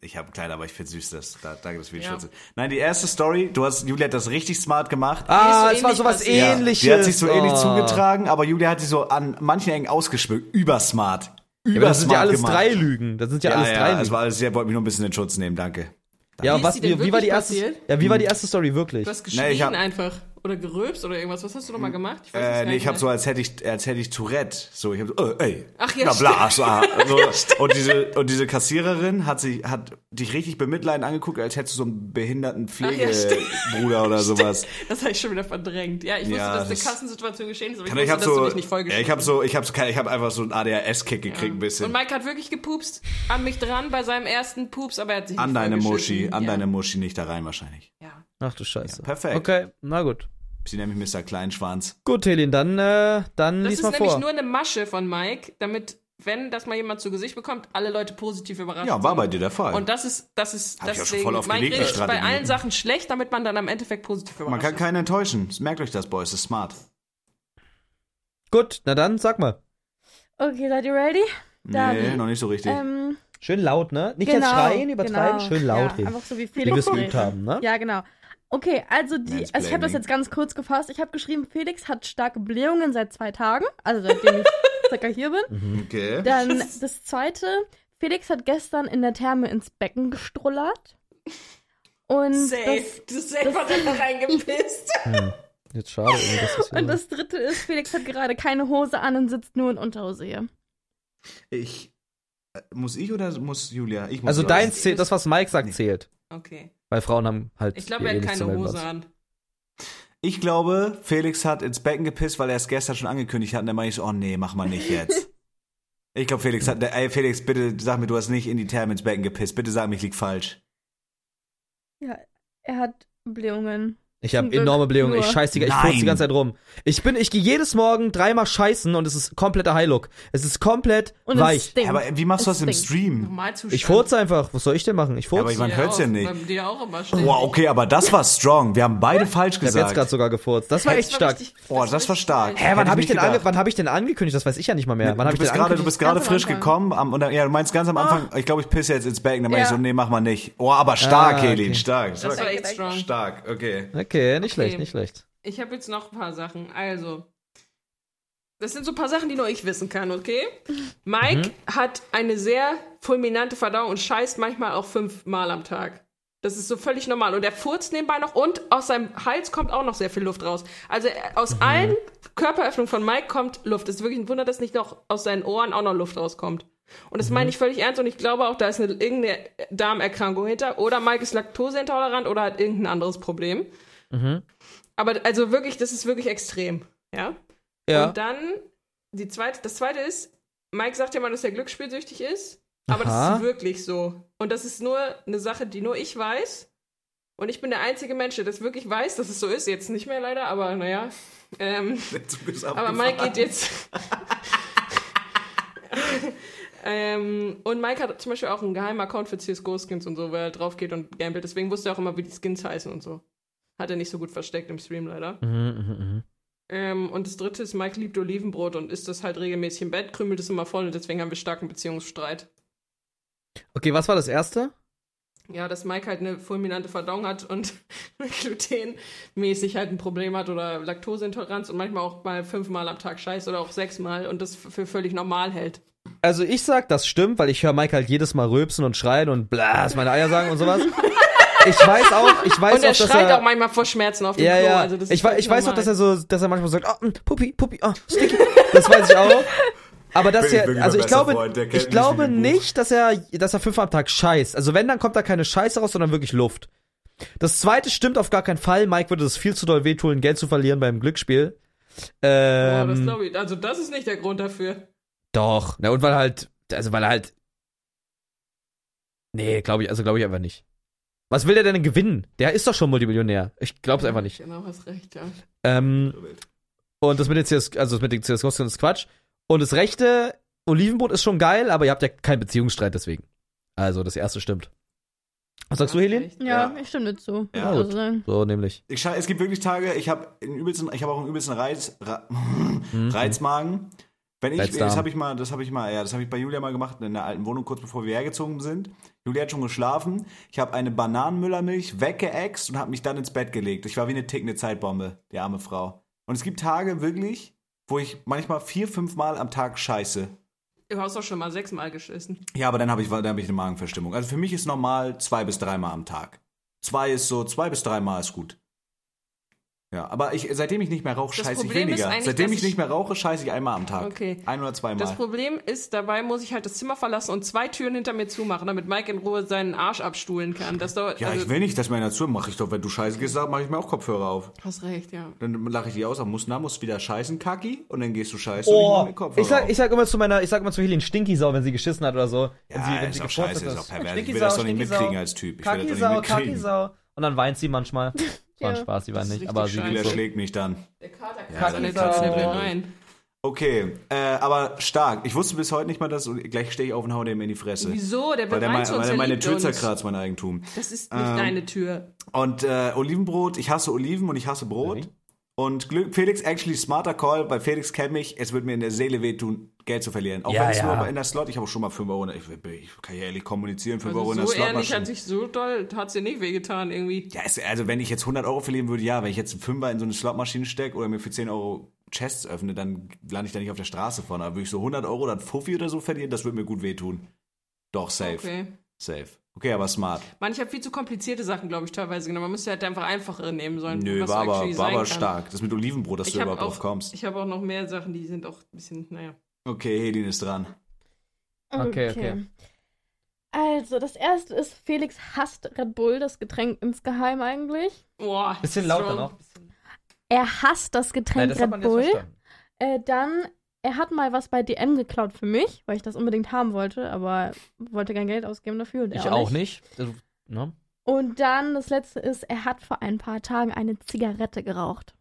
[SPEAKER 1] Ich habe einen kleinen, aber ich finde süß, dass da, danke, dass wir die
[SPEAKER 3] Ja.
[SPEAKER 1] Schütze. Nein, die erste Story, du hast, Julia hat das richtig smart gemacht.
[SPEAKER 2] Ah,
[SPEAKER 3] so
[SPEAKER 2] es war
[SPEAKER 3] ähnlich
[SPEAKER 2] sowas
[SPEAKER 3] passiert. Ja,
[SPEAKER 2] ähnliches.
[SPEAKER 1] Die hat sich so ähnlich
[SPEAKER 2] Oh.
[SPEAKER 1] zugetragen, aber Julia hat sich so an manchen Ecken ausgeschmückt. Übersmart.
[SPEAKER 2] Ja, aber das sind
[SPEAKER 1] Übersmart
[SPEAKER 2] ja alles
[SPEAKER 1] gemacht.
[SPEAKER 2] drei Lügen. Das sind ja,
[SPEAKER 1] Ja,
[SPEAKER 2] alles
[SPEAKER 1] ja,
[SPEAKER 2] drei
[SPEAKER 1] Es
[SPEAKER 2] Lügen.
[SPEAKER 1] war alles, ich wollte mich nur ein bisschen in Schutz nehmen, danke.
[SPEAKER 2] Ja,
[SPEAKER 3] Wie ist
[SPEAKER 2] was,
[SPEAKER 3] sie
[SPEAKER 2] wie, wie
[SPEAKER 3] denn
[SPEAKER 2] war die
[SPEAKER 3] wirklich
[SPEAKER 2] erste,
[SPEAKER 3] passiert?
[SPEAKER 2] ja, wie
[SPEAKER 1] Hm.
[SPEAKER 2] war die erste Story wirklich?
[SPEAKER 3] Du hast geschrien
[SPEAKER 1] Nee, ich hab-
[SPEAKER 3] einfach. Oder gerülpst oder irgendwas. Was hast du nochmal gemacht? Ich weiß es
[SPEAKER 1] Äh,
[SPEAKER 3] gar
[SPEAKER 1] nee,
[SPEAKER 3] nicht
[SPEAKER 1] ich habe
[SPEAKER 3] mehr.
[SPEAKER 1] so, als hätte ich, als hätte ich Tourette. So, ich habe so, äh, ey.
[SPEAKER 3] Ach, ja,
[SPEAKER 1] Na,
[SPEAKER 3] stimmt.
[SPEAKER 1] bla, so, ah, so. und diese, und diese Kassiererin hat sich, hat dich richtig bemitleidend angeguckt, als hättest du so einen behinderten
[SPEAKER 3] ja, stimmt.
[SPEAKER 1] Pflegebruder oder sowas.
[SPEAKER 3] Das habe ich schon wieder verdrängt. Ja, ich wusste,
[SPEAKER 1] Ja,
[SPEAKER 3] dass eine
[SPEAKER 1] das-
[SPEAKER 3] Kassensituation geschehen ist, aber ich
[SPEAKER 1] Kann
[SPEAKER 3] wusste,
[SPEAKER 1] ich hab
[SPEAKER 3] dass
[SPEAKER 1] so,
[SPEAKER 3] du dich nicht
[SPEAKER 1] ja,
[SPEAKER 3] vollgeschrieben
[SPEAKER 1] ich habe so, ich habe ich hab einfach so einen ADHS-Kick gekriegt, ein
[SPEAKER 3] Und
[SPEAKER 1] bisschen.
[SPEAKER 3] Mike hat wirklich gepupst an mich dran bei seinem ersten Pups, aber er hat sich
[SPEAKER 1] An
[SPEAKER 3] nicht
[SPEAKER 1] deine Muschi,
[SPEAKER 3] vollgeschissen.
[SPEAKER 1] an
[SPEAKER 3] ja.
[SPEAKER 1] deine Muschi nicht da rein wahrscheinlich.
[SPEAKER 3] Ja.
[SPEAKER 2] Ach du
[SPEAKER 1] Ja,
[SPEAKER 2] Scheiße.
[SPEAKER 1] perfekt.
[SPEAKER 2] Okay, na gut.
[SPEAKER 1] Sie nennt mich Mr. Kleinschwanz.
[SPEAKER 2] Gut, Helene, dann, äh, dann
[SPEAKER 3] Das
[SPEAKER 2] lies
[SPEAKER 3] ist
[SPEAKER 2] mal
[SPEAKER 3] nämlich
[SPEAKER 2] vor.
[SPEAKER 3] nur eine Masche von Mike, damit, wenn das mal jemand zu Gesicht bekommt, alle Leute positiv überrascht
[SPEAKER 1] Ja, war bei dir der Fall.
[SPEAKER 3] Und das ist, das ist,
[SPEAKER 1] Hab ich auch schon
[SPEAKER 3] deswegen,
[SPEAKER 1] voll oft
[SPEAKER 3] Mike
[SPEAKER 1] gelegt, die
[SPEAKER 3] redet bei
[SPEAKER 1] Strategie.
[SPEAKER 3] allen Sachen schlecht, damit man dann am Endeffekt positiv
[SPEAKER 1] Man
[SPEAKER 3] überrascht
[SPEAKER 1] kann keinen enttäuschen. Merkt euch das, Boys, ist smart.
[SPEAKER 2] gut, na dann, sag mal.
[SPEAKER 4] Okay, seid ihr ready? Dann,
[SPEAKER 1] Nee, noch nicht so richtig.
[SPEAKER 4] Ähm,
[SPEAKER 2] Schön laut, ne? Nicht
[SPEAKER 4] genau,
[SPEAKER 2] jetzt schreien, übertreiben,
[SPEAKER 4] genau.
[SPEAKER 2] schön laut
[SPEAKER 4] ja,
[SPEAKER 2] reden.
[SPEAKER 4] Einfach so wie
[SPEAKER 2] Wie wir es
[SPEAKER 4] Felix
[SPEAKER 2] geübt
[SPEAKER 4] geredet.
[SPEAKER 2] haben, ne?
[SPEAKER 4] Ja, genau. Okay, also die, also ich habe
[SPEAKER 1] Mansplaining.
[SPEAKER 4] das jetzt ganz kurz gefasst. Ich habe geschrieben, Felix hat starke Blähungen seit zwei Tagen, also seitdem ich circa hier bin.
[SPEAKER 1] Mhm. okay.
[SPEAKER 4] Dann das zweite. Felix hat gestern in der Therme ins Becken gestrollert. Und,
[SPEAKER 3] Safe.
[SPEAKER 4] das,
[SPEAKER 3] Du hast selber dann da reingepisst.
[SPEAKER 2] Jetzt schade, irgendwie, dass das
[SPEAKER 4] und das dritte ist, Felix hat gerade keine Hose an und sitzt nur in Unterhose hier.
[SPEAKER 1] Ich. äh, Muss ich oder muss Julia? Ich muss
[SPEAKER 2] Also
[SPEAKER 1] glaub ich.
[SPEAKER 2] deins zählt, das, was Mike sagt,
[SPEAKER 1] Nee.
[SPEAKER 2] zählt.
[SPEAKER 3] Okay.
[SPEAKER 2] Weil Frauen haben halt.
[SPEAKER 3] Ich glaube,
[SPEAKER 2] eh
[SPEAKER 3] er hat
[SPEAKER 2] nichts
[SPEAKER 3] keine
[SPEAKER 2] zu melden,
[SPEAKER 3] Hose
[SPEAKER 2] was.
[SPEAKER 3] an.
[SPEAKER 1] Ich glaube, Felix hat ins Becken gepisst, weil er es gestern schon angekündigt hat. Und dann meine ich so, oh nee, mach mal nicht jetzt. ich glaube, Felix hat. Ey, Felix, bitte sag mir, du hast nicht in die Therme ins Becken gepisst. Bitte sag mir, ich lieg falsch.
[SPEAKER 4] Ja, er hat Blähungen.
[SPEAKER 2] Ich habe
[SPEAKER 4] Zum Glück
[SPEAKER 2] enorme Blähungen. Ich
[SPEAKER 4] nur.
[SPEAKER 2] scheiß die, ich furz die
[SPEAKER 1] Nein.
[SPEAKER 2] ganze Zeit rum. Ich bin, ich gehe jedes Morgen dreimal scheißen und es ist kompletter Highlook. Es ist komplett
[SPEAKER 4] Und es
[SPEAKER 2] weich.
[SPEAKER 4] stinkt.
[SPEAKER 1] Aber äh, wie machst du
[SPEAKER 4] Es
[SPEAKER 1] das im
[SPEAKER 4] stinkt.
[SPEAKER 1] Stream?
[SPEAKER 3] Normal zu
[SPEAKER 2] Ich furze einfach. Was soll ich denn machen? Ich
[SPEAKER 1] aber ich
[SPEAKER 2] furze.
[SPEAKER 1] mein- Man hört's ja nicht.
[SPEAKER 3] Bei dir auch immer ständig.
[SPEAKER 1] Wow, okay, aber das war strong. Wir haben beide falsch
[SPEAKER 2] ich habe jetzt
[SPEAKER 1] gesagt.
[SPEAKER 2] gerade sogar gefurzt. Das war echt stark.
[SPEAKER 3] richtig-
[SPEAKER 1] Oh, das war stark.
[SPEAKER 2] Hä, wann
[SPEAKER 1] Hätte
[SPEAKER 2] habe
[SPEAKER 1] ich
[SPEAKER 2] ich, denn
[SPEAKER 1] nicht
[SPEAKER 2] ange-
[SPEAKER 1] gedacht. Ne,
[SPEAKER 2] wann hab ich denn angekündigt? Das weiß ich ja nicht mal mehr. Wann habe
[SPEAKER 1] du
[SPEAKER 2] ich
[SPEAKER 1] bist
[SPEAKER 2] denn
[SPEAKER 1] gerade, du
[SPEAKER 2] angekündigt?
[SPEAKER 1] bist gerade
[SPEAKER 4] Ganz am
[SPEAKER 1] frisch
[SPEAKER 4] Anfang.
[SPEAKER 1] gekommen, am, und, äh, ja, du meinst ganz am Anfang,
[SPEAKER 3] Ah.
[SPEAKER 1] ich glaube, ich pisse jetzt ins Becken, dann meine ich
[SPEAKER 4] Ja.
[SPEAKER 1] so, nee, mach mal nicht. Oh, aber stark,
[SPEAKER 2] Ah,
[SPEAKER 1] Helene,
[SPEAKER 2] okay.
[SPEAKER 1] stark.
[SPEAKER 3] Das war echt
[SPEAKER 1] stark.
[SPEAKER 3] strong.
[SPEAKER 1] Stark, okay.
[SPEAKER 2] Okay, nicht
[SPEAKER 3] Okay.
[SPEAKER 2] schlecht, nicht schlecht.
[SPEAKER 3] Ich habe jetzt noch ein paar Sachen. Also, das sind so ein paar Sachen, die nur ich wissen kann, okay? Mike hat eine sehr fulminante Verdauung und scheißt manchmal auch fünfmal am Tag. Das ist so völlig normal. Und er furzt nebenbei noch und aus seinem Hals kommt auch noch sehr viel Luft raus. Also er- aus allen Körperöffnungen von Mike kommt Luft. Es ist wirklich ein Wunder, dass nicht noch aus seinen Ohren auch noch Luft rauskommt. Und das meine ich völlig ernst und ich glaube auch, da ist eine, irgendeine Darmerkrankung hinter. Oder Mike ist laktoseintolerant oder hat irgendein anderes Problem.
[SPEAKER 2] Mhm.
[SPEAKER 3] Aber also wirklich, das ist wirklich extrem. Ja.
[SPEAKER 2] Ja.
[SPEAKER 3] Und dann die zweite, das zweite ist, Mike sagt ja mal, dass er glücksspielsüchtig ist, aber das
[SPEAKER 2] Aha.
[SPEAKER 3] ist wirklich so. Und das ist nur eine Sache, die nur ich weiß. Und ich bin der einzige Mensch, der das wirklich weiß, dass es so ist. Jetzt nicht mehr leider, aber naja. Ähm,
[SPEAKER 1] Der Zug ist
[SPEAKER 3] aber
[SPEAKER 1] abgefahren.
[SPEAKER 3] Mike geht jetzt. ähm, und Mike hat zum Beispiel auch einen geheimen Account für CSGO-Skins und so, wo er drauf geht und gambelt. Deswegen wusste er auch immer, wie die Skins heißen und so. Hat er nicht so gut versteckt im Stream leider.
[SPEAKER 2] Mhm, mhm, mhm.
[SPEAKER 3] Ähm, und das dritte ist, Mike liebt Olivenbrot und isst das halt regelmäßig im Bett, krümelt es immer voll und deswegen haben wir starken Beziehungsstreit.
[SPEAKER 2] Okay, was war das erste?
[SPEAKER 3] Ja, dass Mike halt eine fulminante Verdauung hat und glutenmäßig halt ein Problem hat oder Laktoseintoleranz und manchmal auch mal fünfmal am Tag scheißt oder auch sechsmal und das für völlig normal hält.
[SPEAKER 2] Also ich sag, das stimmt, weil ich höre Mike halt jedes Mal rülpsen und schreien und blas meine Eier sagen und sowas. Ich weiß auch, ich weiß
[SPEAKER 3] Und er
[SPEAKER 2] auch, dass
[SPEAKER 3] schreit
[SPEAKER 2] er
[SPEAKER 3] auch manchmal vor Schmerzen auf dem
[SPEAKER 2] ja,
[SPEAKER 3] Klo.
[SPEAKER 2] ja.
[SPEAKER 3] Also das ist
[SPEAKER 2] ich wei-
[SPEAKER 3] völlig
[SPEAKER 2] ich weiß auch,
[SPEAKER 3] normal.
[SPEAKER 2] dass er so, dass er manchmal sagt, oh, mm, Puppi, Puppi, oh, Sticky. Das weiß ich auch. Aber das
[SPEAKER 1] Bin ich
[SPEAKER 2] hier,
[SPEAKER 1] wirklich
[SPEAKER 2] also
[SPEAKER 1] mein
[SPEAKER 2] ich
[SPEAKER 1] bester
[SPEAKER 2] glaube,
[SPEAKER 1] Freund, der kennt
[SPEAKER 2] ich
[SPEAKER 1] mich
[SPEAKER 2] glaube
[SPEAKER 1] wie ein Buch.
[SPEAKER 2] nicht, dass er, dass er fünfmal am Tag scheißt. Also wenn, dann kommt da keine Scheiße raus, sondern wirklich Luft. Das zweite stimmt auf gar keinen Fall. Mike würde es viel zu doll wehtun, Geld zu verlieren beim Glücksspiel.
[SPEAKER 3] Boah,
[SPEAKER 2] Ähm,
[SPEAKER 3] das glaube ich. Also das ist nicht der Grund dafür.
[SPEAKER 2] doch. Na, und weil halt, also weil er halt. Nee, glaube ich, also glaube ich einfach nicht. Was will der denn gewinnen? Der ist doch schon Multimillionär. Ich glaub's einfach nicht.
[SPEAKER 3] Genau, hast recht, ja.
[SPEAKER 2] Ähm, und das mit den CS, also das mit den CSGO ist Quatsch. Und das rechte Olivenbrot ist schon geil, aber ihr habt ja keinen Beziehungsstreit deswegen. Also das erste stimmt. Was sagst du, Helene?
[SPEAKER 4] Ja,
[SPEAKER 1] Ja.
[SPEAKER 4] ich stimme dir zu.
[SPEAKER 1] Ja.
[SPEAKER 4] muss ich auch sagen.
[SPEAKER 2] So, nämlich.
[SPEAKER 1] Ich scha- es gibt wirklich Tage, ich habe einen übelsten, ich habe auch einen übelsten Reiz, Ra Reizmagen. Wenn ich,
[SPEAKER 2] Reizdarm.
[SPEAKER 1] das habe ich mal, das habe ich mal, ja, das habe ich bei Julia mal gemacht in der alten Wohnung kurz bevor wir hergezogen sind. Julia hat schon geschlafen. Ich habe eine Bananenmüllermilch weggeäxt und habe mich dann ins Bett gelegt. Ich war wie eine tickende Zeitbombe, die arme Frau. Und es gibt Tage wirklich, wo ich manchmal vier, fünf Mal am Tag scheiße.
[SPEAKER 3] Du hast doch schon mal sechsmal geschissen.
[SPEAKER 1] Ja, aber dann habe ich, dann hab ich eine Magenverstimmung. Also für mich ist normal zwei bis dreimal am Tag. Zwei ist so, zwei bis dreimal ist gut. Ja, aber ich, seitdem ich nicht mehr rauche,
[SPEAKER 3] Das
[SPEAKER 1] scheiße ich
[SPEAKER 3] Problem ist
[SPEAKER 1] weniger.
[SPEAKER 3] eigentlich,
[SPEAKER 1] Seitdem
[SPEAKER 3] dass
[SPEAKER 1] ich,
[SPEAKER 3] ich-
[SPEAKER 1] nicht mehr rauche, scheiße ich einmal am Tag.
[SPEAKER 3] Okay.
[SPEAKER 1] Ein oder zweimal.
[SPEAKER 3] Das Problem ist, dabei muss ich halt das Zimmer verlassen und zwei Türen hinter mir zumachen, damit Mike in Ruhe seinen Arsch abstuhlen kann. Das dauert.
[SPEAKER 1] ja,
[SPEAKER 3] also,
[SPEAKER 1] ich will nicht, dass meiner zu mache ich doch, wenn du scheiße gehst, mache ich mir auch Kopfhörer auf.
[SPEAKER 3] Hast recht, ja.
[SPEAKER 1] Dann lache ich die aus, muss na, muss wieder scheißen, Kacki, und dann gehst du scheiße und ich mach
[SPEAKER 2] Oh,
[SPEAKER 1] mir Kopfhörer
[SPEAKER 2] ich sag,
[SPEAKER 1] auf.
[SPEAKER 2] ich sag immer zu meiner, ich sag immer zu Helene Stinkisau, wenn sie geschissen hat oder so. wenn
[SPEAKER 1] ja,
[SPEAKER 2] sie, wenn
[SPEAKER 1] ist
[SPEAKER 2] sie
[SPEAKER 1] auch
[SPEAKER 2] gefurzt
[SPEAKER 1] scheiße,
[SPEAKER 2] hat,
[SPEAKER 1] ist auch pervers. Ich will
[SPEAKER 2] Stinkisau,
[SPEAKER 1] das doch nicht
[SPEAKER 2] Stinkisau,
[SPEAKER 1] mitkriegen als Typ. Ich will das doch
[SPEAKER 2] Kakisau,
[SPEAKER 1] nicht mitkriegen.
[SPEAKER 2] Kakisau. Und dann weint sie manchmal. Das war ein
[SPEAKER 4] Ja.
[SPEAKER 2] Spaß, die weint
[SPEAKER 3] Das ist
[SPEAKER 2] nicht. Aber sie
[SPEAKER 3] richtig
[SPEAKER 1] Julia
[SPEAKER 3] scheiße.
[SPEAKER 1] schlägt mich dann.
[SPEAKER 3] Der Kater
[SPEAKER 1] Ja,
[SPEAKER 3] kann
[SPEAKER 1] seine
[SPEAKER 3] nicht
[SPEAKER 1] Katzen
[SPEAKER 3] Katzen
[SPEAKER 1] drehen durch.
[SPEAKER 3] rein.
[SPEAKER 1] Okay, äh, aber stark. Ich wusste bis heute nicht mal das und gleich stehe ich auf und hau dem in die Fresse.
[SPEAKER 3] Wieso? Der will
[SPEAKER 1] Weil, der
[SPEAKER 3] rein
[SPEAKER 1] mein,
[SPEAKER 3] zu uns.
[SPEAKER 1] weil
[SPEAKER 3] er
[SPEAKER 1] der meine
[SPEAKER 3] liebt
[SPEAKER 1] Tür
[SPEAKER 3] uns.
[SPEAKER 1] zerkratzt, mein Eigentum.
[SPEAKER 3] Das ist nicht
[SPEAKER 1] Ähm,
[SPEAKER 3] deine Tür.
[SPEAKER 1] Und äh, Olivenbrot, ich hasse Oliven und ich hasse Brot.
[SPEAKER 2] Okay.
[SPEAKER 1] Und Glück, Felix, actually smarter Call, weil Felix kennt mich, es wird mir in der Seele wehtun, Geld zu verlieren. Auch
[SPEAKER 2] Ja,
[SPEAKER 1] wenn es
[SPEAKER 2] ja.
[SPEAKER 1] nur in der Slot, ich habe schon mal 5 Euro, in der- ich, ich kann ja ehrlich kommunizieren, 5 Euro in
[SPEAKER 3] Also
[SPEAKER 1] der
[SPEAKER 3] so
[SPEAKER 1] Slot
[SPEAKER 3] ehrlich hat sich so doll, hat sie nicht wehgetan irgendwie.
[SPEAKER 1] Ja, es, also wenn ich jetzt 100 Euro verlieren würde, ja, wenn ich jetzt einen Fünfer in so eine Slotmaschine stecke oder mir für 10 Euro Chests öffne, dann lande ich da nicht auf der Straße von. Aber würde ich so 100 Euro oder ein Fuffi oder so verlieren, das würde mir gut wehtun. Doch, safe.
[SPEAKER 3] Okay.
[SPEAKER 1] Safe. Okay, aber smart.
[SPEAKER 3] Manche haben viel zu komplizierte Sachen, glaube ich, teilweise genommen. Man müsste halt einfach einfachere nehmen sollen.
[SPEAKER 1] Nö,
[SPEAKER 3] was
[SPEAKER 1] war aber,
[SPEAKER 3] actually
[SPEAKER 1] war
[SPEAKER 3] sein
[SPEAKER 1] aber
[SPEAKER 3] kann.
[SPEAKER 1] stark. Das mit Olivenbrot, dass
[SPEAKER 3] Ich
[SPEAKER 1] du
[SPEAKER 3] hab
[SPEAKER 1] überhaupt
[SPEAKER 3] auch-
[SPEAKER 1] drauf kommst.
[SPEAKER 3] Ich habe auch noch mehr Sachen, die sind auch ein bisschen, naja.
[SPEAKER 1] Okay, Hedin ist dran.
[SPEAKER 2] Okay, okay.
[SPEAKER 4] Also, das erste ist, Felix hasst Red Bull, das Getränk insgeheim eigentlich.
[SPEAKER 3] Boah.
[SPEAKER 2] Bisschen lauter
[SPEAKER 3] strong.
[SPEAKER 2] noch.
[SPEAKER 4] Er hasst das
[SPEAKER 2] Nein,
[SPEAKER 4] Getränk
[SPEAKER 2] das hat
[SPEAKER 4] Red
[SPEAKER 2] man jetzt
[SPEAKER 4] Bull.
[SPEAKER 2] verstanden.
[SPEAKER 4] Äh, dann, er hat mal was bei DM geklaut für mich, weil ich das unbedingt haben wollte, aber wollte kein Geld ausgeben dafür. Und er
[SPEAKER 2] Ich auch nicht. Also, ne?
[SPEAKER 4] Und dann das letzte ist, er hat vor ein paar Tagen eine Zigarette geraucht.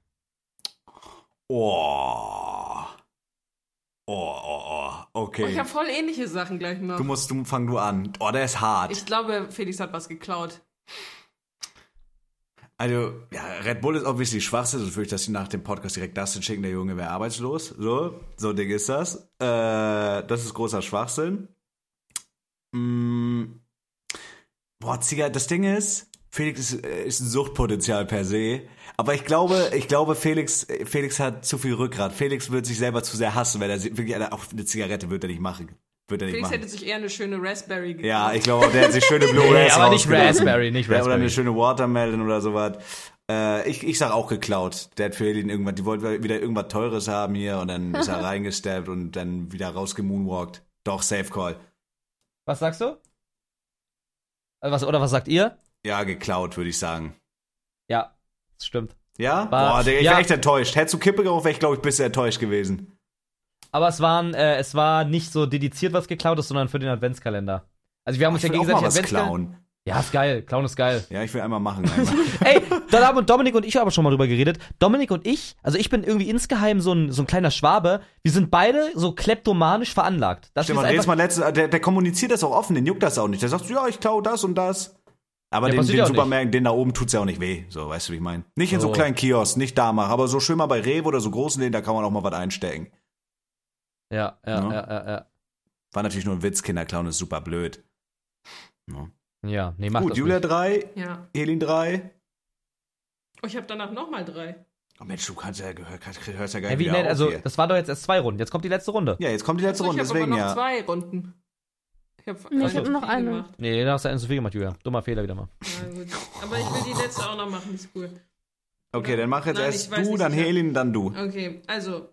[SPEAKER 1] Oh. Oh, oh, oh.
[SPEAKER 3] Oh, ich
[SPEAKER 1] Okay.
[SPEAKER 3] habe voll ähnliche Sachen gleich noch.
[SPEAKER 1] Du musst, du fang du an. Oh, der ist hart.
[SPEAKER 3] Ich glaube, Felix hat was geklaut.
[SPEAKER 1] Also, ja, Red Bull ist obviously Schwachsinn, sonst würde ich das nach dem Podcast direkt Dustin schicken, der Junge wäre arbeitslos. So, so Ding ist das. Äh, das ist großer Schwachsinn. Mm. Boah, Zigarette, das Ding ist, Felix ist, äh, ist ein Suchtpotenzial per se. Aber ich glaube, ich glaube, Felix, äh, Felix hat zu viel Rückgrat. Felix wird sich selber zu sehr hassen, weil er sie- wirklich eine, auch eine Zigarette wird er nicht machen. Wird er nicht
[SPEAKER 3] Felix
[SPEAKER 1] machen.
[SPEAKER 3] hätte sich eher eine schöne Raspberry gegeben.
[SPEAKER 1] Ja, ich glaube, auch, der hat sich schöne Blue
[SPEAKER 2] Nee,
[SPEAKER 1] Raspberry.
[SPEAKER 2] aber nicht Raspberry, nicht
[SPEAKER 1] Oder
[SPEAKER 2] Raspberry.
[SPEAKER 1] eine schöne Watermelon oder sowas. Äh, ich, ich sag auch geklaut. Der hat für ihn irgendwas, die wollten wieder irgendwas Teures haben hier und dann ist er reingesteppt und dann wieder rausgemoonwalkt. Doch, Safe Call.
[SPEAKER 2] Was sagst du? Also was, oder was sagt ihr?
[SPEAKER 1] Ja, geklaut, würde ich sagen.
[SPEAKER 2] Ja, das stimmt.
[SPEAKER 1] Ja?
[SPEAKER 2] War-
[SPEAKER 1] Boah, der, ich
[SPEAKER 2] ja.
[SPEAKER 1] wär echt enttäuscht. Hättest du Kippe geraucht, wäre ich, glaube ich, bisschen enttäuscht gewesen.
[SPEAKER 2] Aber es, waren, äh, es war nicht so dediziert was geklautes, sondern für den Adventskalender. Also wir haben uns
[SPEAKER 1] Ich
[SPEAKER 2] ja
[SPEAKER 1] will auch mal
[SPEAKER 2] gegenseitig
[SPEAKER 1] was
[SPEAKER 2] Adventskalender.
[SPEAKER 1] klauen.
[SPEAKER 2] Ja, ist geil. Clown ist geil.
[SPEAKER 1] Ja, ich will einmal machen. Einmal.
[SPEAKER 2] Ey, da haben Dominik und ich aber schon mal drüber geredet. Dominik und ich, also ich bin irgendwie insgeheim so ein, so ein kleiner Schwabe. Wir sind beide so kleptomanisch veranlagt. Das
[SPEAKER 1] Stefan,
[SPEAKER 2] ist
[SPEAKER 1] jetzt
[SPEAKER 2] einfach,
[SPEAKER 1] mal letztes, der, der kommuniziert das auch offen, den juckt das auch nicht. Der sagt so, ja, ich klau das und das. Aber
[SPEAKER 2] Ja,
[SPEAKER 1] den,
[SPEAKER 2] passiert ja
[SPEAKER 1] den
[SPEAKER 2] auch
[SPEAKER 1] Supermärkten, den da oben tut's ja auch nicht weh. So, weißt du, wie ich meine? Nicht in so
[SPEAKER 2] So.
[SPEAKER 1] kleinen Kiosk, nicht da machen, aber so schön mal bei Rewe oder so großen denen, da kann man auch mal was einstecken.
[SPEAKER 2] ja, ja,
[SPEAKER 1] Ja.
[SPEAKER 2] ja, ja, ja.
[SPEAKER 1] War natürlich nur ein Witz, Kinderclown ist super blöd.
[SPEAKER 2] Ja, nee, mach
[SPEAKER 1] Gut,
[SPEAKER 2] das
[SPEAKER 1] Julia
[SPEAKER 2] nicht.
[SPEAKER 1] 3,
[SPEAKER 3] Ja.
[SPEAKER 1] Helin 3.
[SPEAKER 3] Oh, ich habe danach nochmal drei.
[SPEAKER 1] Oh Mensch, du kannst ja, gehör, kannst, hörst ja gar
[SPEAKER 2] Ja,
[SPEAKER 1] nicht
[SPEAKER 2] wie,
[SPEAKER 1] ja,
[SPEAKER 2] nee,
[SPEAKER 1] wieder
[SPEAKER 2] also,
[SPEAKER 1] auf hier.
[SPEAKER 2] das war doch jetzt erst zwei Runden. Jetzt kommt die letzte Runde.
[SPEAKER 1] Ja, jetzt kommt die letzte
[SPEAKER 3] Achso,
[SPEAKER 1] Runde,
[SPEAKER 3] Also ich habe aber
[SPEAKER 1] deswegen
[SPEAKER 3] noch
[SPEAKER 1] ja.
[SPEAKER 3] zwei Runden. Ich habe
[SPEAKER 4] Nee, ich hab nur noch eine.
[SPEAKER 3] Gemacht.
[SPEAKER 2] Nee, da hast du einen zu viel gemacht, Julia. Dummer Fehler wieder mal.
[SPEAKER 3] Ja, gut. Aber ich will die letzte auch noch machen, ist cool.
[SPEAKER 1] Okay, dann mach jetzt
[SPEAKER 3] Nein,
[SPEAKER 1] erst
[SPEAKER 3] ich weiß
[SPEAKER 1] du,
[SPEAKER 3] nicht,
[SPEAKER 1] dann
[SPEAKER 3] ich hab-
[SPEAKER 1] Helin, dann du.
[SPEAKER 3] Okay, also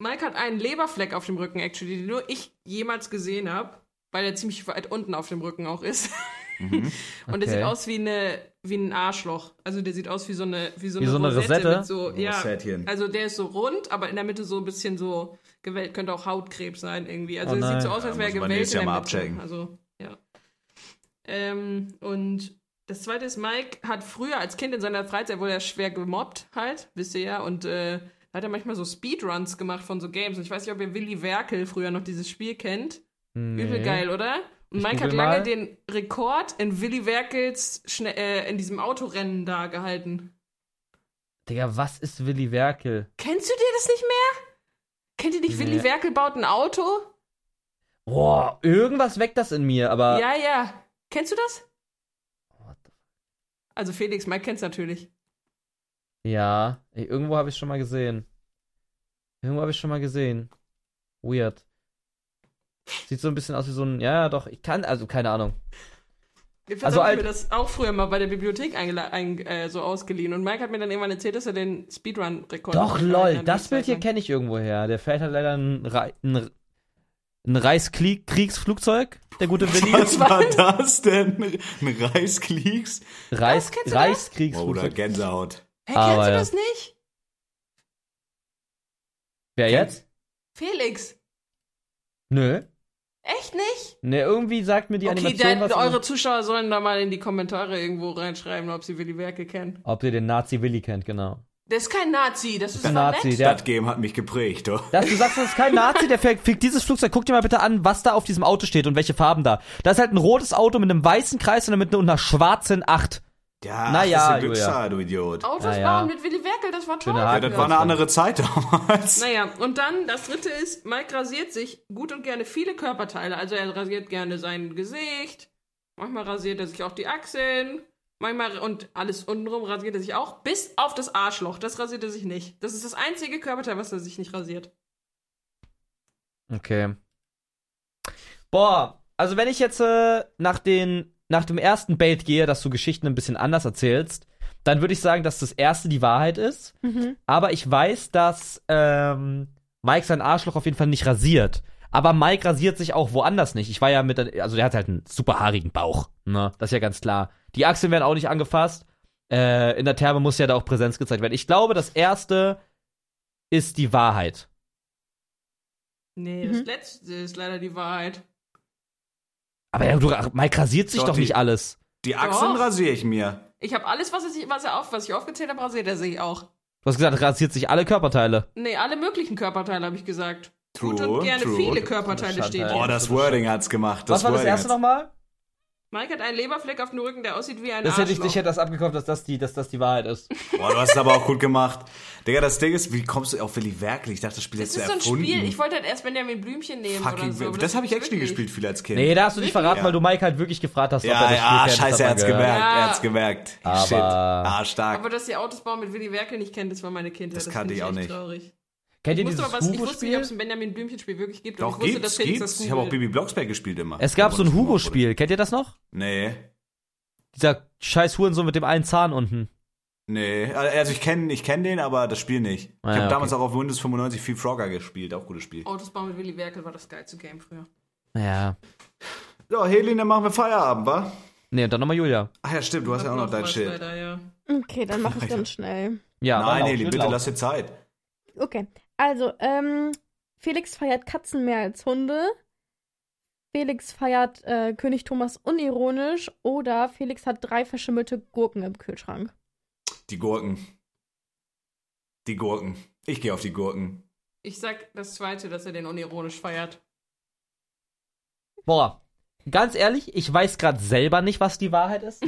[SPEAKER 3] Mike hat einen Leberfleck auf dem Rücken, actually, den nur ich jemals gesehen habe, weil er ziemlich weit unten auf dem Rücken auch ist.
[SPEAKER 1] Mhm.
[SPEAKER 3] Und
[SPEAKER 2] Okay.
[SPEAKER 3] der sieht aus wie eine wie ein Arschloch. Also der sieht aus wie so eine wie so
[SPEAKER 2] Wie
[SPEAKER 3] eine,
[SPEAKER 2] so eine
[SPEAKER 3] Rosette,
[SPEAKER 2] Rosette?
[SPEAKER 3] mit so ja.
[SPEAKER 1] Rosettchen.
[SPEAKER 3] Also der ist so rund, aber in der Mitte so ein bisschen so gewellt, könnte auch Hautkrebs sein irgendwie. Also
[SPEAKER 2] Oh
[SPEAKER 3] es
[SPEAKER 2] nein.
[SPEAKER 3] sieht so aus, als
[SPEAKER 1] Ja,
[SPEAKER 3] wäre er
[SPEAKER 1] muss man
[SPEAKER 3] gewellt
[SPEAKER 1] nächstes
[SPEAKER 3] in der
[SPEAKER 1] Jahr mal
[SPEAKER 3] Mitte.
[SPEAKER 1] abchecken.
[SPEAKER 3] Also ja. Ähm, und das zweite ist, Mike hat früher als Kind in seiner Freizeit wurde er schwer gemobbt, halt, wisst ihr ja, und äh, da hat er manchmal so Speedruns gemacht von so Games. Und ich weiß nicht, ob ihr Willy Werkel früher noch dieses Spiel kennt.
[SPEAKER 2] Nee.
[SPEAKER 3] Übel geil, oder? Und
[SPEAKER 2] Ich
[SPEAKER 3] Mike hat
[SPEAKER 2] google
[SPEAKER 3] lange
[SPEAKER 2] mal.
[SPEAKER 3] den Rekord in Willy Werkels Schne äh, in diesem Autorennen da gehalten.
[SPEAKER 2] Digga, was ist Willy Werkel?
[SPEAKER 3] Kennst du dir das nicht mehr? Kennt ihr nicht
[SPEAKER 2] Nee.
[SPEAKER 3] Willy Werkel baut ein Auto?
[SPEAKER 2] Boah, irgendwas weckt das in mir,
[SPEAKER 1] Ah.
[SPEAKER 2] aber.
[SPEAKER 3] Ja, ja. Kennst du das?
[SPEAKER 2] What the-
[SPEAKER 3] Also Felix, Mike kennt's natürlich.
[SPEAKER 2] Ja, ey, irgendwo habe ich schon mal gesehen. Irgendwo habe ich schon mal gesehen. Weird. Sieht so ein bisschen aus wie so ein. Ja, ja, doch, ich kann. Also, keine Ahnung.
[SPEAKER 3] Jedenfalls
[SPEAKER 2] Also
[SPEAKER 3] also hab ich
[SPEAKER 2] alt-
[SPEAKER 3] mir das auch früher mal bei der Bibliothek eingela- ein, äh, so ausgeliehen. Und Mike hat mir dann irgendwann erzählt, dass er den Speedrun-Rekord
[SPEAKER 2] Doch,
[SPEAKER 3] gehalten
[SPEAKER 2] lol,
[SPEAKER 3] hat,
[SPEAKER 2] das Bild
[SPEAKER 3] eine Zeit
[SPEAKER 2] hier
[SPEAKER 3] lang.
[SPEAKER 2] kenne ich irgendwoher. Der fährt halt leider ein, Re ein, ein Reiskriegsflugzeug, der gute Willi.
[SPEAKER 1] Was war das denn? Ein Reisklieks?
[SPEAKER 2] Reis
[SPEAKER 3] kennst du das?
[SPEAKER 1] Oh, oder
[SPEAKER 2] Reiskriegsflugzeug.
[SPEAKER 1] Gänsehaut.
[SPEAKER 3] Hey,
[SPEAKER 2] Aber
[SPEAKER 3] kennst du
[SPEAKER 2] ja.
[SPEAKER 3] das nicht?
[SPEAKER 2] Wer jetzt?
[SPEAKER 3] Felix,
[SPEAKER 2] Nö.
[SPEAKER 3] echt nicht?
[SPEAKER 2] Ne, irgendwie sagt mir die
[SPEAKER 3] okay,
[SPEAKER 2] Animation
[SPEAKER 3] dann,
[SPEAKER 2] was.
[SPEAKER 3] eure Zuschauer sollen da mal in die Kommentare irgendwo reinschreiben, ob sie Willy Werke kennen.
[SPEAKER 2] Ob ihr den Nazi Willi kennt, genau.
[SPEAKER 3] Der ist kein Nazi, das ist
[SPEAKER 2] Ein
[SPEAKER 3] ein
[SPEAKER 2] Nazi,
[SPEAKER 3] Nazi.
[SPEAKER 2] der.
[SPEAKER 1] Das Game hat mich geprägt, doch.
[SPEAKER 2] Dass du sagst, das ist kein Nazi, der fährt, fliegt dieses Flugzeug. Guck dir mal bitte an, was da auf diesem Auto steht und welche Farben da. Da ist halt ein rotes Auto mit einem weißen Kreis und mit einer schwarzen Acht.
[SPEAKER 1] Ja,
[SPEAKER 2] Na
[SPEAKER 1] das
[SPEAKER 2] ja,
[SPEAKER 1] ist ein
[SPEAKER 2] Julia.
[SPEAKER 1] Glückszahl, du Idiot.
[SPEAKER 3] Autos
[SPEAKER 2] Ah, ja.
[SPEAKER 3] bauen mit Willy Werkel, das war toll.
[SPEAKER 2] Schöne
[SPEAKER 1] ja,
[SPEAKER 2] Haken.
[SPEAKER 1] das war eine andere Zeit damals.
[SPEAKER 3] Naja, und dann das dritte ist, Mike rasiert sich gut und gerne viele Körperteile. Also er rasiert gerne sein Gesicht, manchmal rasiert er sich auch die Achseln, manchmal und alles untenrum rasiert er sich auch, bis auf das Arschloch. Das rasiert er sich nicht. Das ist das einzige Körperteil, was er sich nicht rasiert.
[SPEAKER 2] Okay. Boah, also wenn ich jetzt äh, nach, den, nach dem ersten Bait gehe, dass du Geschichten ein bisschen anders erzählst, dann würde ich sagen, dass das erste die Wahrheit ist.
[SPEAKER 4] Mhm.
[SPEAKER 2] Aber ich weiß, dass ähm, Mike sein Arschloch auf jeden Fall nicht rasiert. Aber Mike rasiert sich auch woanders nicht. Ich war ja mit, also der hat halt einen super haarigen Bauch. Ne? Das ist ja ganz klar. Die Achseln werden auch nicht angefasst. Äh, in der Therme muss ja da auch Präsenz gezeigt werden. Ich glaube, das erste ist die Wahrheit.
[SPEAKER 3] Nee,
[SPEAKER 4] Mhm.
[SPEAKER 3] das letzte ist leider die Wahrheit.
[SPEAKER 2] Aber ja, du, ach, Mike rasiert sich
[SPEAKER 1] Doch,
[SPEAKER 2] doch,
[SPEAKER 1] die-
[SPEAKER 2] nicht alles.
[SPEAKER 1] Die Achseln
[SPEAKER 3] Doch.
[SPEAKER 1] rasiere ich mir.
[SPEAKER 3] Ich habe alles, was, er sich, was, er auf, was ich aufgezählt habe, rasiert er sich auch.
[SPEAKER 2] Du hast gesagt, rasiert sich alle Körperteile.
[SPEAKER 3] Nee, alle möglichen Körperteile habe ich gesagt.
[SPEAKER 1] True,
[SPEAKER 3] Gut und gerne
[SPEAKER 1] true.
[SPEAKER 3] viele Körperteile
[SPEAKER 2] Bestandteil.
[SPEAKER 3] steht
[SPEAKER 1] Oh,
[SPEAKER 3] hier.
[SPEAKER 1] das Wording hat's gemacht.
[SPEAKER 2] Was war das
[SPEAKER 1] Wording
[SPEAKER 2] erste
[SPEAKER 1] hat's-
[SPEAKER 2] nochmal?
[SPEAKER 3] Mike hat einen Leberfleck auf dem Rücken, der aussieht wie ein
[SPEAKER 2] Das hätte ich,
[SPEAKER 3] Arschloch.
[SPEAKER 2] ich hätte das abgekauft, dass das die, dass das die Wahrheit ist.
[SPEAKER 1] Boah, Oh, du hast es aber auch gut gemacht. Digga, das Ding ist, wie kommst du auf Willi Werkel? Ich dachte, das Spiel
[SPEAKER 3] das
[SPEAKER 1] hättest
[SPEAKER 3] ist
[SPEAKER 1] du
[SPEAKER 3] so ein
[SPEAKER 1] erfunden.
[SPEAKER 3] Spiel. Ich wollte halt erst Benjamin Blümchen nehmen
[SPEAKER 1] Fucking,
[SPEAKER 3] oder so. aber
[SPEAKER 1] das habe ich
[SPEAKER 3] gibt's
[SPEAKER 1] actually
[SPEAKER 3] wirklich
[SPEAKER 1] gespielt viel als Kind.
[SPEAKER 2] Nee, da hast du dich verraten, weil du Mike halt wirklich gefragt hast, ob er
[SPEAKER 1] ja,
[SPEAKER 2] das
[SPEAKER 1] ja,
[SPEAKER 2] Spiel kennt, das
[SPEAKER 1] scheiße, er
[SPEAKER 2] hat man
[SPEAKER 1] hat's
[SPEAKER 2] gehört.
[SPEAKER 1] gemerkt,
[SPEAKER 3] Ja.
[SPEAKER 1] er hat's gemerkt. Shit. Ah, stark.
[SPEAKER 3] Aber dass die Autos bauen mit Willy Werkel nicht kennt, das war meine Kindheit.
[SPEAKER 1] Das
[SPEAKER 3] Das,
[SPEAKER 1] kannte
[SPEAKER 3] finde
[SPEAKER 1] ich auch
[SPEAKER 3] echt
[SPEAKER 1] nicht.
[SPEAKER 3] Traurig.
[SPEAKER 2] Kennt ihr
[SPEAKER 3] Ich wusste,
[SPEAKER 2] dieses
[SPEAKER 3] aber was, ich wusste nicht,
[SPEAKER 2] Hugo-Spiel?
[SPEAKER 3] ob es ein Benjamin Blümchen-Spiel wirklich gibt. und
[SPEAKER 1] Doch,
[SPEAKER 3] ich wusste,
[SPEAKER 1] gibt's,
[SPEAKER 3] dass Felix das
[SPEAKER 1] gibt's. Ich habe auch
[SPEAKER 3] googelt.
[SPEAKER 1] Bibi Blocksberg gespielt immer.
[SPEAKER 2] Es gab so ein
[SPEAKER 1] Obwohl das
[SPEAKER 2] Hugo-Spiel. Kennt ihr das noch?
[SPEAKER 1] Nee,
[SPEAKER 2] Dieser scheiß Hurensohn mit dem einen Zahn unten.
[SPEAKER 1] nee. Also ich kenne ich kenn den, aber das Spiel nicht. Ich
[SPEAKER 2] Ah,
[SPEAKER 1] habe
[SPEAKER 2] ja, okay.
[SPEAKER 1] damals auch auf Windows 95 viel Frogger gespielt, auch gutes Spiel.
[SPEAKER 3] Autos bauen mit Willy Werkel war das geilste Game früher.
[SPEAKER 2] Ja.
[SPEAKER 1] So, Helene, dann machen wir Feierabend, wa?
[SPEAKER 2] Nee, und dann nochmal Julia.
[SPEAKER 1] Ach ja, stimmt, du hast ja auch noch dein
[SPEAKER 3] Oftmals
[SPEAKER 1] Schild.
[SPEAKER 3] leider, ja.
[SPEAKER 4] Okay, dann mache ich ganz schnell.
[SPEAKER 2] Ja,
[SPEAKER 1] Nein,
[SPEAKER 2] dann Genau. lauf,
[SPEAKER 1] Heli,
[SPEAKER 2] schön
[SPEAKER 1] bitte
[SPEAKER 2] lauf.
[SPEAKER 1] lass dir Zeit.
[SPEAKER 4] Okay, also, ähm, Felix feiert Katzen mehr als Hunde. Felix feiert äh, König Thomas unironisch. Oder Felix hat drei verschimmelte Gurken im Kühlschrank.
[SPEAKER 1] Die Gurken. Die Gurken. Ich gehe auf die Gurken.
[SPEAKER 3] Ich sag das zweite, dass er den unironisch feiert.
[SPEAKER 2] Boah. Ganz ehrlich, ich weiß gerade selber nicht, was die Wahrheit ist.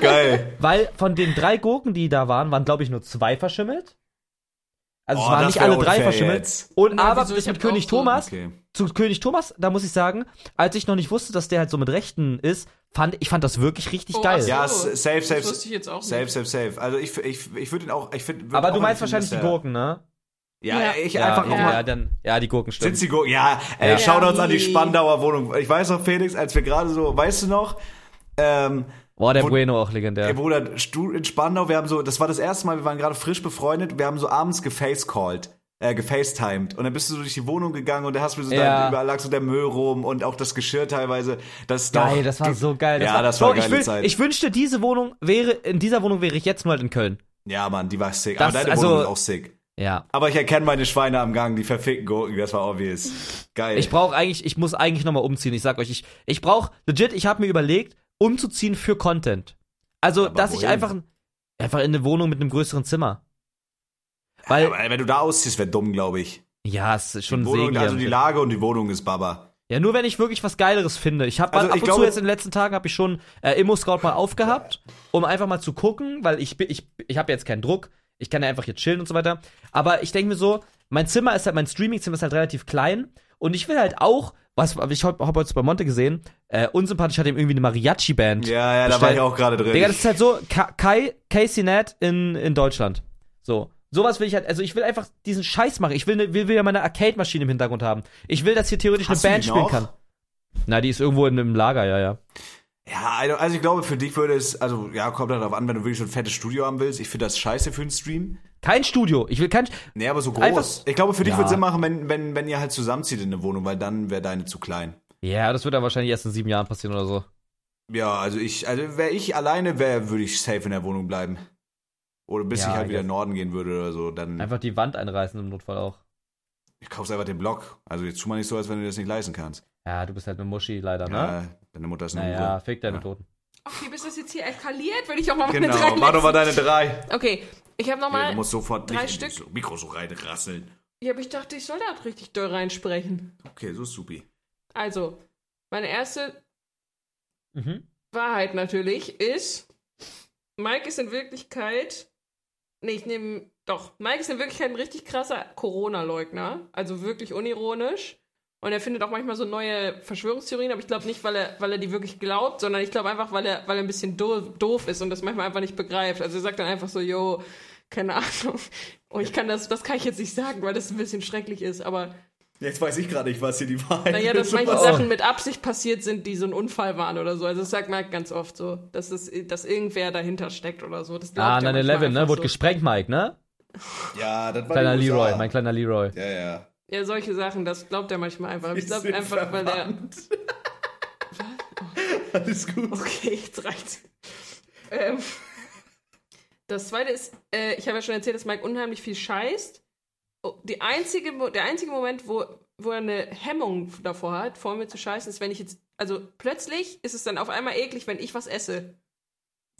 [SPEAKER 1] Geil.
[SPEAKER 2] Weil von den drei Gurken, die da waren, waren, glaube ich, nur zwei verschimmelt. Also es
[SPEAKER 1] Oh,
[SPEAKER 2] waren
[SPEAKER 1] das
[SPEAKER 2] nicht
[SPEAKER 1] wär
[SPEAKER 2] alle drei
[SPEAKER 1] unfair
[SPEAKER 2] verschimmelt.
[SPEAKER 1] jetzt.
[SPEAKER 2] Und
[SPEAKER 3] Na,
[SPEAKER 2] aber
[SPEAKER 3] wieso?
[SPEAKER 2] das
[SPEAKER 3] Ich
[SPEAKER 2] mit
[SPEAKER 3] hab auch
[SPEAKER 2] König
[SPEAKER 3] so-
[SPEAKER 2] Thomas,
[SPEAKER 1] Okay.
[SPEAKER 2] zu König Thomas, da muss ich sagen, als ich noch nicht wusste, dass der halt so mit Rechten ist, fand ich fand das wirklich richtig
[SPEAKER 3] Oh,
[SPEAKER 2] geil.
[SPEAKER 3] ach so.
[SPEAKER 1] Ja, s- safe, safe.
[SPEAKER 3] Das wusste ich jetzt auch nicht.
[SPEAKER 1] Safe, safe, safe. Also ich, ich, ich würde ihn auch. Ich find, würd
[SPEAKER 2] Aber
[SPEAKER 1] auch
[SPEAKER 2] du meinst
[SPEAKER 1] empfehlen,
[SPEAKER 2] wahrscheinlich die
[SPEAKER 1] dass der-
[SPEAKER 2] Gurken, ne?
[SPEAKER 1] Ja,
[SPEAKER 4] Ja.
[SPEAKER 1] ich
[SPEAKER 2] Ja,
[SPEAKER 1] einfach
[SPEAKER 2] ja,
[SPEAKER 1] auch mal.
[SPEAKER 2] ja, dann, ja, die Gurken
[SPEAKER 1] Sind
[SPEAKER 2] stimmt.
[SPEAKER 1] sie Gurken? Ja, ey,
[SPEAKER 2] Ja.
[SPEAKER 1] Shoutouts an die
[SPEAKER 3] Ja.
[SPEAKER 1] Spandauer Wohnung. Ich weiß noch, Felix, als wir gerade so, weißt du noch, ähm,
[SPEAKER 2] Boah, der
[SPEAKER 1] Wo-
[SPEAKER 2] Bueno auch legendär.
[SPEAKER 1] Ey, Bruder, Stu in Spandau, wir haben so, das war das erste Mal, wir waren gerade frisch befreundet, wir haben so abends gefacecalled, äh, gefacetimed. Und dann bist du so durch die Wohnung gegangen und da hast du so,
[SPEAKER 2] Ja.
[SPEAKER 1] da, überall lag so der Müll rum und auch das Geschirr teilweise. Das ist
[SPEAKER 2] Geil,
[SPEAKER 1] doch-
[SPEAKER 2] das war
[SPEAKER 1] du-
[SPEAKER 2] so geil.
[SPEAKER 1] ja, das war
[SPEAKER 2] Bro, ich,
[SPEAKER 1] geile
[SPEAKER 2] wün-
[SPEAKER 1] Zeit.
[SPEAKER 2] ich wünschte, diese Wohnung wäre, in dieser Wohnung wäre ich jetzt nur halt in Köln.
[SPEAKER 1] ja, Mann, die war sick.
[SPEAKER 2] Das-
[SPEAKER 1] Aber deine
[SPEAKER 2] also-
[SPEAKER 1] Wohnung ist auch sick.
[SPEAKER 2] Ja.
[SPEAKER 1] Aber ich erkenne meine Schweine am Gang, die verfickten Gurken, das war obvious. Geil.
[SPEAKER 2] Ich brauche eigentlich, ich muss eigentlich nochmal umziehen. Ich sag euch, ich, ich brauche, legit, ich habe mir überlegt, umzuziehen für Content. Also,
[SPEAKER 1] Aber
[SPEAKER 2] dass ich
[SPEAKER 1] wohin?
[SPEAKER 2] einfach, einfach in eine Wohnung mit einem größeren Zimmer. Weil,
[SPEAKER 1] Aber wenn du da ausziehst, wäre dumm, glaube ich.
[SPEAKER 2] ja, es ist schon
[SPEAKER 1] Die
[SPEAKER 2] ein
[SPEAKER 1] Wohnung,
[SPEAKER 2] Segen.
[SPEAKER 1] also die
[SPEAKER 2] hier.
[SPEAKER 1] Lage und die Wohnung ist Baba.
[SPEAKER 2] Ja, nur wenn ich wirklich was Geileres finde. Ich habe
[SPEAKER 1] Also,
[SPEAKER 2] ab und
[SPEAKER 1] ich glaube-
[SPEAKER 2] zu jetzt in den letzten Tagen habe ich schon äh, Immo-Scout mal aufgehabt, um einfach mal zu gucken, weil ich bin, ich, ich habe jetzt keinen Druck. Ich kann ja einfach hier chillen und so weiter. Aber ich denke mir so, mein Zimmer ist halt, mein Streaming-Zimmer ist halt relativ klein. Und ich will halt auch, was ich habe hab heute bei Monte gesehen, äh, unsympathisch hat ihm irgendwie eine Mariachi-Band.
[SPEAKER 1] Ja, ja, da war
[SPEAKER 2] bestellt.
[SPEAKER 1] ich auch gerade drin.
[SPEAKER 2] Digga, das ist halt so Ka- Kai, Casey Nett in, in Deutschland. So. Sowas will ich halt, also ich will einfach diesen Scheiß machen. Ich will, ne, will, will ja meine Arcade-Maschine im Hintergrund haben. Ich will, dass hier theoretisch
[SPEAKER 1] Hast du
[SPEAKER 2] eine Band
[SPEAKER 1] die
[SPEAKER 2] spielen
[SPEAKER 1] noch?
[SPEAKER 2] kann. Na, die ist irgendwo in einem Lager, ja, ja.
[SPEAKER 1] Ja, also- also ich glaube, für dich würde es, also ja, kommt darauf an, wenn du wirklich so ein fettes Studio haben willst. Ich finde das scheiße für einen Stream.
[SPEAKER 2] Kein Studio. Ich will kein.
[SPEAKER 1] Nee, aber so groß.
[SPEAKER 2] Einfach-
[SPEAKER 1] ich glaube, für dich
[SPEAKER 2] Ja.
[SPEAKER 1] würde es Sinn machen, wenn, wenn, wenn ihr halt zusammenzieht in eine Wohnung, weil dann wäre deine zu klein.
[SPEAKER 2] Ja, das wird dann wahrscheinlich erst in sieben Jahren passieren oder so.
[SPEAKER 1] Ja, also ich, also wäre ich alleine, wäre, würde ich safe in der Wohnung bleiben. Oder bis
[SPEAKER 2] Ja,
[SPEAKER 1] ich halt wieder
[SPEAKER 2] yes.
[SPEAKER 1] in den Norden gehen würde oder so, dann
[SPEAKER 2] Einfach die Wand einreißen im Notfall auch.
[SPEAKER 1] ich kaufst einfach den Block. Also jetzt tu mal nicht so, als wenn du das nicht leisten kannst.
[SPEAKER 2] Ja, du bist halt eine Muschi leider, ne?
[SPEAKER 1] Ja, deine Mutter ist eine
[SPEAKER 2] Naja,
[SPEAKER 1] Hure.
[SPEAKER 2] fick deine
[SPEAKER 1] Ja.
[SPEAKER 2] Toten.
[SPEAKER 3] Okay, bis das jetzt hier eskaliert, will ich auch mal meine drei
[SPEAKER 1] Genau, war doch mal deine drei.
[SPEAKER 3] letzten- Okay, ich habe
[SPEAKER 1] Nee,
[SPEAKER 3] nochmal...
[SPEAKER 1] du musst sofort
[SPEAKER 3] drei
[SPEAKER 1] nicht in
[SPEAKER 3] Stück.
[SPEAKER 1] das Mikro so reinrasseln.
[SPEAKER 3] Ja, aber ich dachte, ich soll da richtig doll reinsprechen.
[SPEAKER 1] Okay, so ist supi.
[SPEAKER 3] Also, meine erste
[SPEAKER 2] Mhm.
[SPEAKER 3] Wahrheit natürlich ist, Mike ist in Wirklichkeit. Nee, ich nehme. Doch, Mike ist in Wirklichkeit ein richtig krasser Corona-Leugner. Also wirklich unironisch. Und er findet auch manchmal so neue Verschwörungstheorien, aber ich glaube nicht, weil er, weil er die wirklich glaubt, sondern ich glaube einfach, weil er, weil er ein bisschen doof, doof ist und das manchmal einfach nicht begreift. Also er sagt dann einfach so, yo, keine Ahnung. Und ich kann das, das kann ich jetzt nicht sagen, weil das ein bisschen schrecklich ist, aber
[SPEAKER 1] Jetzt weiß ich gerade nicht, was hier die Wahrheit
[SPEAKER 3] naja, dass manche
[SPEAKER 2] was-
[SPEAKER 3] Sachen mit Absicht passiert sind, die so ein Unfall waren oder so. Also das sagt Mike ganz oft so, dass, das, dass irgendwer dahinter steckt oder so. Das glaubt
[SPEAKER 2] Ah,
[SPEAKER 3] er manchmal
[SPEAKER 2] 9-11, ne?
[SPEAKER 3] einfach
[SPEAKER 2] Wurde
[SPEAKER 3] so.
[SPEAKER 2] gesprengt, Mike, ne?
[SPEAKER 1] Ja, das war
[SPEAKER 2] Kleiner
[SPEAKER 1] die USA.
[SPEAKER 2] Leroy, mein kleiner Leroy.
[SPEAKER 1] Ja, ja.
[SPEAKER 3] Ja, solche Sachen, das glaubt er manchmal einfach. Aber ich glaube einfach, weil er...
[SPEAKER 1] Alles gut.
[SPEAKER 3] Okay, jetzt reicht's. Ähm, das zweite ist, äh, ich habe ja schon erzählt, dass Mike unheimlich viel scheißt. Oh, Die einzige, Mo- der einzige Moment, wo, wo er eine Hemmung davor hat, vor mir zu scheißen, ist, wenn ich jetzt. Also plötzlich ist es dann auf einmal eklig, wenn ich was esse.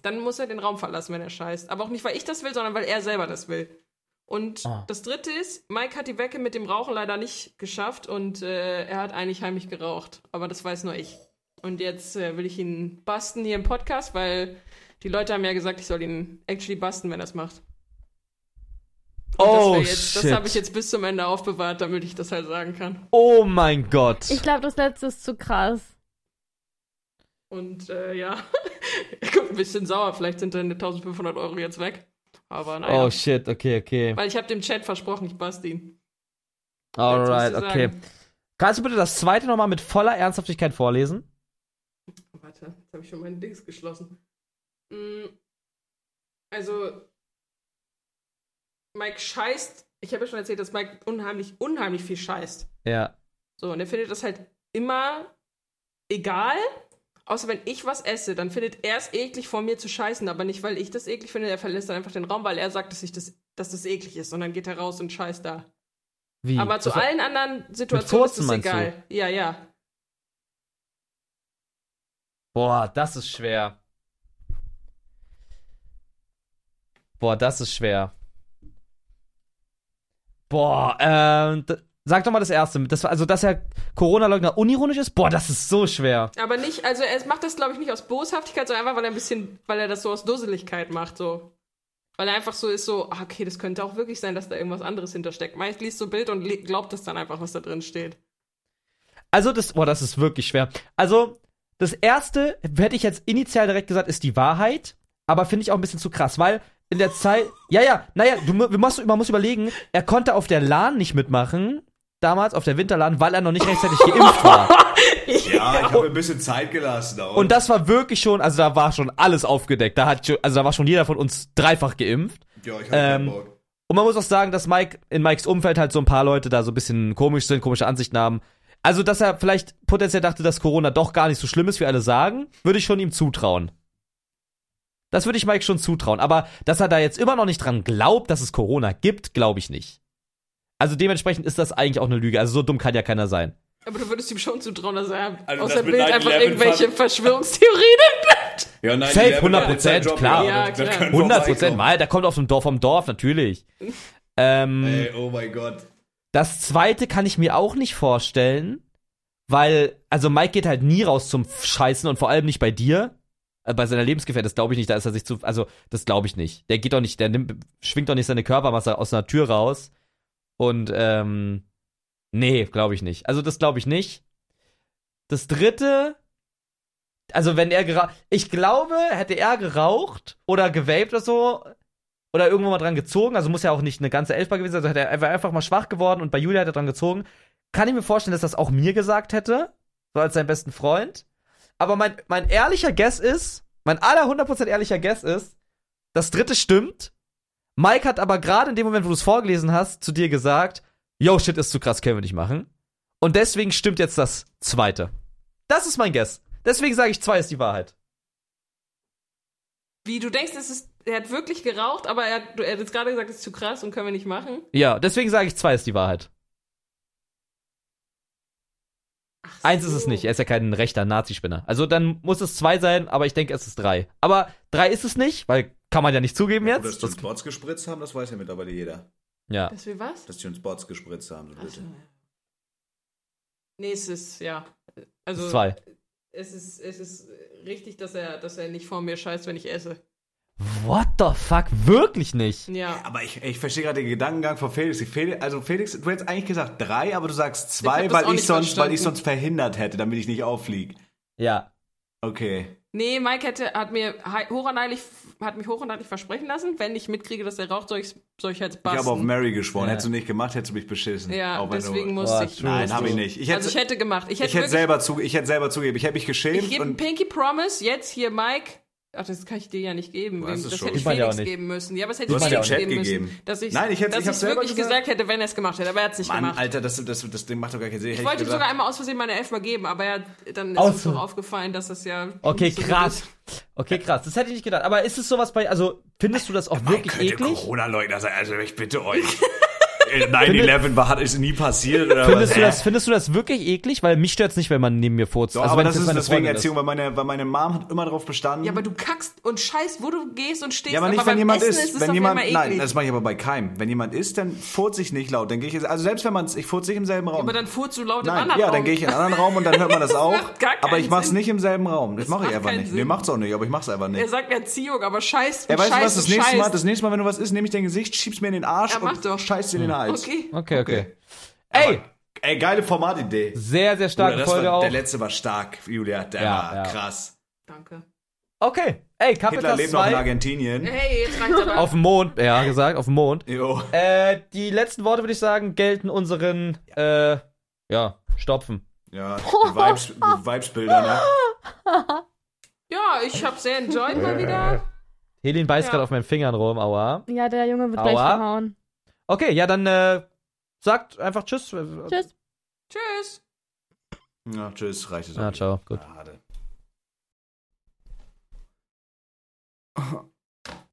[SPEAKER 3] Dann muss er den Raum verlassen, wenn er scheißt. Aber auch nicht, weil ich das will, sondern weil er selber das will. Und
[SPEAKER 2] Ah.
[SPEAKER 3] das dritte ist, Mike hat die Wecke mit dem Rauchen leider nicht geschafft und äh, er hat eigentlich heimlich geraucht. Aber das weiß nur ich. Und jetzt äh, will ich ihn basten hier im Podcast, weil die Leute haben ja gesagt, ich soll ihn actually basten, wenn er es macht. Und das
[SPEAKER 2] Oh,
[SPEAKER 3] wär jetzt, das
[SPEAKER 2] shit.
[SPEAKER 3] habe ich jetzt bis zum Ende aufbewahrt, damit ich das halt sagen kann.
[SPEAKER 2] Oh mein Gott.
[SPEAKER 4] Ich glaube, das letzte ist zu krass.
[SPEAKER 3] Und äh, ja, er kommt ein bisschen sauer. Vielleicht sind deine 1500 Euro jetzt weg. Aber naja.
[SPEAKER 2] oh shit, okay, okay.
[SPEAKER 3] weil ich habe dem Chat versprochen, ich baste ihn. Jetzt
[SPEAKER 2] Alright,
[SPEAKER 3] musst du
[SPEAKER 2] okay.
[SPEAKER 3] sagen.
[SPEAKER 2] Kannst du bitte das zweite nochmal mit voller Ernsthaftigkeit vorlesen?
[SPEAKER 3] Oh, Warte, jetzt habe ich schon meine Dings geschlossen. Mm, Also, Mike scheißt. Ich habe ja schon erzählt, dass Mike unheimlich, unheimlich viel scheißt.
[SPEAKER 2] Ja.
[SPEAKER 3] So, und er findet das halt immer egal. Außer wenn ich was esse, dann findet er es eklig, vor mir zu scheißen. Aber nicht, weil ich das eklig finde. Er verlässt dann einfach den Raum, weil er sagt, dass, ich das, dass das eklig ist. Und dann geht er raus und scheißt da.
[SPEAKER 2] Wie?
[SPEAKER 3] Aber zu
[SPEAKER 2] Hm, Das-
[SPEAKER 3] allen anderen Situationen ist
[SPEAKER 2] Furzen
[SPEAKER 3] es
[SPEAKER 2] meinst du?
[SPEAKER 3] egal. Ja, ja.
[SPEAKER 2] Boah, das ist schwer. Boah, das ist schwer. Boah, ähm, d- sag doch mal das erste. Das war, also, dass er Corona-Leugner unironisch ist? Boah, das ist so schwer.
[SPEAKER 3] Aber nicht, also er macht das, glaube ich, nicht aus Boshaftigkeit, sondern einfach, weil er ein bisschen, weil er das so aus Dusseligkeit macht, so. Weil er einfach so ist, so, ah, okay, das könnte auch wirklich sein, dass da irgendwas anderes hintersteckt. Meist liest so ein Bild und le- glaubt das dann einfach, was da drin steht.
[SPEAKER 2] Also, das, boah, das ist wirklich schwer. Also, das erste hätte ich jetzt initial direkt gesagt, ist die Wahrheit. Aber finde ich auch ein bisschen zu krass, weil in der Zeit. Ja, ja, naja, du, mu- wir musst, man muss überlegen, er konnte auf der LAN nicht mitmachen. Damals auf der Winterlan, weil er noch nicht rechtzeitig geimpft war.
[SPEAKER 1] Ja, ich habe ein bisschen Zeit gelassen. auch.
[SPEAKER 2] Und das war wirklich schon, also da war schon alles aufgedeckt. Da hat, schon- also da war schon jeder von uns dreifach geimpft.
[SPEAKER 1] ja, ich hab
[SPEAKER 2] ähm,
[SPEAKER 1] keinen Bock.
[SPEAKER 2] Und man muss auch sagen, dass Mike in Mikes Umfeld halt so ein paar Leute da so ein bisschen komisch sind, komische Ansichten haben. Also, dass er vielleicht potenziell dachte, dass Corona doch gar nicht so schlimm ist, wie alle sagen, würde ich schon ihm zutrauen. Das würde ich Mike schon zutrauen. Aber dass er da jetzt immer noch nicht dran glaubt, dass es Corona gibt, glaube ich nicht. Also dementsprechend ist das eigentlich auch eine Lüge. Also so dumm kann ja keiner sein.
[SPEAKER 3] Aber du würdest ihm schon zutrauen, dass er
[SPEAKER 1] Also
[SPEAKER 3] aus
[SPEAKER 1] das
[SPEAKER 3] dem
[SPEAKER 1] mit
[SPEAKER 3] Bild einfach
[SPEAKER 1] 9/11
[SPEAKER 3] irgendwelche
[SPEAKER 1] fand-
[SPEAKER 3] Verschwörungstheorien entblättert.
[SPEAKER 1] Ja, nein,
[SPEAKER 2] safe,
[SPEAKER 1] die Level-
[SPEAKER 2] 100%,
[SPEAKER 1] Job,
[SPEAKER 2] klar.
[SPEAKER 1] ja,
[SPEAKER 3] Ja,
[SPEAKER 1] das- das
[SPEAKER 3] klar.
[SPEAKER 1] können wir auch
[SPEAKER 2] 100 Prozent.
[SPEAKER 1] sagen.
[SPEAKER 2] Mal, der kommt auf dem Dorf, vom Dorf, natürlich. Ähm,
[SPEAKER 1] Ey, oh mein Gott.
[SPEAKER 2] Das zweite kann ich mir auch nicht vorstellen, weil, also Mike geht halt nie raus zum Scheißen und vor allem nicht bei dir. Äh, Bei seiner Lebensgefährtin, das glaube ich nicht, da ist er sich zu, also, das glaube ich nicht. Der geht doch nicht, der nimmt, schwingt doch nicht seine Körpermasse aus einer Tür raus. Und, ähm, nee, glaube ich nicht. Also, das glaube ich nicht. Das dritte, also, wenn er geraucht, ich glaube, hätte er geraucht oder gewaped oder so, oder irgendwo mal dran gezogen, also muss ja auch nicht eine ganze Elfbar gewesen sein, also hat er, er war einfach mal schwach geworden und bei Julia hat er dran gezogen. Kann ich mir vorstellen, dass das auch mir gesagt hätte, so als sein besten Freund. Aber mein, mein ehrlicher Guess ist, mein aller 100% ehrlicher Guess ist, das dritte stimmt. Mike hat aber gerade in dem Moment, wo du es vorgelesen hast, zu dir gesagt, yo, shit, ist zu krass, können wir nicht machen. Und deswegen stimmt jetzt das zweite. Das ist mein Guess. Deswegen sage ich, zwei ist die Wahrheit.
[SPEAKER 3] Wie du denkst, es ist, er hat wirklich geraucht, aber er hat, du- er hat jetzt gerade gesagt, es ist zu krass und können wir nicht machen.
[SPEAKER 2] Ja, deswegen sage ich, zwei ist die Wahrheit. Eins ist es
[SPEAKER 3] so.
[SPEAKER 2] nicht, er ist ja kein rechter Nazispinner. Also dann muss es zwei sein, aber ich denke, es ist drei. Aber drei ist es nicht, weil kann man ja nicht zugeben
[SPEAKER 1] Ob Dass
[SPEAKER 2] jetzt.
[SPEAKER 1] die uns Bots gespritzt haben, das weiß ja mittlerweile jeder.
[SPEAKER 2] ja.
[SPEAKER 3] Dass wir was?
[SPEAKER 1] Dass die uns Bots gespritzt haben, so bitte.
[SPEAKER 3] Nee, es ist, ja. Also,
[SPEAKER 2] zwei.
[SPEAKER 3] es ist, es ist richtig, dass er, dass er nicht vor mir scheißt, wenn ich esse.
[SPEAKER 2] What the fuck? Wirklich nicht?
[SPEAKER 3] Ja.
[SPEAKER 1] Aber ich, ich verstehe gerade den Gedankengang von Felix. Ich, Felix. Also Felix, du hättest eigentlich gesagt drei, aber du sagst
[SPEAKER 3] Ich
[SPEAKER 1] zwei,
[SPEAKER 3] hab das auch
[SPEAKER 1] weil ich,
[SPEAKER 3] nicht
[SPEAKER 1] sonst, weil
[SPEAKER 3] verstanden.
[SPEAKER 1] ich sonst verhindert hätte, damit ich nicht auffliege.
[SPEAKER 2] Ja.
[SPEAKER 1] Okay.
[SPEAKER 3] Nee, Mike hätte, hat mir hei- hocherneilig, hat mich hocherneilig versprechen lassen, wenn ich mitkriege, dass er raucht, soll ich, soll ich halt
[SPEAKER 1] Ich
[SPEAKER 3] basten.
[SPEAKER 1] habe auf Mary geschworen.
[SPEAKER 2] Ja.
[SPEAKER 1] Hättest du nicht gemacht, hättest du mich beschissen.
[SPEAKER 3] ja,
[SPEAKER 1] Auch wenn du-
[SPEAKER 3] deswegen musste
[SPEAKER 2] Boah,
[SPEAKER 3] ich.
[SPEAKER 2] true.
[SPEAKER 1] Nein, habe ich nicht. Ich hätte,
[SPEAKER 3] also ich hätte gemacht. Ich hätte,
[SPEAKER 1] ich hätte,
[SPEAKER 3] wirklich,
[SPEAKER 1] selber, zuge ich hätte selber zugeben. Ich hätte mich
[SPEAKER 3] ich
[SPEAKER 1] geschämt
[SPEAKER 3] gebe
[SPEAKER 1] und
[SPEAKER 3] Pinky Promise jetzt hier Mike. Ach, das kann ich dir ja nicht geben.
[SPEAKER 1] Du hast
[SPEAKER 3] Wem-
[SPEAKER 1] es
[SPEAKER 3] Das
[SPEAKER 1] schon.
[SPEAKER 3] hätte ich
[SPEAKER 2] Ich meine ja
[SPEAKER 3] Felix
[SPEAKER 2] auch nicht.
[SPEAKER 3] geben müssen. Ja, aber das hätte
[SPEAKER 1] Du
[SPEAKER 3] ich
[SPEAKER 1] hast
[SPEAKER 2] ja
[SPEAKER 3] Felix
[SPEAKER 1] im Chat
[SPEAKER 3] geben müssen.
[SPEAKER 1] gegeben.
[SPEAKER 3] Dass ich,
[SPEAKER 1] Nein, ich hätte-
[SPEAKER 3] dass
[SPEAKER 1] ich hab's
[SPEAKER 3] ich's
[SPEAKER 1] selber
[SPEAKER 3] wirklich gesagt.
[SPEAKER 1] gesagt.
[SPEAKER 3] hätte, wenn er es gemacht hätte. Aber er hat es nicht
[SPEAKER 1] Mann,
[SPEAKER 3] gemacht.
[SPEAKER 1] Alter, das, das, das Ding macht doch gar keinen Sinn.
[SPEAKER 3] Ich
[SPEAKER 1] Hätte
[SPEAKER 3] wollte ihm
[SPEAKER 1] gesagt,
[SPEAKER 3] sogar einmal aus Versehen meine Elf mal geben, aber er, dann ist
[SPEAKER 2] Aus-
[SPEAKER 3] uns doch aufgefallen, dass das ja.
[SPEAKER 2] Okay,
[SPEAKER 3] so
[SPEAKER 2] krass.
[SPEAKER 3] ist.
[SPEAKER 2] Okay, krass. Das hätte ich nicht gedacht. Aber ist es sowas bei, also findest du das auch
[SPEAKER 1] Mike
[SPEAKER 2] wirklich
[SPEAKER 1] könnte
[SPEAKER 2] eklig?
[SPEAKER 1] Corona-Leugner sein. Also ich bitte euch. Äh, 9-11 war, hat, ist nie passiert. Oder was?
[SPEAKER 2] Findest
[SPEAKER 1] Hä?
[SPEAKER 2] du, das, findest du das wirklich eklig? Weil mich stört's nicht, wenn man neben mir furzt.
[SPEAKER 1] Doch,
[SPEAKER 2] also
[SPEAKER 1] aber
[SPEAKER 2] wenn
[SPEAKER 1] das
[SPEAKER 2] es jetzt
[SPEAKER 1] ist
[SPEAKER 2] meine
[SPEAKER 1] deswegen
[SPEAKER 2] Freundin ist.
[SPEAKER 1] Erziehung, weil meine, weil meine Mom hat immer darauf bestanden.
[SPEAKER 3] Ja, aber du kackst und scheißt, wo du gehst und stehst.
[SPEAKER 1] Ja, aber nicht,
[SPEAKER 3] beim
[SPEAKER 1] wenn jemand
[SPEAKER 3] Essen
[SPEAKER 1] isst.
[SPEAKER 3] es
[SPEAKER 1] wenn
[SPEAKER 3] doch
[SPEAKER 1] jemand,
[SPEAKER 3] immer
[SPEAKER 1] nein, also-
[SPEAKER 3] eklig.
[SPEAKER 1] das mache ich aber bei keinem. Wenn jemand isst, dann furze ich nicht laut. Dann gehe ich jetzt, also selbst wenn man es, ich furze nicht im selben Raum.
[SPEAKER 3] aber dann fuhrst du laut im
[SPEAKER 1] nein,
[SPEAKER 3] anderen
[SPEAKER 1] ja, dann
[SPEAKER 3] Raum.
[SPEAKER 1] gehe ich in einen anderen Raum und dann hört man das, auch.
[SPEAKER 3] macht gar
[SPEAKER 1] Aber
[SPEAKER 3] keinen
[SPEAKER 1] ich mache es
[SPEAKER 3] Sinn.
[SPEAKER 1] nicht im selben Raum. Das mache ich
[SPEAKER 3] macht
[SPEAKER 1] einfach
[SPEAKER 3] keinen
[SPEAKER 1] nicht.
[SPEAKER 3] Sinn.
[SPEAKER 1] Nee, macht's auch nicht, aber ich mach's einfach
[SPEAKER 3] Er
[SPEAKER 1] nicht.
[SPEAKER 3] sagt Erziehung, aber scheißt
[SPEAKER 1] Ja,
[SPEAKER 3] und
[SPEAKER 1] weißt du
[SPEAKER 3] scheißt
[SPEAKER 1] was, das
[SPEAKER 3] und
[SPEAKER 1] nächste
[SPEAKER 3] scheißt.
[SPEAKER 1] Mal, das nächste Mal, wenn du was isst, nehme ich dein Gesicht, schieb's mir in den Arsch
[SPEAKER 3] Ja, mach
[SPEAKER 1] und
[SPEAKER 3] doch.
[SPEAKER 1] scheißt dir in den Hals.
[SPEAKER 3] Okay.
[SPEAKER 2] Okay, okay. Ey,
[SPEAKER 1] Ey, geile Formatidee.
[SPEAKER 2] sehr, sehr starke
[SPEAKER 1] Bruder, das
[SPEAKER 2] Folge
[SPEAKER 1] war,
[SPEAKER 2] auch.
[SPEAKER 1] Der letzte war stark, Julia. Der
[SPEAKER 2] Ja,
[SPEAKER 1] war
[SPEAKER 2] ja.
[SPEAKER 1] krass.
[SPEAKER 3] Danke.
[SPEAKER 2] Okay. Ey,
[SPEAKER 1] Hitler
[SPEAKER 2] Kapitel
[SPEAKER 1] lebt noch in
[SPEAKER 2] 2.
[SPEAKER 1] Argentinien.
[SPEAKER 3] Hey, jetzt reicht's aber.
[SPEAKER 2] Auf dem Mond, ja, gesagt, auf dem Mond.
[SPEAKER 1] Jo.
[SPEAKER 2] Äh, die letzten Worte, würde ich sagen, gelten unseren, äh, ja, Stopfen.
[SPEAKER 1] Ja, Vibes, Vibesbilder, ne?
[SPEAKER 3] Ja, ich hab sehr enjoyed mal wieder.
[SPEAKER 2] Helin beißt
[SPEAKER 3] Ja.
[SPEAKER 2] gerade auf meinen Fingern rum, aua.
[SPEAKER 4] Ja, der Junge wird gleich
[SPEAKER 2] Aua.
[SPEAKER 4] verhauen.
[SPEAKER 2] Okay, ja, dann, äh, sagt einfach Tschüss.
[SPEAKER 4] Tschüss.
[SPEAKER 3] Tschüss.
[SPEAKER 1] Ja, tschüss, reicht es
[SPEAKER 2] Na,
[SPEAKER 1] auch.
[SPEAKER 2] ciao, gut.
[SPEAKER 1] Schade.